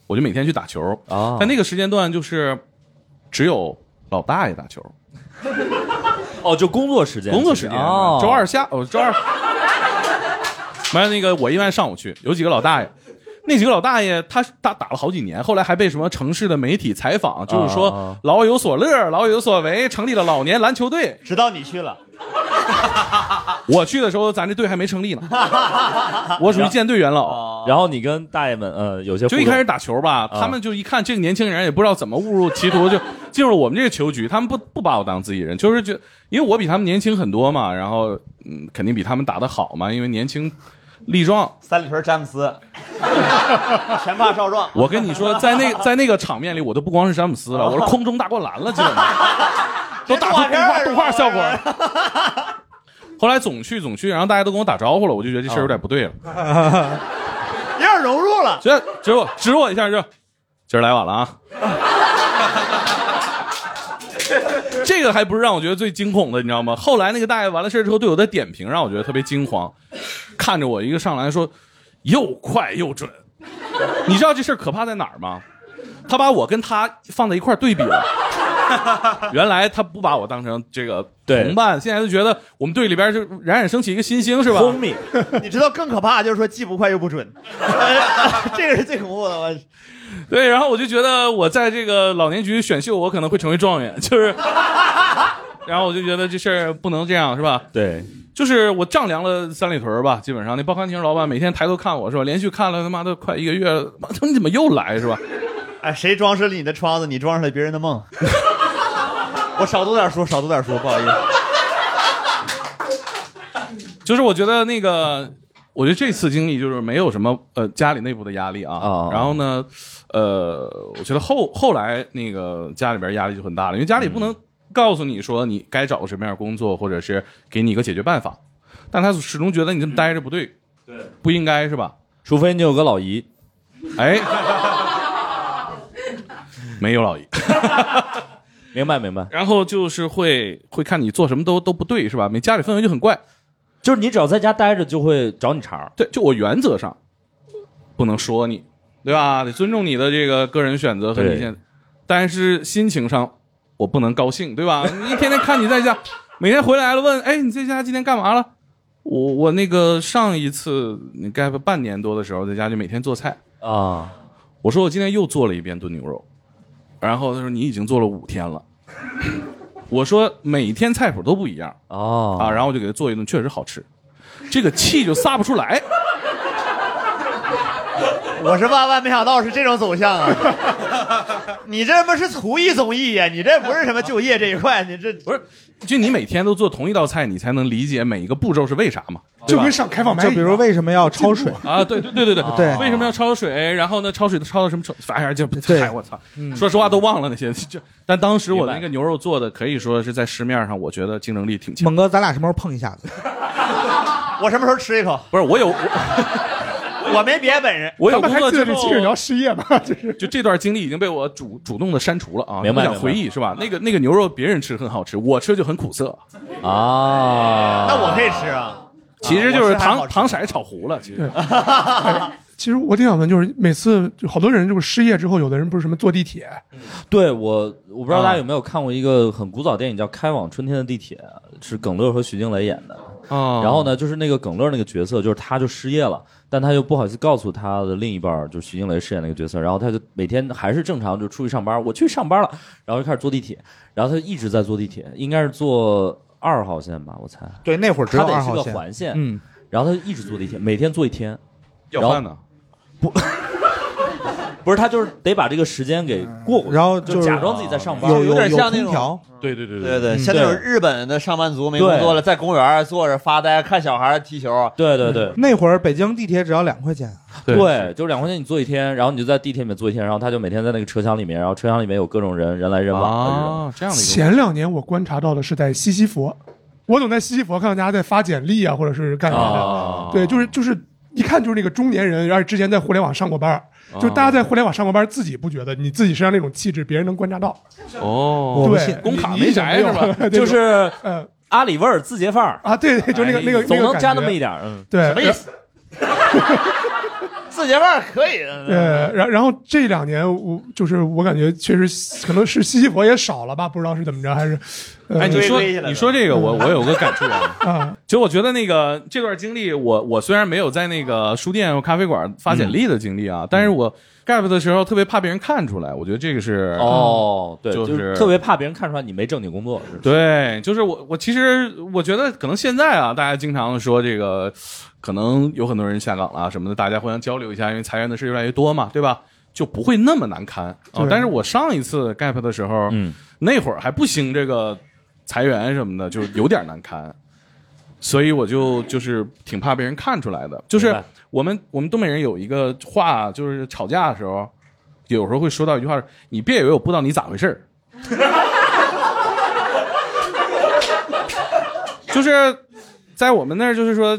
[SPEAKER 4] 我就每天去打球
[SPEAKER 1] 啊
[SPEAKER 4] 但那个时间段就是只有老大爷打球，
[SPEAKER 1] (laughs) 哦，就工作时间
[SPEAKER 4] 工作时间，
[SPEAKER 1] 哦
[SPEAKER 4] 周二下，哦，周二。完了那个，我一般上午去，有几个老大爷，那几个老大爷他他打了好几年，后来还被什么城市的媒体采访，就是说
[SPEAKER 1] 啊
[SPEAKER 4] 老有所乐，老有所为，成立了老年篮球队。
[SPEAKER 13] 直到你去了， (laughs)
[SPEAKER 4] 我去的时候，咱这队还没成立呢， (laughs) 我属于舰队元老。
[SPEAKER 1] 然后你跟大爷们呃有些
[SPEAKER 4] 哦就一开始打球吧，
[SPEAKER 1] 啊
[SPEAKER 4] 他们就一看这个年轻人也不知道怎么误入歧途，就 (laughs) 进入了我们这个球局。他们不不把我当自己人，就是觉因为我比他们年轻很多嘛，然后嗯，肯定比他们打得好嘛，因为年轻力壮。
[SPEAKER 2] 三里屯詹姆斯，前怕少壮，
[SPEAKER 4] 我跟你说，在那在那个场面里，我都不光是詹姆斯
[SPEAKER 2] (laughs)
[SPEAKER 4] 了，我是空中大灌篮了，基本上都打出动画动
[SPEAKER 2] (laughs)
[SPEAKER 4] 画效果了。后来总去总去，然后大家都跟我打招呼了，我就觉得这事儿有点
[SPEAKER 2] (laughs)
[SPEAKER 4] 不对了。
[SPEAKER 13] 有点融入
[SPEAKER 4] (laughs)
[SPEAKER 13] 了。
[SPEAKER 4] 结结果指我一下就，今儿来晚了啊。 (laughs) 这个还不是让我觉得最惊恐的，你知道吗？后来那个大爷完了事儿之后对我的点评让我觉得特别惊慌，看着我一个上来说又快又准，你知道这事儿可怕在哪儿吗？他把我跟他放在一块儿对比了。原来他不把我当成这个
[SPEAKER 1] 对
[SPEAKER 4] 同伴，现在就觉得我们队里边就冉冉升起一个新星是吧？
[SPEAKER 13] 轰你！你知道更可怕的就是说既不快又不
[SPEAKER 4] (laughs)
[SPEAKER 13] 准， (laughs) 这个是最恐怖的。我
[SPEAKER 4] 对，然后我就觉得我在这个老年局选秀，我可能会成为状元，就是， (laughs) 然后我就觉得这事儿不能这样，是吧？
[SPEAKER 1] 对，
[SPEAKER 4] 就是我丈量了三里屯儿吧，基本上那报刊亭老板每天抬头看我是吧，连续看了他妈的快一个月，妈他妈你怎么又来是吧？
[SPEAKER 13] 哎，谁装饰了你的窗子，你装饰了别人的梦。 (laughs) 我少读点书，少读点书，不好意思。
[SPEAKER 4] 就是我觉得那个，我觉得这次经历就是没有什么呃家里内部的压力啊。
[SPEAKER 1] 哦
[SPEAKER 4] 然后呢，呃，我觉得后后来那个家里边压力就很大了，因为家里不能
[SPEAKER 1] 嗯
[SPEAKER 4] 告诉你说你该找个什么样的工作，或者是给你一个解决办法，但他始终觉得你这么待着不对，对，不应该是吧？
[SPEAKER 1] 嗯除非你有个老姨，
[SPEAKER 4] 哎，没有老姨，
[SPEAKER 1] 嗯 (laughs) 明白明白。
[SPEAKER 4] 然后就是会会看你做什么都都不对是吧？你家里氛围就很怪，
[SPEAKER 1] 就是你只要在家待着就会找你茬儿。
[SPEAKER 4] 对，就我原则上
[SPEAKER 1] (laughs)
[SPEAKER 4] 不能说你，对吧？得尊重你的这个个人选择和
[SPEAKER 1] 对
[SPEAKER 4] 意见，但是心情上我不能高兴，
[SPEAKER 1] (laughs)
[SPEAKER 4] 对吧？你一天天看你在家，每天回来了问，哎，你在家今天干嘛了？我我那个上一次你 gap 半年多的时候，在家就每天做菜
[SPEAKER 1] 啊，
[SPEAKER 4] 我说我今天又做了一遍炖牛肉，然后他说你已经做了五天了。我说每天菜谱都不一样
[SPEAKER 1] 哦
[SPEAKER 4] 啊，然后我就给他做一顿，确实好吃，这个气就撒不出来。
[SPEAKER 13] 我是万万没想到是这种走向啊！ (laughs) 你这他妈是厨艺综艺呀，你这不是什么就业这一块，你这
[SPEAKER 4] 不是就你每天都做同一道菜，你才能理解每一个步骤是为啥嘛？对
[SPEAKER 5] 就
[SPEAKER 4] 吧
[SPEAKER 5] 跟上开放麦就比如为什么要焯水
[SPEAKER 4] 啊，对对对对对
[SPEAKER 5] 对
[SPEAKER 4] 为什么要焯水？然后呢，焯水都焯到什么程度？反正就
[SPEAKER 5] 对
[SPEAKER 4] 哎，我操！说实话都忘了那些。就但当时我的那
[SPEAKER 5] 明
[SPEAKER 4] 个牛肉做的可以说是在市面上，我觉得竞争力挺强。
[SPEAKER 5] 猛哥，咱俩什么时候碰一下子？
[SPEAKER 13] 我什么时候吃一口？
[SPEAKER 4] 不是我有
[SPEAKER 13] 我没别的本事，
[SPEAKER 4] 我有
[SPEAKER 13] 咱
[SPEAKER 4] 工
[SPEAKER 13] 们还
[SPEAKER 4] 作
[SPEAKER 13] 记
[SPEAKER 4] 之
[SPEAKER 13] 得
[SPEAKER 4] 后
[SPEAKER 13] 这期人要
[SPEAKER 4] 失业吗？
[SPEAKER 5] (laughs)
[SPEAKER 4] 就是就这段经历已经被我主主动的删除了啊，
[SPEAKER 1] 明白
[SPEAKER 4] 不想回忆是吧？那个那个牛肉别人吃很好吃，我吃就很苦涩
[SPEAKER 1] 啊。
[SPEAKER 13] 那我可以吃啊。
[SPEAKER 4] 其实就是
[SPEAKER 3] 糖。
[SPEAKER 4] 糖糖色炒糊了，其实。
[SPEAKER 3] 哎其实我挺想问，就是每次就好多人就是失业之后，有的人不是什么坐地铁，
[SPEAKER 1] 对我，我不知道大家有没有看过一个很古早电影叫《开往春天的地铁》，是耿乐和徐静蕾演的。
[SPEAKER 4] 哦
[SPEAKER 1] 然后呢，就是那个耿乐那个角色，就是他就失业了，但他又不好意思告诉他的另一半儿，就是徐静蕾饰演那个角色，然后他就每天还是正常就出去上班，我去上班了，然后就开始坐地铁，然后他一直在坐地铁，应该是坐二号线吧，我猜。
[SPEAKER 5] 对，那会儿只有
[SPEAKER 1] 他得
[SPEAKER 5] 二
[SPEAKER 1] 是
[SPEAKER 5] 号
[SPEAKER 1] 个
[SPEAKER 5] 线
[SPEAKER 1] 环线，
[SPEAKER 5] 嗯，
[SPEAKER 1] 然后他就一直坐地铁，每天坐一天，
[SPEAKER 4] 要
[SPEAKER 1] 然后
[SPEAKER 4] 饭呢？
[SPEAKER 1] 不是，他就是得把这个时间给过过去，
[SPEAKER 5] 嗯然后
[SPEAKER 1] 就
[SPEAKER 5] 就是
[SPEAKER 1] 假装自己在上班，
[SPEAKER 2] 有有有点像那种空调
[SPEAKER 4] 对对对
[SPEAKER 2] 对对，像那种日本的上班族没工作了，在公园儿坐着发呆，看小孩儿踢球。
[SPEAKER 1] 对对对，
[SPEAKER 5] 那会儿北京地铁只要两块钱，啊
[SPEAKER 1] 对，就是两块钱你坐一天，然后你就在地铁里面坐一天，然后他就每天在那个车厢里面，然后车厢里面有各种人人来人
[SPEAKER 3] 啊
[SPEAKER 1] 往的哦这种
[SPEAKER 3] 前两年我观察到的是在西西佛，我总在西西佛看到大家在发简历啊，或者是干啥的。
[SPEAKER 1] 啊
[SPEAKER 3] 对，就是就是一看就是那个中年人，而且之前在互联网上过班儿，就大家在互联网上过班儿，自己不觉得，你自己身上那种气质，别人能观察到。
[SPEAKER 4] 哦
[SPEAKER 3] 对，
[SPEAKER 4] 工卡
[SPEAKER 3] 你你
[SPEAKER 4] 没
[SPEAKER 3] 已经
[SPEAKER 4] 宅
[SPEAKER 3] 没有
[SPEAKER 4] 是吧
[SPEAKER 3] 了？对
[SPEAKER 1] 就是
[SPEAKER 3] 嗯，
[SPEAKER 1] 阿里味儿字节范儿
[SPEAKER 3] 啊，对对，就那个
[SPEAKER 1] 哎
[SPEAKER 3] 那个
[SPEAKER 1] 总能加那么一点儿
[SPEAKER 3] 儿，
[SPEAKER 1] 嗯
[SPEAKER 3] 对，
[SPEAKER 1] 什么意思
[SPEAKER 2] 字节范儿可以。
[SPEAKER 3] 呃，然然后这两年我就是我感觉确实可能是西西佛也少了吧，不知道是怎么着，还是，呃
[SPEAKER 4] 哎，你说你说这个，我我有个感触啊。
[SPEAKER 3] 啊，
[SPEAKER 4] 其实我觉得那个这段经历，我我虽然没有在那个书店或咖啡馆发
[SPEAKER 1] 嗯
[SPEAKER 4] 简历的经历啊，但是我 gap 的时候特别怕别人看出来，我觉得这个是
[SPEAKER 1] 哦，对，
[SPEAKER 4] 就是
[SPEAKER 1] 特别怕别人看出来你没正经工作，是吧
[SPEAKER 4] 对，就是我我其实我觉得可能现在啊，大家经常说这个，可能有很多人下岗了啊什么的，大家互相交流一下，因为裁员的事越来越多嘛，对吧？就不会那么难堪啊、
[SPEAKER 1] 对
[SPEAKER 4] 但是我上一次 gap 的时候，
[SPEAKER 1] 嗯，
[SPEAKER 4] 那会儿还不兴这个裁员什么的，就有点难堪，所以我就就是挺怕被人看出来的。就是
[SPEAKER 1] 明白
[SPEAKER 4] 我们我们东北人有一个话，就是吵架的时候，有时候会说到一句话是：“你别以为我不知道你咋回事儿。”
[SPEAKER 1] (laughs)
[SPEAKER 4] 就是在我们那儿，就是说，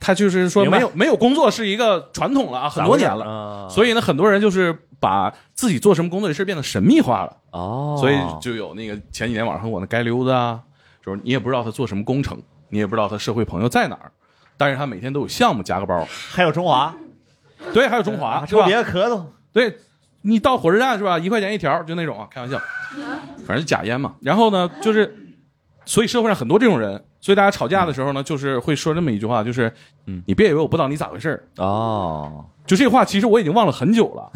[SPEAKER 4] 他就是说
[SPEAKER 1] 明白
[SPEAKER 4] 没有没有工作是一个传统了啊，很多年了，
[SPEAKER 1] 啊
[SPEAKER 4] 所以呢，很多人就是把自己做什么工作的事变得神秘化了，
[SPEAKER 1] 哦
[SPEAKER 4] 所以就有那个前几年网上我那街溜子啊，就是你也不知道他做什么工程，你也不知道他社会朋友在哪儿，但是他每天都有项目加个包，
[SPEAKER 2] 还有中华，啊
[SPEAKER 4] 对，还有中华，是吧？
[SPEAKER 2] 别咳嗽，
[SPEAKER 4] 对你到火车站是吧？一块钱一条，就那种啊，开玩笑。反正假烟嘛。然后呢，就是，所以社会上很多这种人，所以大家吵架的时候呢，就是会说这么一句话，就是，你别以为我不知道你咋回事儿
[SPEAKER 1] 哦。
[SPEAKER 4] 就这话，其实我已经忘了很久了。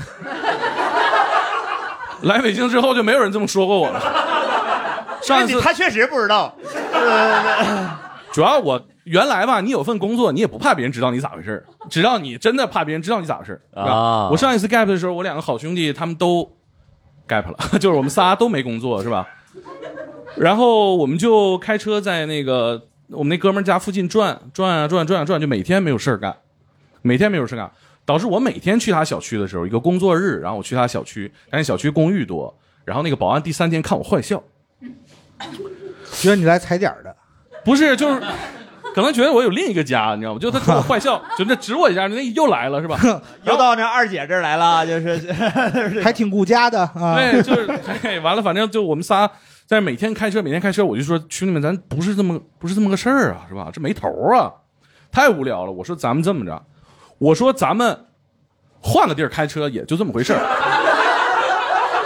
[SPEAKER 4] (laughs) 来北京之后就没有人这么说过我了。上一次
[SPEAKER 13] 他确实不知道。
[SPEAKER 4] 主要我原来吧，你有份工作，你也不怕别人知道你咋回事儿，只要你真的怕别人知道你咋回事儿是吧
[SPEAKER 1] 啊
[SPEAKER 4] 我上一次 gap 的时候，我两个好兄弟他们都 gap 了， (laughs) 就是我们仨都没工作，是吧？然后我们就开车在那个我们那哥们儿家附近转转啊转转啊转，就每天没有事儿干，每天没有事儿干，导致我每天去他小区的时候，一个工作日，然后我去他小区，但是小区公寓多，然后那个保安第三天看我坏笑，
[SPEAKER 5] 觉得你来踩点儿的，
[SPEAKER 4] 不是，就是可能觉得我有另一个家，你知道吗？就
[SPEAKER 2] (laughs)
[SPEAKER 4] 他冲我坏笑，就那指我一下，那又来了是吧？
[SPEAKER 2] 又到那二姐这儿来了，就是
[SPEAKER 5] 还挺顾家的啊。
[SPEAKER 4] 对，就是 (laughs) 哎，完了，反正就我们仨在每天开车，每天开车，我就说兄弟们，咱不是这么不是这么个事儿啊，是吧？这没头儿啊，太无聊了。我说咱们这么着，我说咱们换个地儿开车也就这么回事儿， (laughs)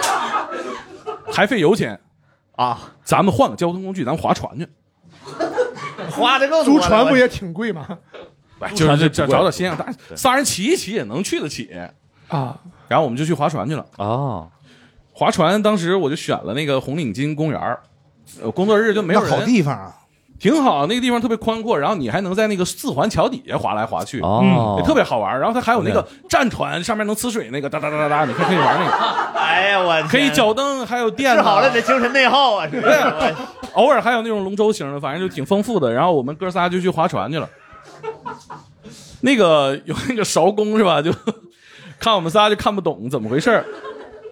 [SPEAKER 4] 还费油钱啊。咱们换个交通工具，咱们划船去。
[SPEAKER 2] 花的更多
[SPEAKER 3] 租
[SPEAKER 2] 了。
[SPEAKER 3] 船不也挺贵吗？
[SPEAKER 4] 哎，
[SPEAKER 3] 船
[SPEAKER 4] 就是
[SPEAKER 3] 是
[SPEAKER 4] 找
[SPEAKER 3] 不贵
[SPEAKER 4] 找找新鲜感，
[SPEAKER 3] 对
[SPEAKER 4] 仨人骑一骑也能去得起。
[SPEAKER 3] 啊，
[SPEAKER 4] 然后我们就去划船去了。
[SPEAKER 1] 哦，
[SPEAKER 4] 划船当时我就选了那个红领巾公园儿呃，工作日就没有
[SPEAKER 5] 那
[SPEAKER 4] 人
[SPEAKER 5] 好地方啊，
[SPEAKER 4] 挺好，那个地方特别宽阔，然后你还能在那个四环桥底下划来划去，嗯
[SPEAKER 1] 哦
[SPEAKER 4] 也特别好玩儿。然后它还有那个战船，上面能呲水那个，哒哒哒哒哒，你可以可以玩那个，
[SPEAKER 13] (laughs) 哎呀，我
[SPEAKER 4] 可以脚蹬，还有电
[SPEAKER 13] 治
[SPEAKER 4] 呢。
[SPEAKER 13] 好了你的精神内耗啊！是
[SPEAKER 4] 对，偶尔还有那种龙舟型的，反正就挺丰富的。然后我们哥仨就去划船去了。那个有那个勺工是吧？就看我们仨就看不懂怎么回事儿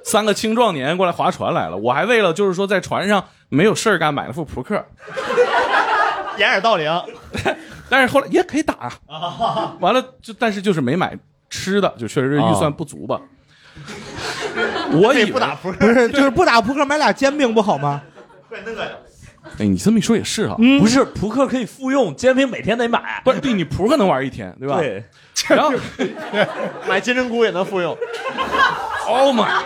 [SPEAKER 4] 三个青壮年过来划船来了，我还为了就是说在船上没有事儿干买了副扑克，
[SPEAKER 13] 掩耳盗铃。
[SPEAKER 4] (laughs) 但是后来也可以打啊。完了就但是就是没买吃的，就确实是预算不足吧。我以为
[SPEAKER 13] 啊
[SPEAKER 3] (laughs)
[SPEAKER 5] 不是，就是不打扑克买俩煎饼不好吗？嗯
[SPEAKER 13] 快那个，
[SPEAKER 4] 哎，你这么一说也是哈，
[SPEAKER 1] 啊
[SPEAKER 13] 嗯
[SPEAKER 1] 不是扑克可以复用，煎饼每天得买。
[SPEAKER 4] 不是，对你扑克能玩一天，对吧？
[SPEAKER 1] 对。
[SPEAKER 4] 然
[SPEAKER 13] (laughs)
[SPEAKER 4] 后
[SPEAKER 13] (laughs) 买金针菇也能复用。
[SPEAKER 4] Oh my！
[SPEAKER 1] (laughs)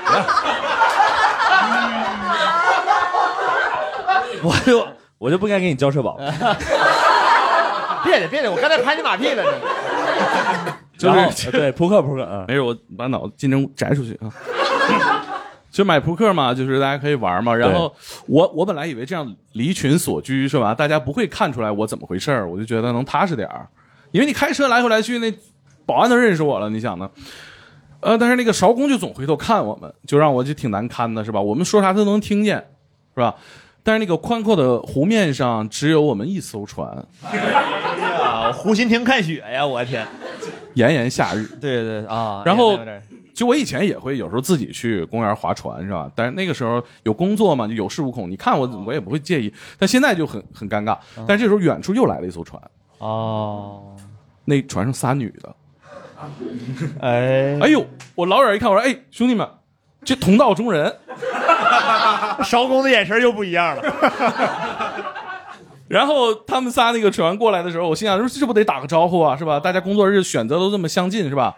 [SPEAKER 1] 我就我就不该给你交社
[SPEAKER 13] (laughs)
[SPEAKER 1] 保，
[SPEAKER 13] (laughs) 别的别的，我刚才拍你马屁了，这
[SPEAKER 4] 就 (laughs)
[SPEAKER 1] 然后呃
[SPEAKER 4] 是
[SPEAKER 1] 对扑克扑啊克，
[SPEAKER 4] 没事，我把脑子竞争摘出去啊。 (laughs) 就买扑克嘛，就是大家可以玩嘛。然后我我本来以为这样离群所居是吧，大家不会看出来我怎么回事儿，我就觉得能踏实点儿。因为你开车来回来去，那保安都认识我了，你想呢？呃，但是那个勺工就总回头看我们，就让我就挺难堪的，是吧？我们说啥他都能听见，是吧？但是那个宽阔的湖面上只有我们一艘船，
[SPEAKER 13] 啊，湖心亭看雪呀，我天！
[SPEAKER 4] 炎炎夏日。
[SPEAKER 13] (laughs) 对对啊
[SPEAKER 4] (laughs) 然后
[SPEAKER 13] 有点有点
[SPEAKER 4] 就我以前也会有时候自己去公园划船，是吧？但是那个时候有工作嘛，就有恃无恐。你看我，我也不会介意。但现在就很很尴尬。但这时候远处又来了一艘船，
[SPEAKER 13] 哦，
[SPEAKER 4] 那船上仨女的，
[SPEAKER 13] 哎
[SPEAKER 4] 哎呦，我老远一看，我说哎，兄弟们，这同道
[SPEAKER 13] (laughs)
[SPEAKER 4] 中人。
[SPEAKER 13] 勺工的眼神又不一样了。
[SPEAKER 4] (laughs) 然后他们仨那个船过来的时候，我心想，这不这不得打个招呼啊，是吧？大家工作日选择都这么相近，是吧？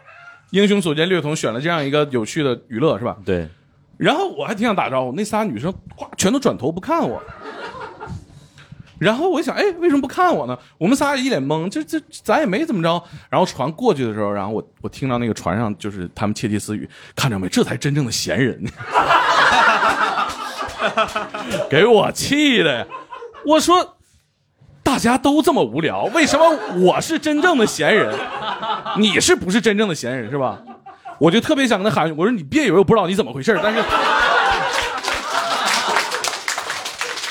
[SPEAKER 4] 英雄所见略同，选了这样一个有趣的娱乐，是吧？
[SPEAKER 1] 对。
[SPEAKER 4] 然后我还挺想打招呼，那仨女生哗全都转头不看我。然后我一想，哎，为什么不看我呢？我们仨一脸懵，这这咱也没怎么着。然后船过去的时候，然后我我听到那个船上就是他们窃窃私语，看着没，这才真正的闲人。给我气的呀！我说，大家都这么无聊，为什么我是真正的闲人？你是不是真正的闲人是吧？我就特别想跟他喊，我说你别以为我不知道你怎么回事，但是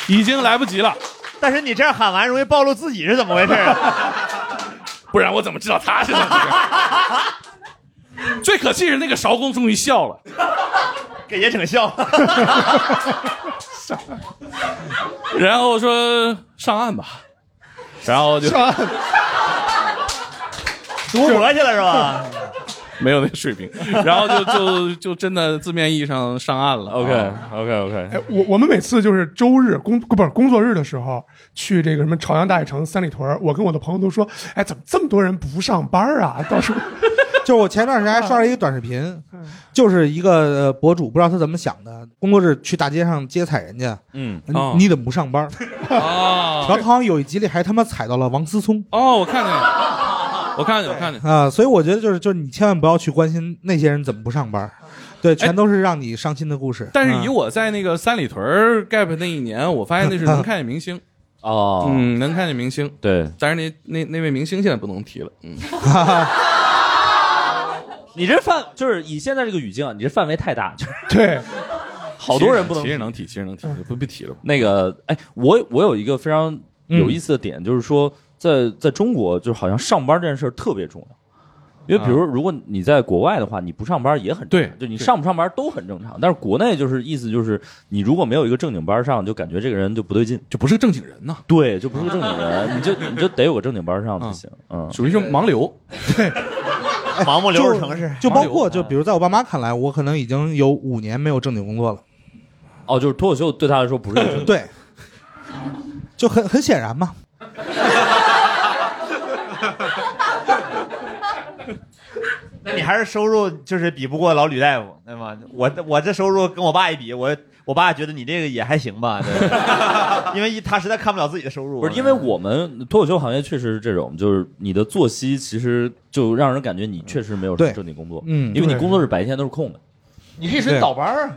[SPEAKER 4] 已经来不及了。
[SPEAKER 13] 但是你这样喊完，容易暴露自己是怎么回事啊？
[SPEAKER 4] 不然我怎么知道他是怎么回
[SPEAKER 13] (laughs)
[SPEAKER 4] 事？最可气是那个勺工终于笑了，
[SPEAKER 13] 给也挺
[SPEAKER 3] (laughs)
[SPEAKER 13] 像。
[SPEAKER 4] (laughs) 然后我说上岸吧，然后就
[SPEAKER 13] 读博去了是吧？
[SPEAKER 4] 没有那个水平，然后就就就真的字面意义上上岸了。OK 啊
[SPEAKER 1] OK OK，
[SPEAKER 3] 哎，我我们每次就是周日工不是工作日的时候去这个什么朝阳大悦城、三里屯儿，我跟我的朋友都说，哎，怎么这么多人不上班儿啊？到时候
[SPEAKER 4] (laughs)
[SPEAKER 5] 就是我前段时间还刷了一个短视频，
[SPEAKER 4] 嗯
[SPEAKER 5] 就是一个呃博主，不知道他怎么想的，工作日去大街上接踩人家，
[SPEAKER 1] 嗯
[SPEAKER 5] 你
[SPEAKER 4] 哦
[SPEAKER 5] 你怎么不上班？然后他好像有一集里还他妈踩到了王思聪
[SPEAKER 4] 啊哦，我看见了，我看见了，我看见了。
[SPEAKER 5] 啊、所以我觉得就是就是你千万不要去关心那些人怎么不上班，对，全都是让你伤心的故事。
[SPEAKER 4] 哎但是以
[SPEAKER 5] 嗯
[SPEAKER 4] 我在那个三里屯儿 gap 那一年，我发现那是能看见明星。
[SPEAKER 1] 哦，
[SPEAKER 4] 嗯，能看见明星，
[SPEAKER 1] 对，
[SPEAKER 4] 但是那那那位明星现在不能提了，嗯，
[SPEAKER 1] (laughs) 你这范就是以现在这个语境啊，你这范围太大，
[SPEAKER 4] (laughs)
[SPEAKER 1] 就是
[SPEAKER 3] 对，
[SPEAKER 1] 好多人不能
[SPEAKER 4] 其实能提，其实能提，不不提了吧。
[SPEAKER 1] 那个，哎，我我有一个非常有意思的点，就是说，在在中国，就是好像上班这件事儿特别重要，因为比如说，如果你在国外的话，你不上班也很正常，就你上不上班都很正常。但是国内就是意思就是，你如果没有一个正经班上，就感觉这个人就不对劲，
[SPEAKER 4] 就不是正经人呐。
[SPEAKER 1] 对，就不是个正经人，你就你就得有个正经班上才行。嗯，
[SPEAKER 4] 属于是盲流，
[SPEAKER 13] (laughs) 盲目流入城市，
[SPEAKER 5] 就包括就比如在我爸妈看来，我可能已经有五年没有正经工
[SPEAKER 4] (laughs)
[SPEAKER 5] 作了，
[SPEAKER 1] 哦，就是脱口秀对他来说不是
[SPEAKER 5] (clears throat)
[SPEAKER 1] 一个正经
[SPEAKER 5] 对，就很很显然嘛。
[SPEAKER 8] (laughs)
[SPEAKER 13] 那你还是收入就是比不过老吕大夫，对吗？我我这收入跟我爸一比，我我爸觉得你这个也还行吧，对 (laughs) 因为一他实在看不了自己的收入。
[SPEAKER 1] 不是因为我们脱口秀行业确实是这种，就是你的作息其实就让人感觉你确实没有什么
[SPEAKER 13] 对
[SPEAKER 1] 正经工作，
[SPEAKER 13] 嗯
[SPEAKER 1] 因为你
[SPEAKER 13] 对
[SPEAKER 1] 工作日白天都是空的。
[SPEAKER 13] 你可以说你倒班儿啊，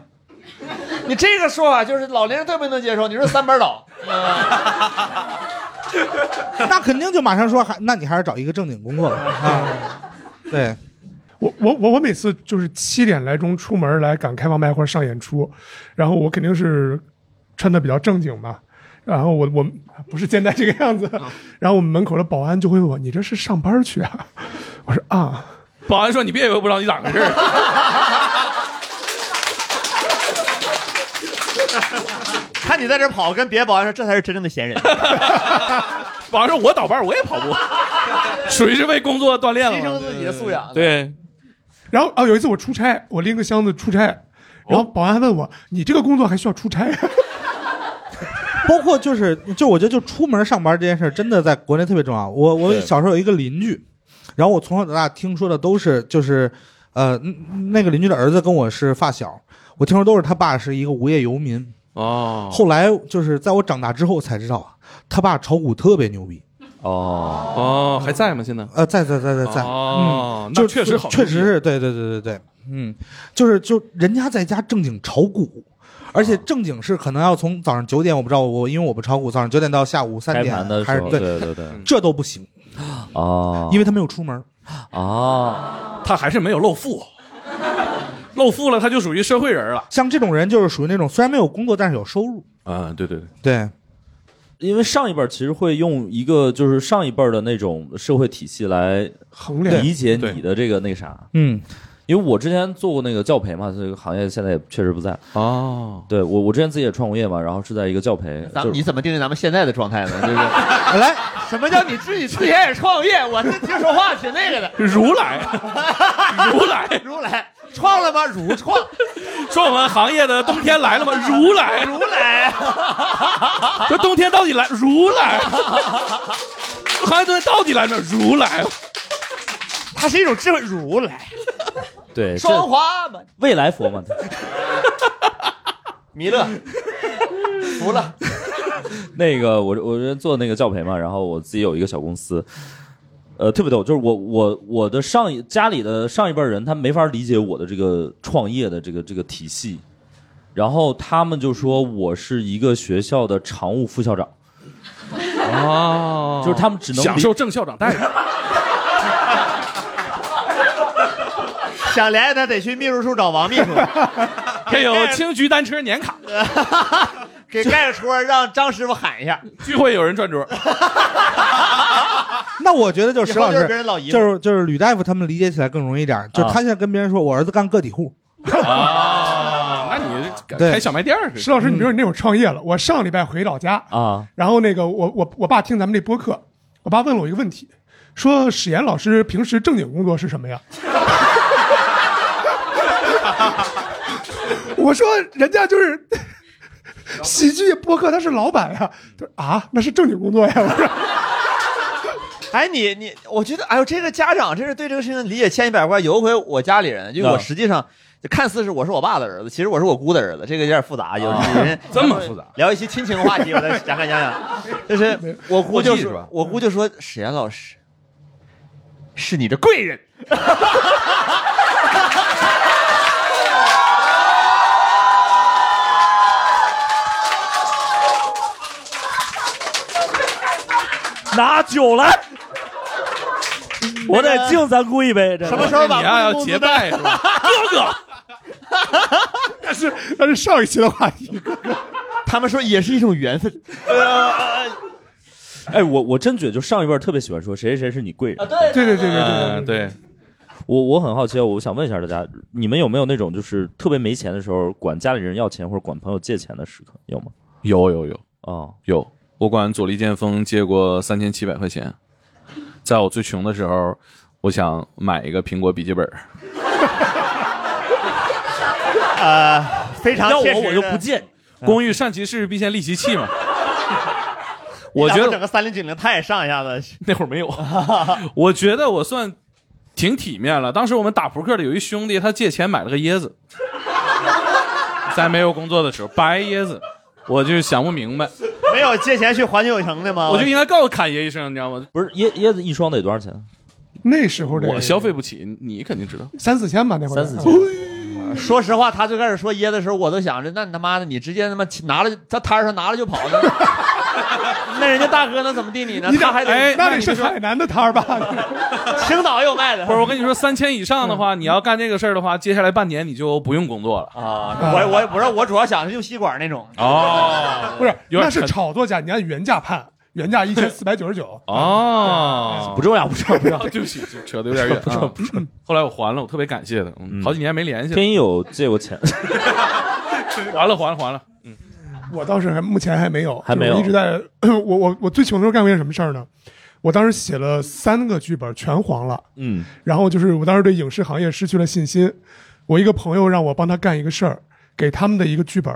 [SPEAKER 13] 你这个说法就是老年人特别能接受。你说三班倒，
[SPEAKER 5] 那肯定就马上说还，那你还是找一个正经工作吧啊。对，
[SPEAKER 3] (laughs) 我我我我每次就是七点来钟出门来赶开放麦或者上演出，然后我肯定是穿的比较正经嘛，然后我我不是现在这个样子，
[SPEAKER 13] 啊
[SPEAKER 3] 然后我们门口的保安就会问我你这是上班去啊？我说啊，
[SPEAKER 4] 保安说你别以为我不知道你咋回事儿，
[SPEAKER 13] (laughs) 看你在这跑，跟别的保安说这才是真正的闲人。
[SPEAKER 4] 保安说我倒班我也跑步，属于是为
[SPEAKER 13] (laughs)
[SPEAKER 4] 工作锻炼了嘛，
[SPEAKER 3] 提升自己的素养
[SPEAKER 4] 对，
[SPEAKER 3] 然后啊有一次我出差，我拎个 (laughs)
[SPEAKER 4] 哦
[SPEAKER 3] 箱子出差，然后保安还问我你这个工作还需要出差？
[SPEAKER 5] 包括就是就我觉得就出门上班这件事儿真的在国内特别重要。我我
[SPEAKER 14] 对
[SPEAKER 5] 小时候有一个邻居，然后我从小到大听说的都是就是呃嗯那个邻居的儿子跟我是发小，我听说都是他爸是一个无业游民。
[SPEAKER 4] 哦，
[SPEAKER 5] 后来就是在我长大之后才知道，啊他爸炒股特别牛逼。
[SPEAKER 1] 哦
[SPEAKER 4] 哦，还在吗？现在？
[SPEAKER 5] 呃，在在在在在，
[SPEAKER 4] 哦
[SPEAKER 5] 嗯，
[SPEAKER 4] 那
[SPEAKER 5] 就
[SPEAKER 4] 确实好啊
[SPEAKER 5] 确实是对对对对对，嗯，就是就人家在家正经炒股，而
[SPEAKER 1] 啊
[SPEAKER 5] 且正经是可能要从早上九点，我不知道我因为我不炒股，早上九点到下午三
[SPEAKER 1] 开
[SPEAKER 5] 点
[SPEAKER 1] 盘的时
[SPEAKER 5] 还是
[SPEAKER 1] 候，
[SPEAKER 5] 对
[SPEAKER 1] 对对对，
[SPEAKER 5] 这都不行，
[SPEAKER 1] 哦，
[SPEAKER 5] 因为他没有出门。
[SPEAKER 1] 哦，
[SPEAKER 4] 他还是没有露富，露富了他就属于社会人了。
[SPEAKER 5] 像这种人就是属于那种虽然没有工作，但是有收入。
[SPEAKER 4] 啊，对对对，
[SPEAKER 5] 对，
[SPEAKER 1] 因为上一辈儿其实会用一个就是上一辈儿的那种社会体系来
[SPEAKER 3] 衡量
[SPEAKER 1] 理解你的这个那啥，
[SPEAKER 5] 嗯，
[SPEAKER 1] 因为我之前做过那个教培嘛，这个行业现在也确实不在
[SPEAKER 4] 哦。
[SPEAKER 1] 对我，我之前自己也创过业嘛，然后是在一个教培。
[SPEAKER 2] 咱
[SPEAKER 1] 就
[SPEAKER 2] 们你怎么定义咱们现在的状态呢？就是
[SPEAKER 5] 来，
[SPEAKER 2] 什么叫你自己之前也创业？我是听说话挺那
[SPEAKER 13] (laughs)
[SPEAKER 2] 个的，
[SPEAKER 4] 如来，如来，
[SPEAKER 2] 如来，创了吗？如创，
[SPEAKER 4] 说我们行业的冬天来了吗？如来，
[SPEAKER 2] 如来，
[SPEAKER 4] 这冬天到底来？如来，行业冬天到底来没有？如来，
[SPEAKER 2] 它是一种智慧，如来，
[SPEAKER 1] 对
[SPEAKER 2] 双花嘛，
[SPEAKER 1] 未来佛嘛，
[SPEAKER 2] 弥勒， (laughs) 服了。
[SPEAKER 1] 那个我我是做那个教培嘛，然后我自己有一个小公司，呃，特别逗，就是我我我的上一家里的上一辈人，他没法理解我的这个创业的这个这个体系，然后他们就说我是一个学校的常务副校长，
[SPEAKER 4] 哦
[SPEAKER 1] 就是他们只能理
[SPEAKER 4] 享受郑校长待遇。
[SPEAKER 2] (laughs) 想联系他得去秘书处找王
[SPEAKER 4] (laughs)
[SPEAKER 2] 秘书，
[SPEAKER 4] 还有哎青桔单车年卡，
[SPEAKER 2] (laughs) 给盖个戳，让张师傅喊
[SPEAKER 4] (laughs)
[SPEAKER 2] 一下。
[SPEAKER 4] 聚会有人转桌，
[SPEAKER 5] 那我觉得就是
[SPEAKER 2] 以
[SPEAKER 5] 石
[SPEAKER 2] 后
[SPEAKER 5] 老
[SPEAKER 2] 就是
[SPEAKER 5] 师
[SPEAKER 2] 别人老姨，夫
[SPEAKER 5] 就是就是吕大夫他们理解起来更容易一点，就是
[SPEAKER 4] 啊
[SPEAKER 5] 他现在跟别人说我儿子干个体户，
[SPEAKER 4] 啊，那你
[SPEAKER 5] 对
[SPEAKER 4] 开小卖店儿
[SPEAKER 3] 石老师，你比如你那种创业了，我上礼拜回老家
[SPEAKER 1] 嗯啊，
[SPEAKER 3] 然后那个我我我爸听咱们这播客，我爸问了我一个问题，说史岩老师平时正经工作是什么呀？ (laughs) 我说人家就是 (laughs) 喜剧播客，他是老板呀。他说啊，那是正经工作呀。我说
[SPEAKER 2] 哎，你你，我觉得，哎呦，这个家长真是对这个事情理解千奇百怪。有一回我家里人，因为我
[SPEAKER 15] 嗯
[SPEAKER 2] 实际上看似是我是我爸的儿子，其实我是我姑的儿子，这个有点复杂，有人嗯
[SPEAKER 4] 这么复杂，
[SPEAKER 2] 聊一些亲情话题，我再展开讲讲。就是我姑就
[SPEAKER 4] 过继是
[SPEAKER 2] 说
[SPEAKER 4] 吧，
[SPEAKER 2] 我姑就说，史岩老师是你的贵人。
[SPEAKER 1] 拿酒来，我得敬咱姑一杯。这
[SPEAKER 2] 什么时候把
[SPEAKER 4] 你 (laughs) 要要结拜
[SPEAKER 2] (laughs)
[SPEAKER 3] (laughs)
[SPEAKER 4] 是吧？哥哥，
[SPEAKER 3] 那是那是上一期的话题。
[SPEAKER 2] 他们说也是一种缘分。
[SPEAKER 8] (laughs)
[SPEAKER 1] 哎，我我真觉得，就上一辈儿特别喜欢说谁谁谁是你贵人。
[SPEAKER 2] 对
[SPEAKER 3] 对对对
[SPEAKER 4] 对对对。
[SPEAKER 1] 我我很好奇，啊我想问一下大家，你们有没有那种就是特别没钱的时候，管家里人要钱或者管朋友借钱的时刻，有吗？
[SPEAKER 4] 有有有
[SPEAKER 1] 哦，
[SPEAKER 4] 有，我管左立剑锋借过三千七百块钱，在我最穷的时候，我想买一个苹果笔记本儿，
[SPEAKER 2] 呃，非常
[SPEAKER 4] 要我
[SPEAKER 2] 切实
[SPEAKER 4] 我就
[SPEAKER 2] 的
[SPEAKER 4] 不借工欲善其事，必先利其器
[SPEAKER 2] (laughs)
[SPEAKER 4] 嘛。
[SPEAKER 2] 你
[SPEAKER 4] 我
[SPEAKER 2] 打
[SPEAKER 4] 觉
[SPEAKER 2] 算
[SPEAKER 4] 得
[SPEAKER 2] 整个三零九零，他也上一下子。
[SPEAKER 4] (laughs) 那会儿没有，我觉得我算挺体面了。当时我们打扑克的有一兄弟，他借钱买了个椰子，在没有工作的时候，白椰子，我就想不明白，
[SPEAKER 2] (laughs) 没有借钱去环球影城的
[SPEAKER 1] 啊
[SPEAKER 2] 吗？
[SPEAKER 4] 我就应该告诉侃爷一声，你知道吗？
[SPEAKER 1] 不是椰椰子一双得多少钱？
[SPEAKER 3] 那时候的
[SPEAKER 4] 我消费不起，你肯定知道。
[SPEAKER 3] 三四千吧，那会儿
[SPEAKER 1] 三四
[SPEAKER 3] 千。
[SPEAKER 2] 说实话，他最开始说椰的时候，我都想着，那你他妈的，你直接他妈拿了，在摊上拿了就跑呢。 (laughs) 那人家大哥能怎么地你呢？
[SPEAKER 3] 你
[SPEAKER 2] 他
[SPEAKER 3] 咋
[SPEAKER 2] 还得
[SPEAKER 3] (laughs)
[SPEAKER 4] 哎
[SPEAKER 3] 那得是海南的摊儿吧？
[SPEAKER 2] 青岛也有卖的。
[SPEAKER 4] 不是，我跟你说，三千以上的话，
[SPEAKER 3] 嗯
[SPEAKER 4] 你要干这个事儿的话，接下来半年你就不用工作了
[SPEAKER 2] 啊 (laughs) 我我不是，我主要想的是用吸管那种。
[SPEAKER 4] 哦，
[SPEAKER 3] 不是，
[SPEAKER 4] 有点
[SPEAKER 3] 那是
[SPEAKER 4] 沉
[SPEAKER 3] 炒作价，你按原价判，原价一千四百九十九。
[SPEAKER 4] 哦，
[SPEAKER 1] 不重要，不重要，
[SPEAKER 4] (laughs) 对不起，扯得有点远
[SPEAKER 1] 不重要
[SPEAKER 4] 啊。
[SPEAKER 3] 嗯
[SPEAKER 4] 后来我还了，我特别感谢的，嗯好几年没联系了。
[SPEAKER 1] 天一有借过
[SPEAKER 3] (laughs)
[SPEAKER 1] 钱，
[SPEAKER 4] 还了，还了，还了。
[SPEAKER 3] 嗯我倒是还目前还没有，
[SPEAKER 1] 还没有
[SPEAKER 3] 我一直在。我我我最穷的时候干过一件什么事儿呢？我当时写了三个剧本，全黄了。
[SPEAKER 1] 嗯，
[SPEAKER 3] 然后就是我当时对影视行业失去了信心。我一个朋友让我帮他干一个事儿，给他们的一个剧本，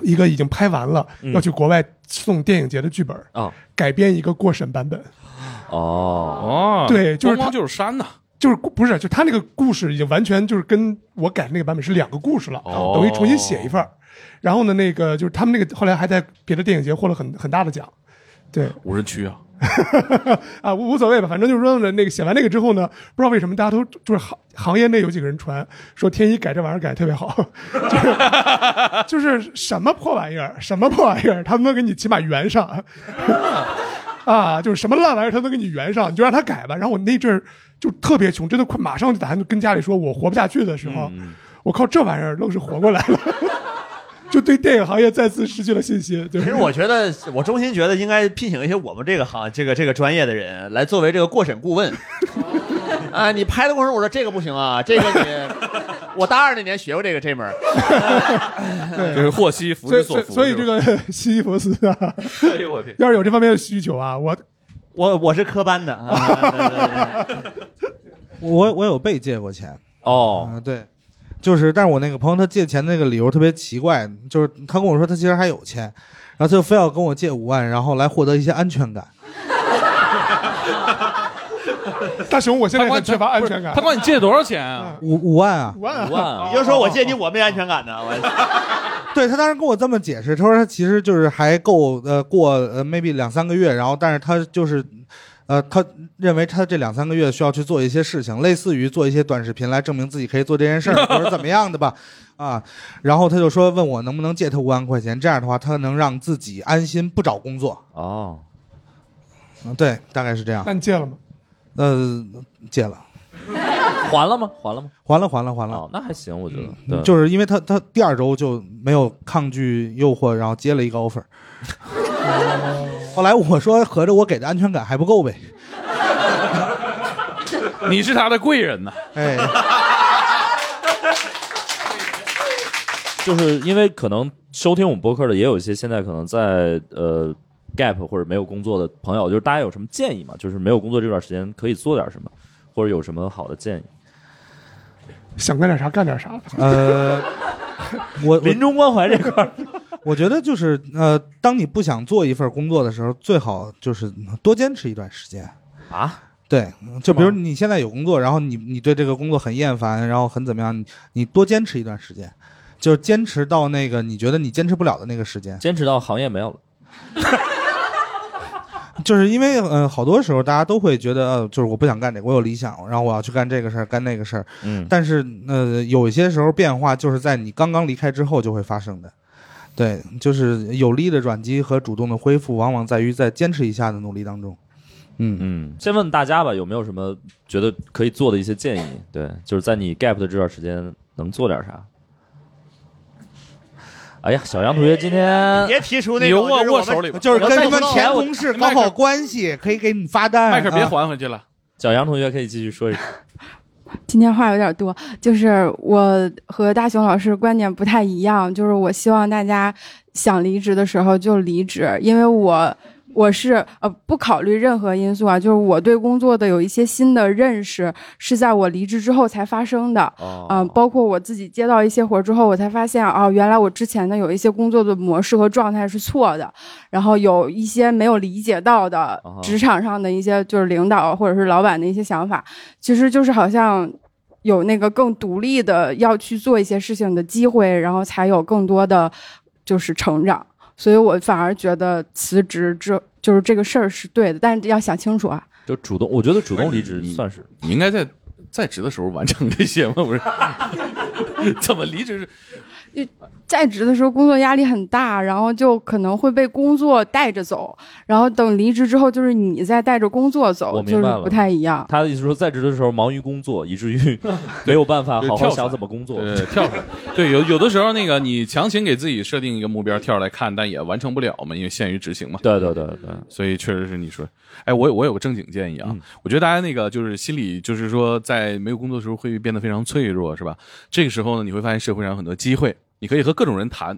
[SPEAKER 3] 一个已经拍完了，
[SPEAKER 1] 嗯
[SPEAKER 3] 要去国外送电影节的剧本，
[SPEAKER 1] 啊
[SPEAKER 3] 改编一个过审版本，
[SPEAKER 1] 哦哦
[SPEAKER 3] 对，就是
[SPEAKER 4] 光
[SPEAKER 3] 他
[SPEAKER 4] 光就是山呐。
[SPEAKER 3] 就是故不是，就他那个故事已经完全就是跟我改的那个版本是两个故事了，
[SPEAKER 4] 哦
[SPEAKER 3] 等于重新写一份儿。然后呢，那个就是他们那个后来还在别的电影节获了很很大的奖，对
[SPEAKER 4] 无人区啊，
[SPEAKER 3] 啊无无所谓吧，反正就是说呢，那个写完那个之后呢，不知道为什么大家都就是行行业内有几个人传说天一改这玩意儿改得特别好，就是就是什么破玩意儿，什么破玩意儿，他们能给你起码圆上。 (laughs) 啊，就是什么烂玩意儿他都给你圆上，你就让他改吧。然后我那阵儿就特别穷，真的快马上就打算跟家里说我活不下去的时候，我靠这玩意儿愣是活过来了， (laughs) 就对电影行业再次失去了信心。就
[SPEAKER 13] 其
[SPEAKER 3] 是
[SPEAKER 13] 实我觉得，我衷心觉得应该聘请一些我们这个行、这个这个专业的人来作为这个过审顾
[SPEAKER 2] (laughs)
[SPEAKER 13] 问。啊，你拍的过程，我说这个不行啊，这个
[SPEAKER 2] (laughs)
[SPEAKER 13] 你，我大二那年学过这个这门儿，
[SPEAKER 4] 就是霍西福
[SPEAKER 3] 所以
[SPEAKER 4] 之
[SPEAKER 3] 所以
[SPEAKER 4] 福。
[SPEAKER 3] 所以这个西西弗斯啊，
[SPEAKER 4] 哎呦我天！
[SPEAKER 3] 要是有这方面的需求啊，
[SPEAKER 4] (laughs)
[SPEAKER 3] 我
[SPEAKER 13] 我我是科班的啊，
[SPEAKER 5] (laughs) 我我有被借过钱
[SPEAKER 1] 哦、
[SPEAKER 5] 啊对， (laughs) 就是，但是我那个朋友他借钱那个理由特别奇怪，就是他跟我说他其实还有钱，然后他就非要跟我借五万，然后来获得一些安全感。
[SPEAKER 3] 大熊，我现在
[SPEAKER 4] 他管
[SPEAKER 3] 很
[SPEAKER 4] 你
[SPEAKER 3] 缺乏安全
[SPEAKER 4] 他
[SPEAKER 3] 感。
[SPEAKER 4] 管你借多少钱啊？
[SPEAKER 5] 五五万啊，
[SPEAKER 3] 五万哦
[SPEAKER 13] 五
[SPEAKER 2] 哦
[SPEAKER 13] 万，你就说我借你，我没安全感呢，我
[SPEAKER 5] 对他当时跟我这么解释，他说他其实就是还够呃过呃 maybe 两三个月，然后但是他就是，呃他认为他这两三个月需要去做一些事情，类似于做一些短视频来证明自己可以做这件事儿或者怎么样的吧，啊，然后他就说问我能不能借他五万块钱，这样的话他能让自己安心不找工作，
[SPEAKER 1] 哦，
[SPEAKER 5] 嗯对，大概是这样
[SPEAKER 3] 那，你借了吗？
[SPEAKER 5] 呃借了。
[SPEAKER 1] 还了吗？还了吗？
[SPEAKER 5] 还了，还了，还了。
[SPEAKER 4] 哦
[SPEAKER 1] 那还行，我觉得。
[SPEAKER 5] 嗯就是因为他他第二周就没有抗拒诱惑，然后接了一个 offer。后来我说，合着我给的安全感还不够呗？
[SPEAKER 4] 你是他的贵人呐。
[SPEAKER 5] (laughs) 哎，
[SPEAKER 1] (laughs) 就是因为可能收听我们播客的也有一些现在可能在呃 gap 或者没有工作的朋友，就是大家有什么建议吗？就是没有工作这段时间可以做点什么，或者有什么好的建议？
[SPEAKER 3] 想干点啥干点啥。
[SPEAKER 5] 呃， (laughs) 我
[SPEAKER 1] 临终关怀这块儿，
[SPEAKER 5] (laughs) 我觉得就是呃，当你不想做一份工作的时候，最好就是多坚持一段时间。
[SPEAKER 1] 啊？
[SPEAKER 5] 对，就比如你现在有工作，然后你你对这个工作很厌烦，然后很怎么样，你你多坚持一段时间，就是坚持到那个你觉得你坚持不了的那个时间。
[SPEAKER 1] 坚持到行业没有了。
[SPEAKER 5] (laughs) 就是因为呃，好多时候大家都会觉得，呃，就是我不想干这个，我有理想，然后我要去干这个事儿，干那个事儿。
[SPEAKER 1] 嗯
[SPEAKER 5] 但是呃，有一些时候变化就是在你刚刚离开之后就会发生的。对，就是有力的转机和主动的恢复，往往在于在坚持一下的努力当中。嗯
[SPEAKER 1] 嗯，先问大家吧，有没有什么觉得可以做的一些建议？对，就是在你 gap 的这段时间能做点啥？哎呀，小杨同学今天
[SPEAKER 13] 别提出那种
[SPEAKER 5] 啊
[SPEAKER 13] 你握就是我们握手里吧
[SPEAKER 5] 就是跟
[SPEAKER 13] 我
[SPEAKER 5] 什
[SPEAKER 13] 再
[SPEAKER 5] 么
[SPEAKER 13] 不弄
[SPEAKER 5] 前
[SPEAKER 13] 我
[SPEAKER 5] 同事搞好关系，可以给你发单。
[SPEAKER 4] 麦克别
[SPEAKER 5] 啊
[SPEAKER 4] 还回去了。
[SPEAKER 1] 小杨同学可以继续说一说。
[SPEAKER 6] 今天话有点多，就是我和大雄老师观点不太一样，就是我希望大家想离职的时候就离职，因为我我是呃不考虑任何因素啊，就是我对工作的有一些新的认识是在我离职之后才发生的，呃
[SPEAKER 1] 嗯、
[SPEAKER 6] 包括我自己接到一些活儿之后，我才发现哦，原来我之前的有一些工作的模式和状态是错的，然后有一些没有理解到的
[SPEAKER 1] 啊哈
[SPEAKER 6] 职场上的一些就是领导或者是老板的一些想法，其实就是好像有那个更独立的要去做一些事情的机会，然后才有更多的就是成长。所以我反而觉得辞职之就是这个事儿是对的，但是要想清楚啊。
[SPEAKER 1] 就主动，我觉得主动离职算是
[SPEAKER 4] 你应该在在职的时候完成这些吗？不是， (laughs) 怎么离职是？
[SPEAKER 6] 在职的时候工作压力很大，然后就可能会被工作带着走，然后等离职之后，就是你再带着工作走，
[SPEAKER 1] 我
[SPEAKER 6] 就
[SPEAKER 1] 明
[SPEAKER 6] 是
[SPEAKER 1] 白了，
[SPEAKER 6] 不太一样。
[SPEAKER 1] 他的意思说，在职的时候忙于工作，以至于没有办法好好
[SPEAKER 4] 跳出来
[SPEAKER 1] 想怎么工作。
[SPEAKER 4] 对，跳出 (laughs) 来。对，有有的时候那个你强行给自己设定一个目标跳出来看，但也完成不了嘛，因为限于执行嘛。
[SPEAKER 1] 对对对对，嗯
[SPEAKER 4] 所以确实是你说，哎，我有我有个正经建议啊，我觉得大家那个就是心里就是说，在没有工作的时候会变得非常脆弱，是吧？这个时候呢，你会发现社会上有很多机会，你可以和各种人谈，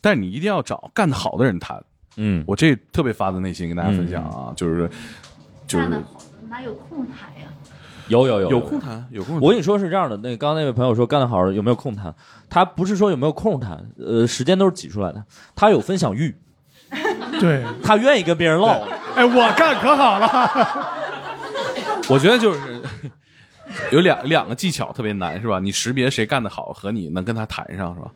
[SPEAKER 4] 但你一定要找干得好的人谈。
[SPEAKER 1] 嗯，
[SPEAKER 4] 我这特别发自内心跟大家分享啊，就是就是
[SPEAKER 10] 哪有空谈呀？
[SPEAKER 1] 有有有
[SPEAKER 4] 有空谈，有空谈
[SPEAKER 1] 我跟你说是这样的，那刚刚那位朋友说干得好，有没有空谈？他不是说有没有空谈，呃，时间都是挤出来的。他有分享欲，
[SPEAKER 3] 对
[SPEAKER 1] 他愿意跟别人唠。
[SPEAKER 3] 哎，我干可好了，
[SPEAKER 4] (laughs) 我觉得就是有两两个技巧特别难，是吧？你识别谁干得好和你能跟他谈上，是吧？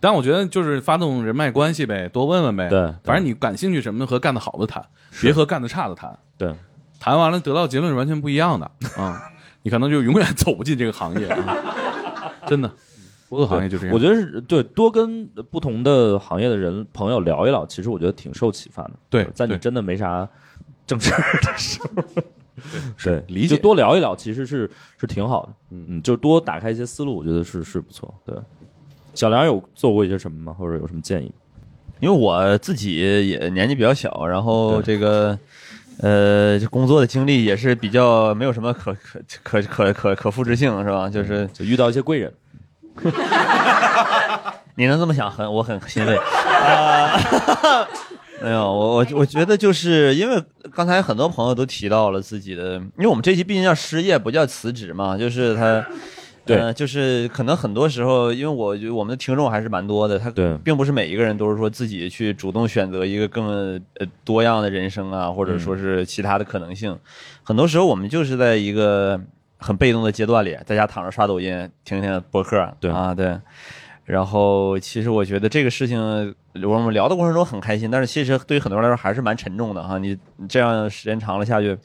[SPEAKER 4] 但我觉得就是发动人脉关系呗，多问问呗。对，反正你感兴趣什么的和干得好的谈，别和干得差的谈。
[SPEAKER 1] 对，
[SPEAKER 4] 谈完了得到结论是完全不一样的啊、你可能就永远走不进这个行业，啊、 (laughs) 真的。播客行业就这样。
[SPEAKER 1] 我觉得是对多跟不同的行业的人朋友聊一聊，其实我觉得挺受启发的。
[SPEAKER 4] 对
[SPEAKER 1] 在你真的没啥正事儿的时
[SPEAKER 4] (laughs)
[SPEAKER 1] 候，对
[SPEAKER 4] 理解
[SPEAKER 1] 就多聊一聊，其实是是挺好的。嗯嗯，就多打开一些思路，我觉得是是不错。对，小梁有做过一些什么吗？或者有什么建议？
[SPEAKER 2] 因为我自己也年纪比较小，
[SPEAKER 13] (laughs)
[SPEAKER 2] 然后哦这个呃，这工作的经历也是比较没有什么可可可可可可复制性，是吧？就是
[SPEAKER 13] 嗯
[SPEAKER 1] 就遇到一些
[SPEAKER 13] (laughs)
[SPEAKER 1] 贵人。
[SPEAKER 2] (laughs) 你能这么想，很我很欣慰。 (laughs) 啊 (laughs) 没有，我我我觉得就是因为刚才很多朋友都提到了自己的，因为我们这期毕竟叫失业不叫辞职嘛，就是他，
[SPEAKER 1] 对
[SPEAKER 2] 呃就是可能很多时候，因为我觉得我们的听众还是蛮多的，他并不是每一个人都是说自己去主动选择一个更呃多样的人生啊，或者说是其他的可能性，很多时候我们就是在一个很被动的阶段里，在家躺着刷抖音，听听播客，对啊，对。然后，其实我觉得这个事情，我们聊的过程中很开心，但是其实对于很多人来说还是蛮沉重的哈。你你这样时间长了下去，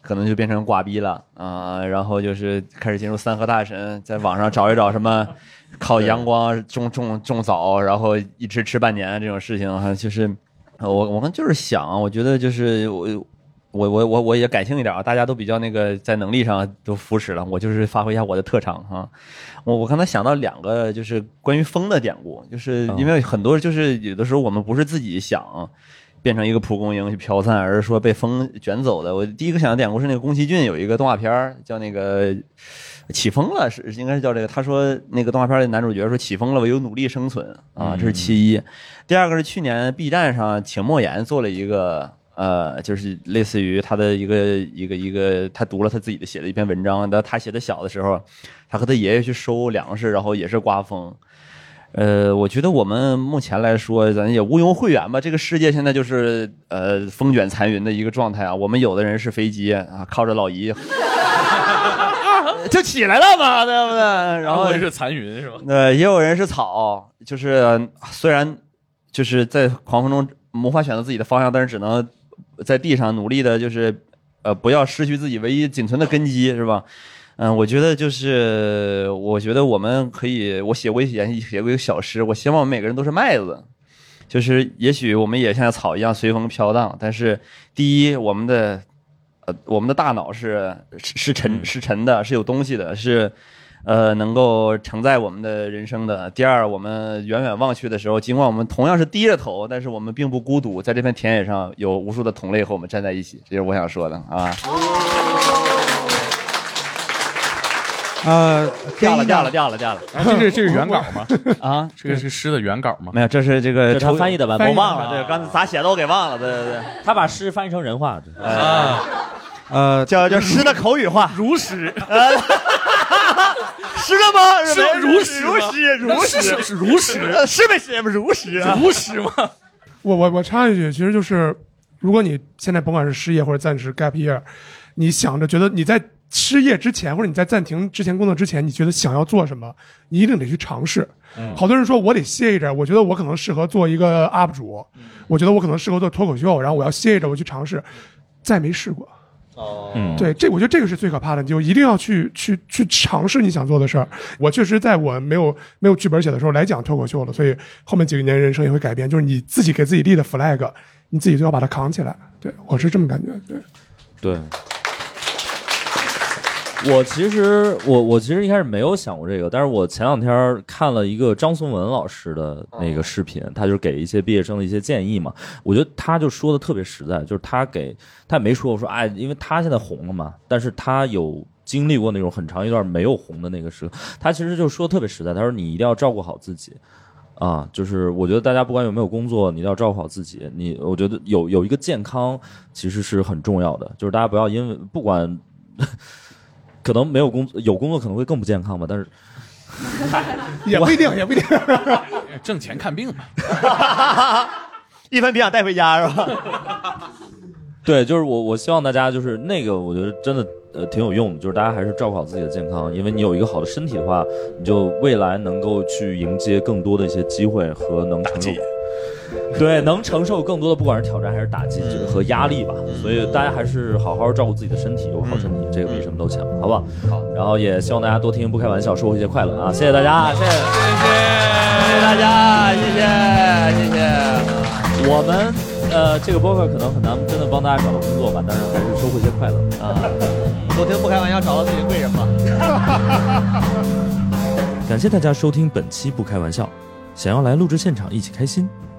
[SPEAKER 2] 可能就变成瓜逼了啊、然后就是开始进入三和大神，在网上找一找什么靠阳光种种种枣，然后一吃吃半年这种事情哈，就是呃我我们就是想，我觉得就是我。我我我我也感性一点啊，大家都比较那个在能力上都扶持了，我就是发挥一下我的特长哈、我我刚才想到两个就是关于风的典故，就是因为很多就是有的时候我们不是自己想变成一个蒲公英去飘散，而是说被风卷走的。我第一个想的典故是那个宫崎骏有一个动画片儿叫那个起风了，是应该是叫这个。他说那个动画片的男主角说起风了，唯有努力生存啊，这是其一。第二个是去年 B 站上请莫言做了一个。呃，就是类似于他的一个呃一个一个，他读了他自己的写的一篇文章。但他写的小的时候，他和他爷爷去收粮食，然后也是刮风。呃，我觉得我们目前来说，咱也毋庸讳言吧。这个世界现在就是呃风卷残云的一个状态啊。我们有的人是飞机啊，靠着老姨 (laughs) 就起来了嘛，对不对？然后
[SPEAKER 4] 我也是残云是吧？
[SPEAKER 2] 呃，也有人是草，就是呃虽然就是在狂风中无法选择自己的方向，但是只能在地上努力的，就是呃不要失去自己唯一仅存的根基，是吧？嗯，我觉得就是，我觉得我们可以，我写过一写写过一个小诗，我希望我们每个人都是麦子，就是也许我们也像草一样随风飘荡，但是第一，我们的呃，我们的大脑是是是沉是沉的，是有东西的，是呃能够承载我们的人生的。第二，我们远远望去的时候，尽管我们同样是低着头，但是我们并不孤独，在这片田野上有无数的同类和我们站在一起，这就是我想说的啊。
[SPEAKER 7] 呃，
[SPEAKER 2] 掉了掉了掉了掉了，
[SPEAKER 4] 啊这是这是原稿吗？
[SPEAKER 2] (laughs) 啊，
[SPEAKER 4] 这个是诗的原稿吗？
[SPEAKER 2] 没有，这是这
[SPEAKER 4] 这
[SPEAKER 2] 个
[SPEAKER 4] 是他翻译的版本
[SPEAKER 2] 我忘了，对，刚才咋写的我给忘了，对对对，
[SPEAKER 1] 他把诗翻译成人话，对
[SPEAKER 2] 啊，
[SPEAKER 7] 呃，
[SPEAKER 2] 叫叫诗的口语化，呃
[SPEAKER 1] (laughs)
[SPEAKER 4] 如诗，
[SPEAKER 2] 是了吗？
[SPEAKER 4] 是
[SPEAKER 2] 没
[SPEAKER 4] 如实吗
[SPEAKER 2] 如实如
[SPEAKER 4] 那是
[SPEAKER 2] 实
[SPEAKER 4] 是如实
[SPEAKER 2] 呃是没是不是如实啊
[SPEAKER 4] 如实吗？
[SPEAKER 3] 我我我插一句，其实就是，如果你现在甭管是失业或者暂时 gap year，你想着觉得你在失业之前或者你在暂停之前工作之前，你觉得想要做什么，你一定得去尝试。
[SPEAKER 16] 嗯
[SPEAKER 3] 好多人说我得歇一阵儿，我觉得我可能适合做一个 UP 主，我觉得我可能适合做脱口秀，然后我要歇一阵儿，我去尝试，再没试过。
[SPEAKER 16] 嗯
[SPEAKER 3] 对，这我觉得这个是最可怕的，你就一定要去去去尝试你想做的事儿。我确实在我没有没有剧本写的时候来讲脱口秀了，所以后面几个年人生也会改变，就是你自己给自己立的 flag，你自己就要把它扛起来。对我是这么感觉，对。
[SPEAKER 1] 对。我其实我我其实一开始没有想过这个，但是我前两天看了一个张颂文老师的那个视频，他就是给一些毕业生的一些建议嘛。我觉得他就说的特别实在，就是他给他也没说我说哎，因为他现在红了嘛，但是他有经历过那种很长一段没有红的那个时刻，他其实就说得特别实在，他说你一定要照顾好自己。啊，就是我觉得大家不管有没有工作，你一定要照顾好自己。你我觉得有有一个健康其实是很重要的，就是大家不要因为不管可能没有工作，有工作可能会更不健康吧，但是
[SPEAKER 3] 也不一定，也不一定。
[SPEAKER 4] (laughs) 挣钱看病嘛，
[SPEAKER 13] (laughs) 一分别想带回家是吧？
[SPEAKER 1] (laughs) 对，就是我我希望大家就是那个，我觉得真的呃挺有用的，就是大家还是照顾好自己的健康，因为你有一个好的身体的话，你就未来能够去迎接更多的一些机会和能承受。 (laughs) 对，能承受更多的，不管是挑战还是打击这个和压力吧。所以大家还是好好照顾自己的身体，有好身体，这个比什么都强，好不好？好。然后也希望大家多听不开玩笑，收获一些快乐啊！谢谢大家，谢谢，
[SPEAKER 13] 谢谢大家，谢谢，谢谢。
[SPEAKER 1] 我们呃，这个播客可能很难真的帮大家找到工作吧，但是还是收获一些快乐啊！
[SPEAKER 13] 多听不开玩笑，找到自己的贵人吧。
[SPEAKER 1] 感谢大家收听本期《不开玩笑》，想要来录制现场一起开心，